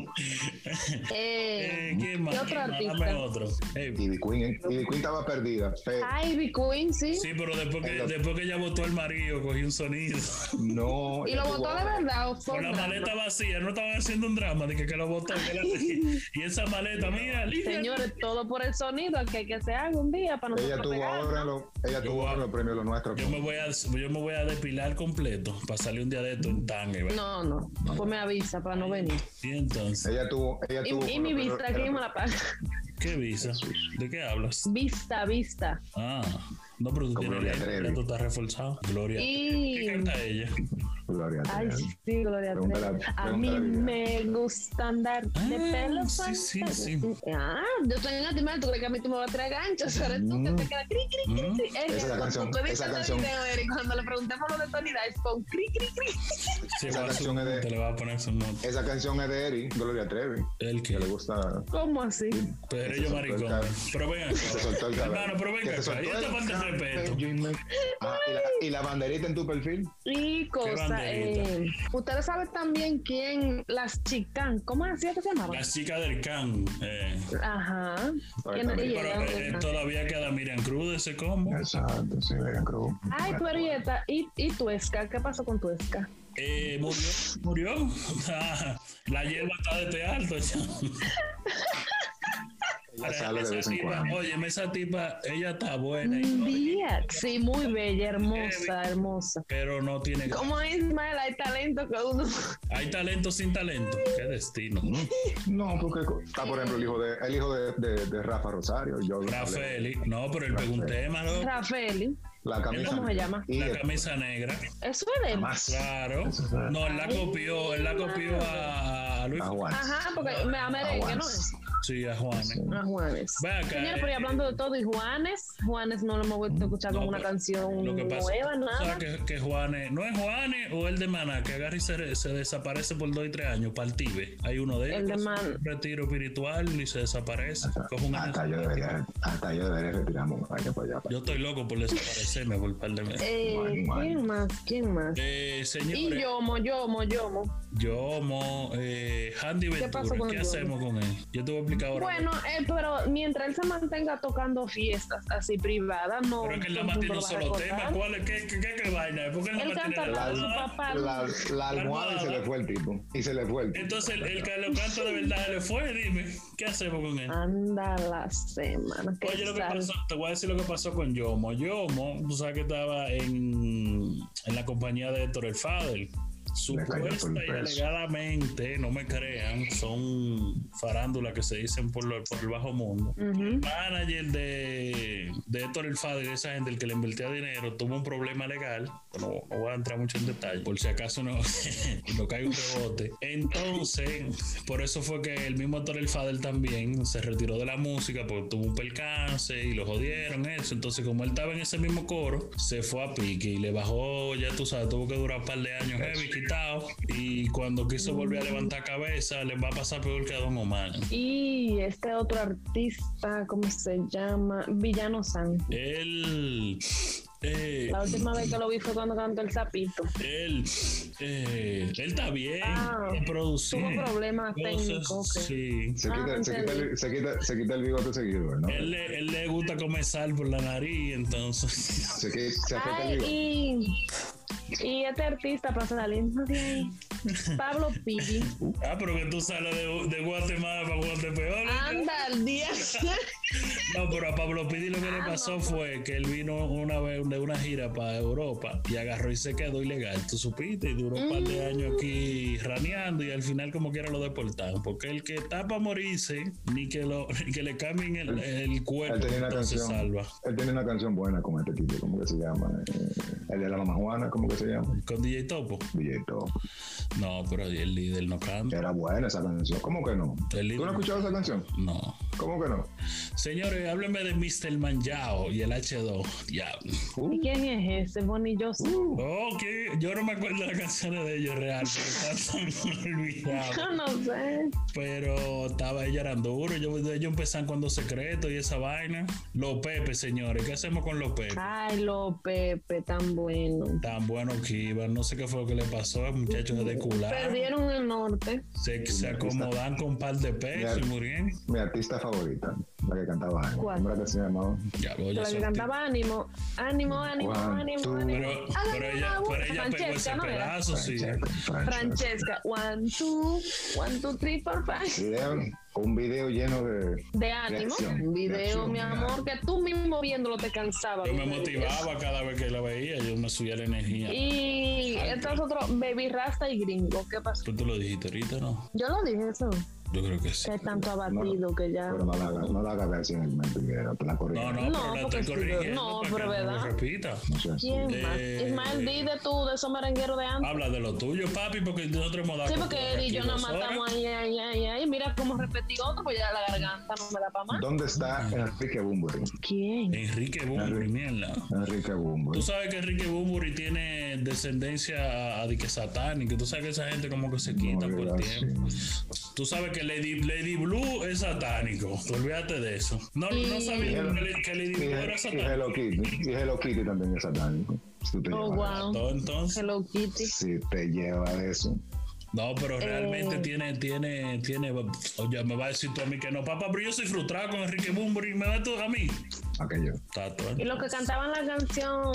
Eh,
Mm. Eh, ¿Quién más?
otro
¿Quién más?
artista?
Dame otro. Ey,
[LAUGHS] Y The Queen, eh, y The Queen estaba perdida. pero-
Ivy Queen, sí.
Sí, pero después que,
Hello.
después que ella votó al marido, cogió un
[LAUGHS]
sonido.
No.
Y lo
estuvo-
votó de verdad o fue
Con la
un drama?
maleta vacía, no estaban haciendo un drama de que, que lo votó. que la-
[LAUGHS]
y esa maleta, mira, limpia.
Señores, todo por el sonido que hay que hacer algún día para
Ella
nosotros
tuvo
pegar.
ahora los, ella tuvo
voy a-
ahora los premios los nuestros.
Yo me, voy a, yo me voy a depilar completo para salir un día de esto en tanga. y va.
No, no. Pues me avisa para no venir.
Y entonces,
Ella tuvo, ella tuvo.
Y, y mi
pero-
vista,
pero-
aquí me la paga.
¿qué visa? ¿De qué hablas?
[LAUGHS] Vista, vista.
Ah, no, pero tú
Con
tienes
Gloria
lente,
Trevi.
ya tú estás reforzado. Gloria.
Y.
¿Qué canta ella?
Gloria a
Ay,
Dios.
sí, Gloria Trevi.
Pregúntale-
A
pregúntale
mí
a Viviana.
me gusta andar de
Ah,
pelo
sí,
suelto.
sí, sí.
Ah, yo soy un animal, tú crees que a mí tú me vas a traer ganchos, ahora tú que
Mm.
te quedas cri, cri, cri,
Mm.
cri. Eric,
Esa es la
cuando
canción,
tú
esa
editas el
canción.
video, Eric, [LAUGHS] cuando le preguntemos lo de Tony Dice, con cri, cri, cri.
Sí,
Esa
va a su-
canción es de-
Te le va a poner su moto.
Esa canción es de Eri, Gloria Trevi,
El que.
que le gusta.
¿Cómo así?
Pero
que
eres
se
yo
soltó Este el
maricón.
cabello.
Pero venga.
Se soltó el cabello.
Hermano, pero
Que
venga
se
acá.
soltó
Y
el
esta falta de respeto.
cabello. Ah, y, la, y la banderita en tu perfil.
Y cosa,
banderita.
eh, ustedes saben también quién, las chican, ¿cómo hacía que se llamaban?
La chica del can. Eh.
Ajá.
Ay,
Que no-
también.
y
Pero
ella-
eh, todavía queda Miriam Cruz de ese combo.
Exacto, sí, Megan Cruz.
Ay, pero
[LAUGHS]
y, esta- y, y Tuesca, ¿qué pasó con Tuesca?
Eh, murió, murió. [LAUGHS] Ah, la hierba está de este alto.
Ella sale de vez en cuando.
Oye, esa tipa, ella está buena,
Un día. Sí, muy bella,
Eh,
hermosa, hermosa.
pero no tiene.
Como Ismael, hay talento que
[LAUGHS]
uno.
Hay talento sin talento. Qué destino.
Mm, No, porque está, por ejemplo, el hijo de, el hijo de, de, de Rafa Rosario. Yo
Rafaeli, no, pero él pegó un tema, ¿no?
Rafael,
La camisa.
¿Cómo se llama?
Y
La
el-
camisa negra.
eso es de él.
más.
Claro. No, él la copió, él la copió a, a Luis.
A Juan.
Ajá, porque me da merengue, ¿no? Ah,
Aguas.
Sí, a Juanes.
A Juanes.
Ve acá,
Señor, pero y
eh, Mm,
hablando de todo, y Juanes, Juanes no lo hemos vuelto a escuchar
No,
con una
pero
canción
Lo que pasa
nueva,
o sea,
nada.
que, que Juanes, no es Juanes, o el de Maná que agarra y se, se desaparece por dos y tres años, partive. Hay uno de ellos.
El de
que hace
Man-
un retiro espiritual y se desaparece. Coge un
Hasta yo debería, hasta yo debería retirarme un año para allá. para-
Yo estoy loco por desaparecerme por un par de
[LAUGHS]
meses.
Eh,
Guay, guay.
¿Quién más? ¿Quién más?
Eh,
Y
señores,
Yomo, Yomo, Yomo.
Yomo, eh, Handy
pasó
Ventura,
con
¿qué
Yomo?
hacemos con él? Yo te voy a explicar ahora.
Bueno, eh, pero mientras él se mantenga tocando fiestas así privadas, no.
Pero es que él
no
nada más
tú
tiene
lo
un
vas a
solo
recordar.
tema. ¿Cuál es? ¿Qué, qué, qué, qué vaina? ¿Por qué él nada
Él
más
canta
tiene
la
la-
de su
la-
papá.
La, la almohada y se le fue el tipo. Y se le fue el tipo.
Ah, Entonces, el, el que lo canta de verdad le fue, dime, ¿qué hacemos con él?
Anda la semana. que
Oye, lo que
sal-
pasó, te voy a decir lo que pasó con Yomo. Yomo, tú sabes que estaba en, en la compañía de Héctor el Fadel.
Le cayó por el
Supuesta y
peso.
alegadamente, no me crean, son farándulas que se dicen por, lo- por el bajo mundo.
Ujú.
manager de, de Héctor El Fader, esa gente, el que le invertía dinero, tuvo un problema legal. No, no voy a entrar mucho en detalle, por si acaso no, [LAUGHS] no cae un rebote. Entonces, por eso fue que el mismo Héctor El Fader también se retiró de la música porque tuvo un percance y lo jodieron, eso. Entonces, como él estaba en ese mismo coro, se fue a pique y le bajó, ya tú sabes, tuvo que durar un par de años heavy, quitado. Y cuando quiso volver a levantar cabeza, le va a pasar peor que a Don Omar.
Y este otro artista, ¿cómo se llama? Villano San.
Él. eh,
La última vez que lo vi fue cuando cantó el sapito.
él. eh, él está bien.
Ah,
en producir
Tuvo problemas
cosas,
técnicos. ok.
Sí.
Se quita,
Ah,
se, quita el, se, quita, se quita el bigote seguido, ¿no?
Él, le- él le gusta comer sal por la nariz, entonces. [LAUGHS]
Se, quita, se aprieta
Ay,
el bigote.
y, y este artista para salir de ahí, Pablo Piggy.
Ah, pero que tú sales de, de Guatemala para Guatepeor.
Anda al día.
No, pero a Pablo Pidi lo que le pasó fue que él vino una vez de una gira para Europa y agarró y se quedó ilegal. Tú supiste y duró un par de años aquí raneando y al final como quiera lo deportaron. Porque el que está para morirse, ni que lo, [LAUGHS] ni que le cambien el, el
Él
cuerpo,
tenía una
no se
canción.
salva.
Él tiene una canción buena con este tipo, ¿cómo que se llama? Eh, El de la mamá Juana, ¿cómo que se llama?
Con DJ Topo.
Billeto.
No, pero el líder no canta.
Era buena esa canción. ¿Cómo que no?
El
¿Tú no has
líder.
escuchado esa canción?
No.
¿Cómo que no?
Señores, háblenme de Mr. Manjao y el H2. Ya.
¿Y
Uh,
quién es ese? Bonnie Joseph.
uh.
Ok, yo no me acuerdo las canciones de ellos real, pero están tan [LAUGHS] olvidadas.
Yo no sé.
Pero estaba ellos eran duros, yo- ellos empezaban cuando secreto y esa vaina. Los Pepe, señores, ¿qué hacemos con los Pepe?
Ay, lo Pepe, tan bueno.
Tan buenos que iban, no sé qué fue lo que le pasó, muchachos de cular.
Perdieron el norte.
Se, se acomodan con un par de pesos y murieron.
Mi artista favorita, la que cantaba. Ana.
¿Cuál?
¿Cómo era que se llamaba?
Ya, voy
La que cantaba ánimo, ánimo, ánimo,
Juan,
ánimo,
tú-
ánimo.
Pero,
Ah,
pero
no,
ella,
no,
pero ella pegó ese
Francesca, ¿no era?
pedazo, sí.
Francesca, Francesca.
Francesca, one, two, one, two, three, four, five.
Video- un video lleno de.
De ánimo.
Reacción,
Un video,
reacción,
mi amor, que tú mismo viéndolo te cansaba.
Yo me motivaba cada vez que la veía, yo me subía la energía.
Y este es otro, Baby Rasta y Gringo. ¿Qué pasó?
Tú te lo dijiste ahorita, ¿no?
Yo lo dije eso.
Yo creo que sí.
Que hay tanto abatido que ya.
Pero no la hagas no la hagas ver sin el mente, mira, te la
No,
corrijo.
no,
No,
pero la
porque
estoy
sí, pero-
corrigiendo
no,
para que
pero
no
¿verdad?
lo repita.
No seas así.
¿Quién más?
Eh,
Ismael, di de tú, de esos merengueros de antes.
Habla de lo tuyo, papi, porque nosotros hemos dado.
Sí, porque él y
aquí
yo nos
dos horas.
matamos ahí, ahí, ahí, ahí. Mira cómo repetí otro, pues ya la garganta no me da para más.
¿Dónde está
Ah.
Enrique Bumburi?
¿Quién?
Enrique Bumburi, mierda.
Enrique
Tú
Bumburi.
sabes que Enrique Bumburi tiene descendencia a, a de que satánica. Tú sabes que esa gente como que se quita
No,
por el
¿verdad?
tiempo. Tú sabes que Lady, Lady Blue es satánico. Olvídate de eso. No, no sabía
Y-
que, le- que Lady
Y,
Blue era
y
satánica.
Hello Kitty. Y Hello Kitty también es satánico. Si tú te
Oh,
llevas eso.
wow.
Todo entonces.
Hello Kitty.
Si te lleva de eso.
No, pero realmente
Eh.
tiene, tiene, tiene. Oye, me va a decir tú a mí que no, papá, pero yo soy frustrado con Enrique Bumburi. Me va tú a mí.
Aquello.
Tato.
Y los que cantaban la canción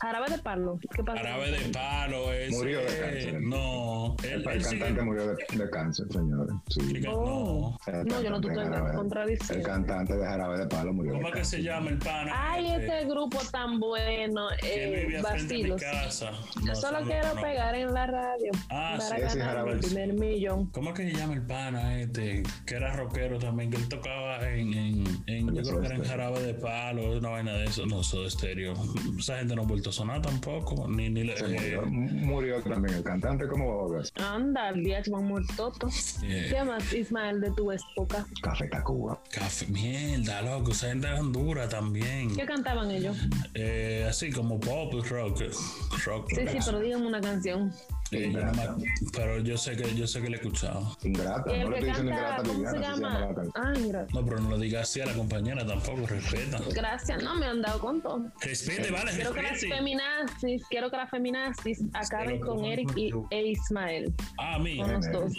Jarabe de Palo. ¿Qué pasó?
Árabe de palo, ese.
Murió de cáncer.
No,
El,
él,
el
él sigue-
cantante murió de, de cáncer, señores. Sí.
Chica,
Oh.
No.
El
No, yo no
cantante
te
de
estoy
Jarabe-
contradiciendo.
El cantante de Jarabe de Palo murió.
¿Cómo
de
es que se
cáncer.
llama el pana?
Ay,
Este,
este grupo tan bueno.
que
Eh,
vivía frente a mi
Bastilos.
casa.
Yo
No,
solo
no,
quiero
no.
pegar en la radio
Ah,
para
sí,
ese es
ganar
Jarabe.
el primer millón.
¿Cómo es que se llama el pana este? Que era rockero también, que él tocaba en, en, en- yo creo
Yo
que
soy
era en
este.
Jarabe de palo, una vaina de eso. No, Soda Stereo. Esa gente no ha vuelto a sonar tampoco. Ni, ni le-
Se
eh,
murió, murió también el cantante, ¿cómo va a
Anda, el día que vamos al toto.
eh,
¿Qué más, Ismael, de tu época?
Café Tacuba.
café, mierda, loco. Esa gente es dura también.
¿Qué cantaban ellos?
Eh, así como pop y rock. Rock.
Sí, sí, pero díganme una canción.
Eh, yo no me- pero yo sé que yo sé que le he escuchado.
Y
Ingrata, no
el
le estoy
que
diciendo
Eh, canta,
ingrata,
¿cómo
Liliana,
se
así se llama
llama?
la canción.
Ah, gracias.
No, pero no lo digas así a la compañera tampoco, respeta.
Gracias, no me han dado con todo.
Respete, vale,
Quiero que las
respete.
feminazis, quiero que las feminazis acaben con Eric y, e Ismael.
A mí.
Con los dos.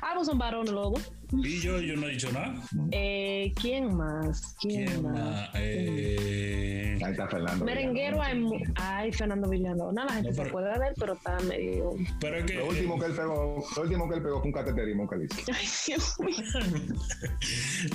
Ambos son varones, lobo.
Y yo, yo no he dicho nada.
Eh, ¿Quién más? ¿Quién,
¿Quién
más?
más? Eh,
Ahí está Fernando.
Merenguero hay mu- Ay, Fernando Villalona. La gente
No,
se
pero-
acuerda de él, pero está medio. [LAUGHS]
pero es que.
Lo último que él pegó, lo último que él pegó fue un cateterismo que le hizo.
Ay, Dios
[LAUGHS]
mío.
[LAUGHS]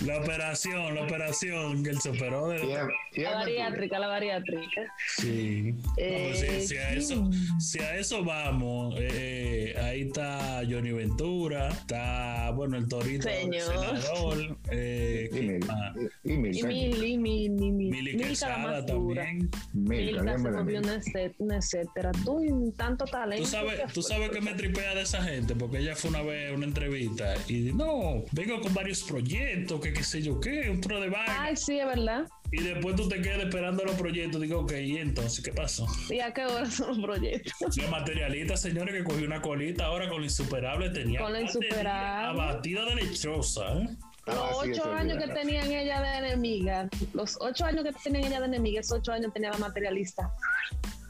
La operación, la operación que él se operó
Y
de.
él- y él-
La bariátrica, la bariátrica.
Sí.
Eh,
si, si a
¿quién?
eso, si a eso vamos, eh, eh, ahí está Johnny Ventura, está, bueno, el Torito, el
Señor.
senador, eh,
Y Mil.
ah,
Y Mil.
Y Mili, Mili, Mili.
Mili
Mili
Quesada
Calamasura.
también.
Mil,
Milka se
cámbiame de
volvió
Mil.
una etc- una etcétera. Tú y tanto talento.
Tú sabes,
que
tú
fue.
sabes que me tripea de esa gente, porque ella fue una vez a una entrevista y di, no, vengo con varios proyectos, que qué sé yo qué, un tro de vaina.
Ay, sí, es verdad.
Y después tú te quedas esperando los proyectos. Digo, ok, ¿y entonces qué
[LAUGHS]
pasó?
¿Y a qué hora son los proyectos?
Los materialistas, señores, que cogió una colita ahora con lo insuperable tenía.
Con lo insuperable.
Abatida de lechosa, ¿eh?
Ah,
Los
sí,
ocho
eso es
años que
verdad.
tenían ella de enemiga. Los ocho años que tenían ella de enemiga, esos ocho años tenía la materialista.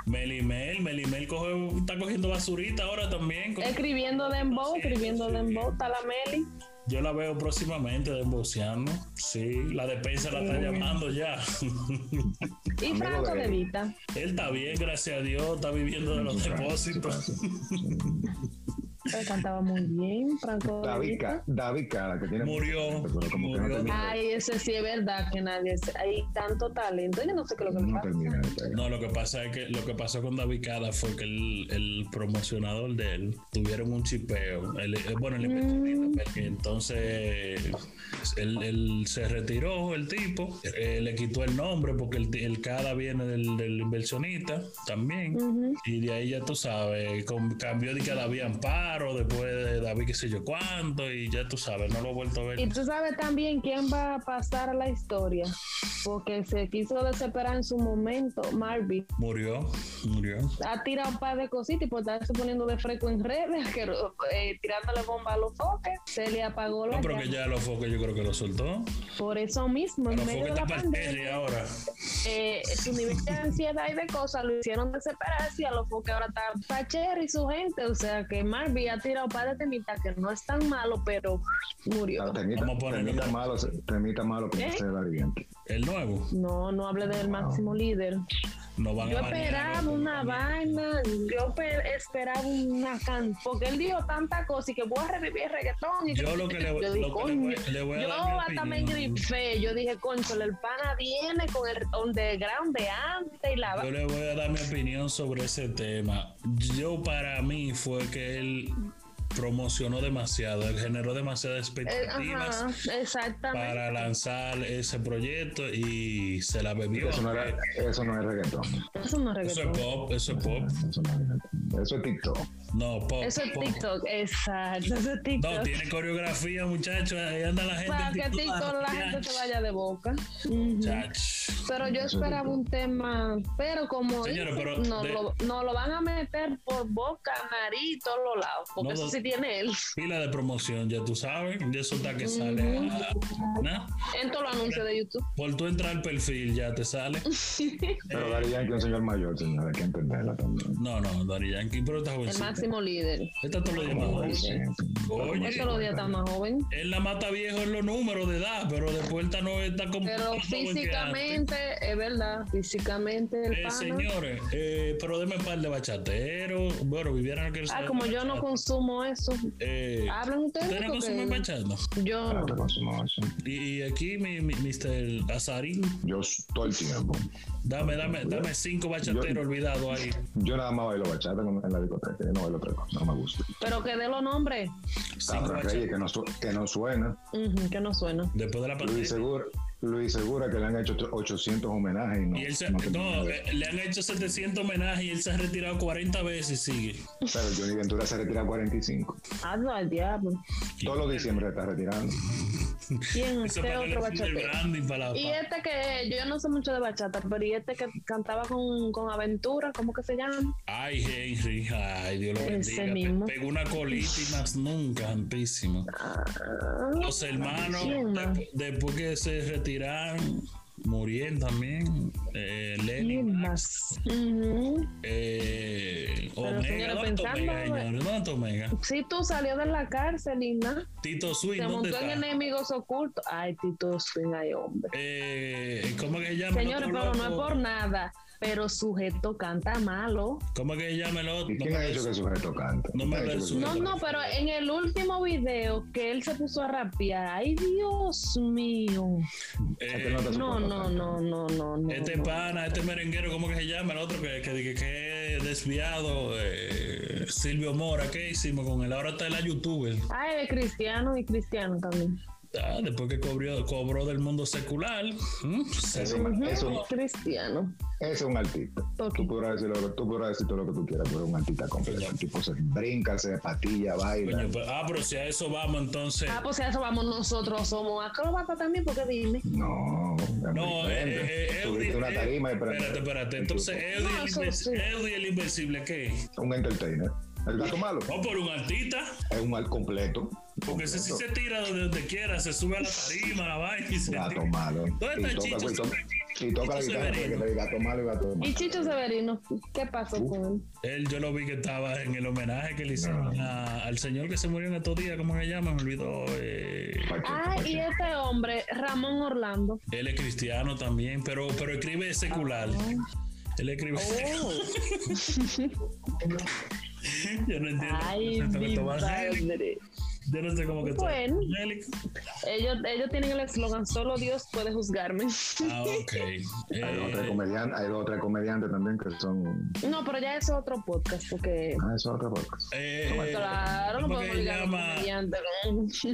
Melimel, Melimel coge, está cogiendo basurita ahora también.
Eh.
Con-
Escribiendo Dembow, escribiendo
Sí.
Dembow, está la Meli.
Yo la veo próximamente desboceando. Sí, la despensa la está llamando ya. [LAUGHS]
Y
Amigo
Franco
de-
de Vita.
Él está bien, gracias a Dios, está viviendo de los depósitos.
Él cantaba muy bien, Franco de
David,
Vita.
Ca- David Cara, que tiene
Murió,
pero como que no
murió.
termina, de-
Ay, eso sí es verdad que nadie. se- Hay tanto talento. Yo no sé qué es lo que le
no
pasa.
termina de pegar.
No, lo que pasa es que lo que pasó con David Cada fue que el, el promocionador de él tuvieron un chipeo. Él- eh, bueno, el inversionista, porque entonces él, él se retiró el tipo, eh, le quitó el nombre porque el, ti- el Cada viene del, del inversionista también.
Ujú.
Y de ahí ya tú sabes, con- cambió de que David Amparo, después de David qué sé yo cuánto, y ya tú sabes, no lo he vuelto a ver.
Y tú sabes también quién va a pasar a la historia, porque se quiso desesperar en su momento. Marvin
Murió, murió.
ha tirado un par de cositas y por estarse poniendo de fresco en redes, [LAUGHS] que, eh, tirándole bomba a los foques, se le apagó la
No, pero que
llama.
ya los foques yo creo que lo soltó.
Por eso mismo, Pues en
Los
medio
foques
de la
está para el
pandemia,
Terry ahora.
eh, su nivel de ansiedad y de cosas lo hicieron desesperarse y a los foques ahora está Pacher y su gente. O sea que Marvin ha tirado un par de temitas que no es tan malo, pero murió.
Ah, Temita,
Vamos a ponerlo.
temita malo, temita malo como
¿Eh?
usted variante.
El nuevo.
No, no hable del máximo líder.
No van
Yo
a banear,
esperaba
¿no?
una vaina, yo pe- esperaba una can, porque él dijo tanta cosa y que voy a revivir el reggaetón. Y
Yo lo que le,
yo dije,
lo que le voy, le voy a
yo
dar mi
hasta me
opinión.
gripé, yo dije, concho, el pana viene con el underground de antes y la va-".
Yo le voy a dar mi opinión sobre ese tema. Yo para mí fue que él promocionó demasiado, él generó demasiadas
Eh,
expectativas
ajá, exactamente.
para lanzar ese proyecto y se la bebió.
Eso no, era, eso no es reggaetón.
Eso no es
Eso es
reggaetón.
pop, eso es pop.
Eso, no es reggaetón. eso es TikTok.
No, pop.
Eso es
pop.
TikTok, exacto, eso es TikTok.
No, tiene coreografía, muchachos. Ahí anda la gente.
para que
en
TikTok la gente se vaya de boca. Ujú.
Chach.
Pero yo esperaba un tema, pero como
Señora,
dice,
pero
no,
de-
lo, no lo van a meter por boca, nariz, todos los lados, porque
No,
eso
no.
sí tiene él. [LAUGHS]
Pila de promoción, ya tú sabes. Ya eso está que sale. a- ¿no?
En todos los anuncios de YouTube.
Por tú entrar al perfil ya te sale. Eh.
Pero Dari Yankee es un señor mayor, señor, hay que entenderla también.
No, no, Dari Yankee, pero está
El
jovencita.
máximo líder.
Está todos los días más
Como
joven.
dicen.
Oye.
No todos los días está más joven.
Él la mata viejo en los números de edad, pero de puerta no está como.
Pero
más joven que
físicamente, es verdad, físicamente el
antes. Eh,
pana.
señores, eh, pero deme un par de bachateros. Bueno, Viviana no quiere
Ah,
saber
como
de
yo no
bachata.
consumo eso.
Eh,
Hablan ustedes.
¿Ustedes no
porque
consumen bachata?
Yo
Ah,
no.
te consumo eso.
Y, y aquí, mi, mi- Mr. Azarín,
Yo s- todo el tiempo.
dame, dame, dame cinco bachateros olvidados ahí.
Yo nada más bailo bachata como en la discoteca. Yo no bailo otra cosa, no me gusta.
Pero que dé los nombres,
Cinco
Sabra Reyes,
bachateros.
que no, su- que no suena.
Ujú, que no suena.
Después de la
Luis
pandemia.
Segura, Luis Segura, que le han hecho 800 homenajes. Y no,
Y él se-
no te-
no, eh, le han hecho 700 homenajes y él se ha retirado 40 veces y sigue.
Pero Johnny Ventura se retira a 45.
Hazlo al diablo.
Todos los diciembre está retirando.
¿Quién?
[LAUGHS] Eso
Este
para
otro
darle el
bachatero.
branding para
Y
para-
este que yo no sé mucho de bachata, pero y este que cantaba con, con Aventura, ¿cómo que se llama?
Ay, Henry, ay, Dios lo
Ese
bendiga. Pe-
mismo.
Pegó una colita y más nunca, santísimo.
Ah,
Los hermanos,
¿Quién más?
dep- después que se retiraron, murieron también. Eh, Lenny,
¿Quién Ah, más? Ujú.
eh,
Pero,
Omega,
señora,
¿dónde está
pensando,
Omega, señores? ¿Dónde está Omega?
Sí, tú salió de la cárcel, Ina.
Tito Swin,
Se
¿dónde
montó en
está?
enemigos ocultos. Ay, Tito Swing, ay, hombre.
Eh, ¿Cómo que se llama? el
Señores,
otro
pero no es
loco?
por nada. Pero sujeto canta malo.
¿Cómo que se llama el otro?
¿Y quién ha dicho que el sujeto canta?
No me
¿Quién ha dicho que el
resulta.
No,
sujeto
no, pero en el último video que él se puso a rapear. Ay, Dios mío.
Eh,
¿A qué nota se
No,
puede
no,
cantar?
no, no, no. no
Este
no.
pana, este merenguero, ¿cómo que se llama? El otro que, que, que- que es desviado, eh, Silvio Mora, ¿qué hicimos con él? Ahora está en la youtuber.
Ay, de cristiano y cristiano también.
Ah, después que cobró, cobró del mundo secular. ¿m? Se-
Eso, eso-
Ujú, Cristiano.
ese es un artista.
Ok.
Tú podrás, decir lo, que- tú podrás decir todo lo que tú quieras, pero es un artista completo. El tipo se brinca, se patilla, baila.
Coño, pero- ah, pero si a eso vamos, entonces.
Ah, pues a eso vamos nosotros. Somos acróbatas también, porque dime.
No, es
No,
muy
eh,
diferente.
eh, eh,
Subirte
Eudy-
una
eh,
tarima y
Espérate, espérate. Entonces, eh. Eudy
No,
el
eso
inven-
sí.
Eudy el Invencible, ¿qué?
un entertainer. El gato malo
O por un artista.
es un al completo.
pues. Porque ese sí
Completo.
se tira de donde quiera, se sube a la tarima, la vaina y se
Gato
tira.
malo.
¿Dónde está
Y toca,
Chicho?
pues, toca- y toca la
Chicho
guitarra porque
Severino.
te dice gato malo y gato malo.
Y Chicho Severino, ¿qué pasó
Uf.
con él?
Él, yo lo vi que estaba en el homenaje que le hicieron
No.
Ah.
a- al señor que se murió en estos días, ¿cómo se llama? Me olvidó. eh,
Pacheco,
Ah, y
Pacheco.
este hombre, Ramón Orlando.
él es cristiano también, pero, pero escribe secular. Él escribe
Ah. Oh.
[LAUGHS] Yo no entiendo.
Ay,
Yo siento que
mi
esto va a ser-
padre.
Yo no sé cómo que esto va a ser
Bueno.
evangélico.
Ellos, ellos tienen el eslogan, solo Dios puede juzgarme.
Ah,
[LAUGHS]
ok.
Hay dos o tres
Eh,
comediantes, hay dos o tres comediantes también que son.
No, pero ya es otro podcast, porque... pues,
Ah, eso es otra podcast.
eh,
Claro, no
¿cómo
podemos
que
ligar a los
llama?
comediantes.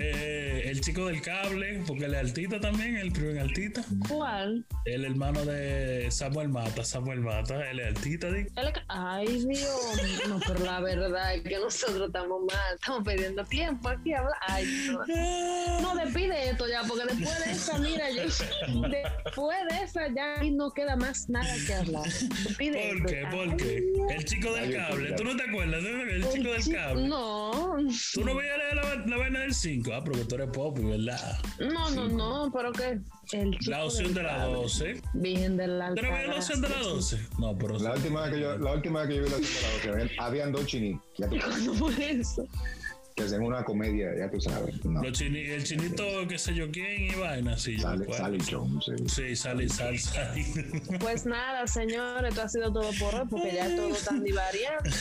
Eh, el chico del cable, porque el altita también, el primo en altita.
¿Cuál?
El hermano de Samuel Mata, Samuel Mata, el altita. di-
El- Ay, Dios. No, pero la verdad es que nosotros estamos mal. Estamos perdiendo tiempo aquí. habla- Ay, no. No, despide esto ya, porque después de esa, mira, yo, después de esa ya ahí no queda más nada que hablar. Despide
¿Por
esto
qué?
ya.
¿Por qué? El chico
Ay,
del
yo
cable.
creo.
¿Tú no te acuerdas? no? El chico del cable.
No,
¿Tú no veías la, la- la vaina del 5? Ah, pero que tú eres pop, ¿verdad?
no, no, no, pero que el chico
La opción de
del
la
cable.
12.
Virgen del
¿Tú no veías la opción de la 12? No, pero...
La última vez que yo, la última vez que yo vi la segunda habían, habían dos chinitos, ya tú sabes,
[LAUGHS] No por eso.
que hacen una comedia, ya tú sabes. No,
los pues. chini- el chinito, qué sé yo quién, y vaina, sí. yo me
sale,
acuerdo.
sale chon, sí.
Sí, sale, sale, sale. [LAUGHS]
Pues nada, señores, esto ha sido todo por hoy, porque ya es todo tan divariante.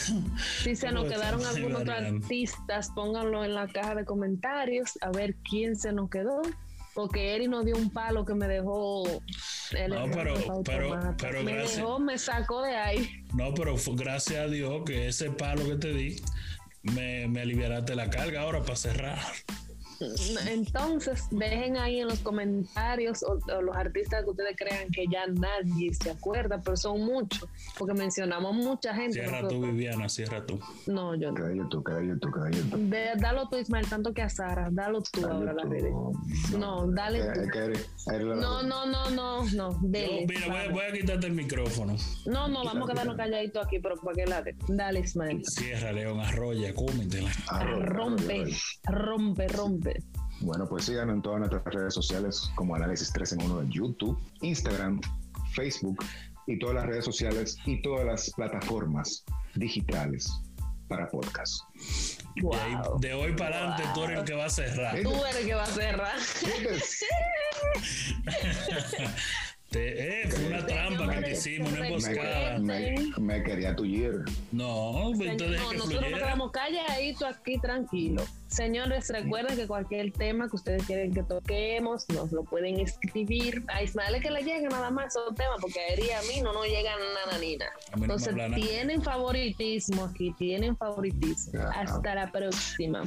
Si se nos
Todo tan
quedaron algunos otros
divariante.
artistas, pónganlo en la caja de comentarios a ver quién se nos quedó. Porque Eri nos dio un palo que me dejó. el
No, pero-
automata.
pero- pero
me
gracias.
dejó, me sacó de ahí.
No, pero fu- gracias a Dios que ese palo que te di me, me aliviaraste la carga ahora para cerrar.
Entonces, dejen ahí en los comentarios o, o los artistas que ustedes crean que ya nadie se acuerda, pero son muchos, porque mencionamos mucha gente.
Cierra
nosotros.
tú, Viviana, cierra tú.
No, yo no.
Queda YouTube, queda YouTube, queda YouTube.
De- dalo tú, Ismael, tanto que a Sara. Dalo tú ahora a las redes. No, dale tú.
Eh, Es que eres, eres la-
No, no, no, no, no.
Yo,
Dele.
mira, voy, a-
vamos.
voy a quitarte el micrófono.
No, no, vamos a quedarnos calladitos aquí, pero para que la de- Dale, Ismael.
Cierra, León, arroya, cómetela.
Arroba, arroba,
Rompe,
arroba.
rompe, rompe.
Bueno, pues síganos en todas nuestras redes sociales como Análisis 3 en 1 en YouTube, Instagram, Facebook y todas las redes sociales y todas las plataformas digitales para podcast.
De, ahí-
Wow.
de hoy para adelante tú eres el que va a cerrar.
¿Eh?
Tú eres el que va a cerrar. [LAUGHS]
Te- eh, fue una trampa que te hicimos, una emboscada.
Me, me quería tullir.
No, pues te
Señor,
dejé
No,
que
nosotros nos
fluyera.
quedamos calladitos aquí, tranquilo. Señores, recuerden que cualquier tema que ustedes quieren que toquemos, nos lo pueden escribir. A Ismael es que le lleguen nada más esos temas, porque a Eri y a mí no nos llega nada ni nada.
A mí no me
Entonces,
habla nada.
tienen favoritismo aquí, tienen favoritismo.
Ajá.
Hasta la próxima.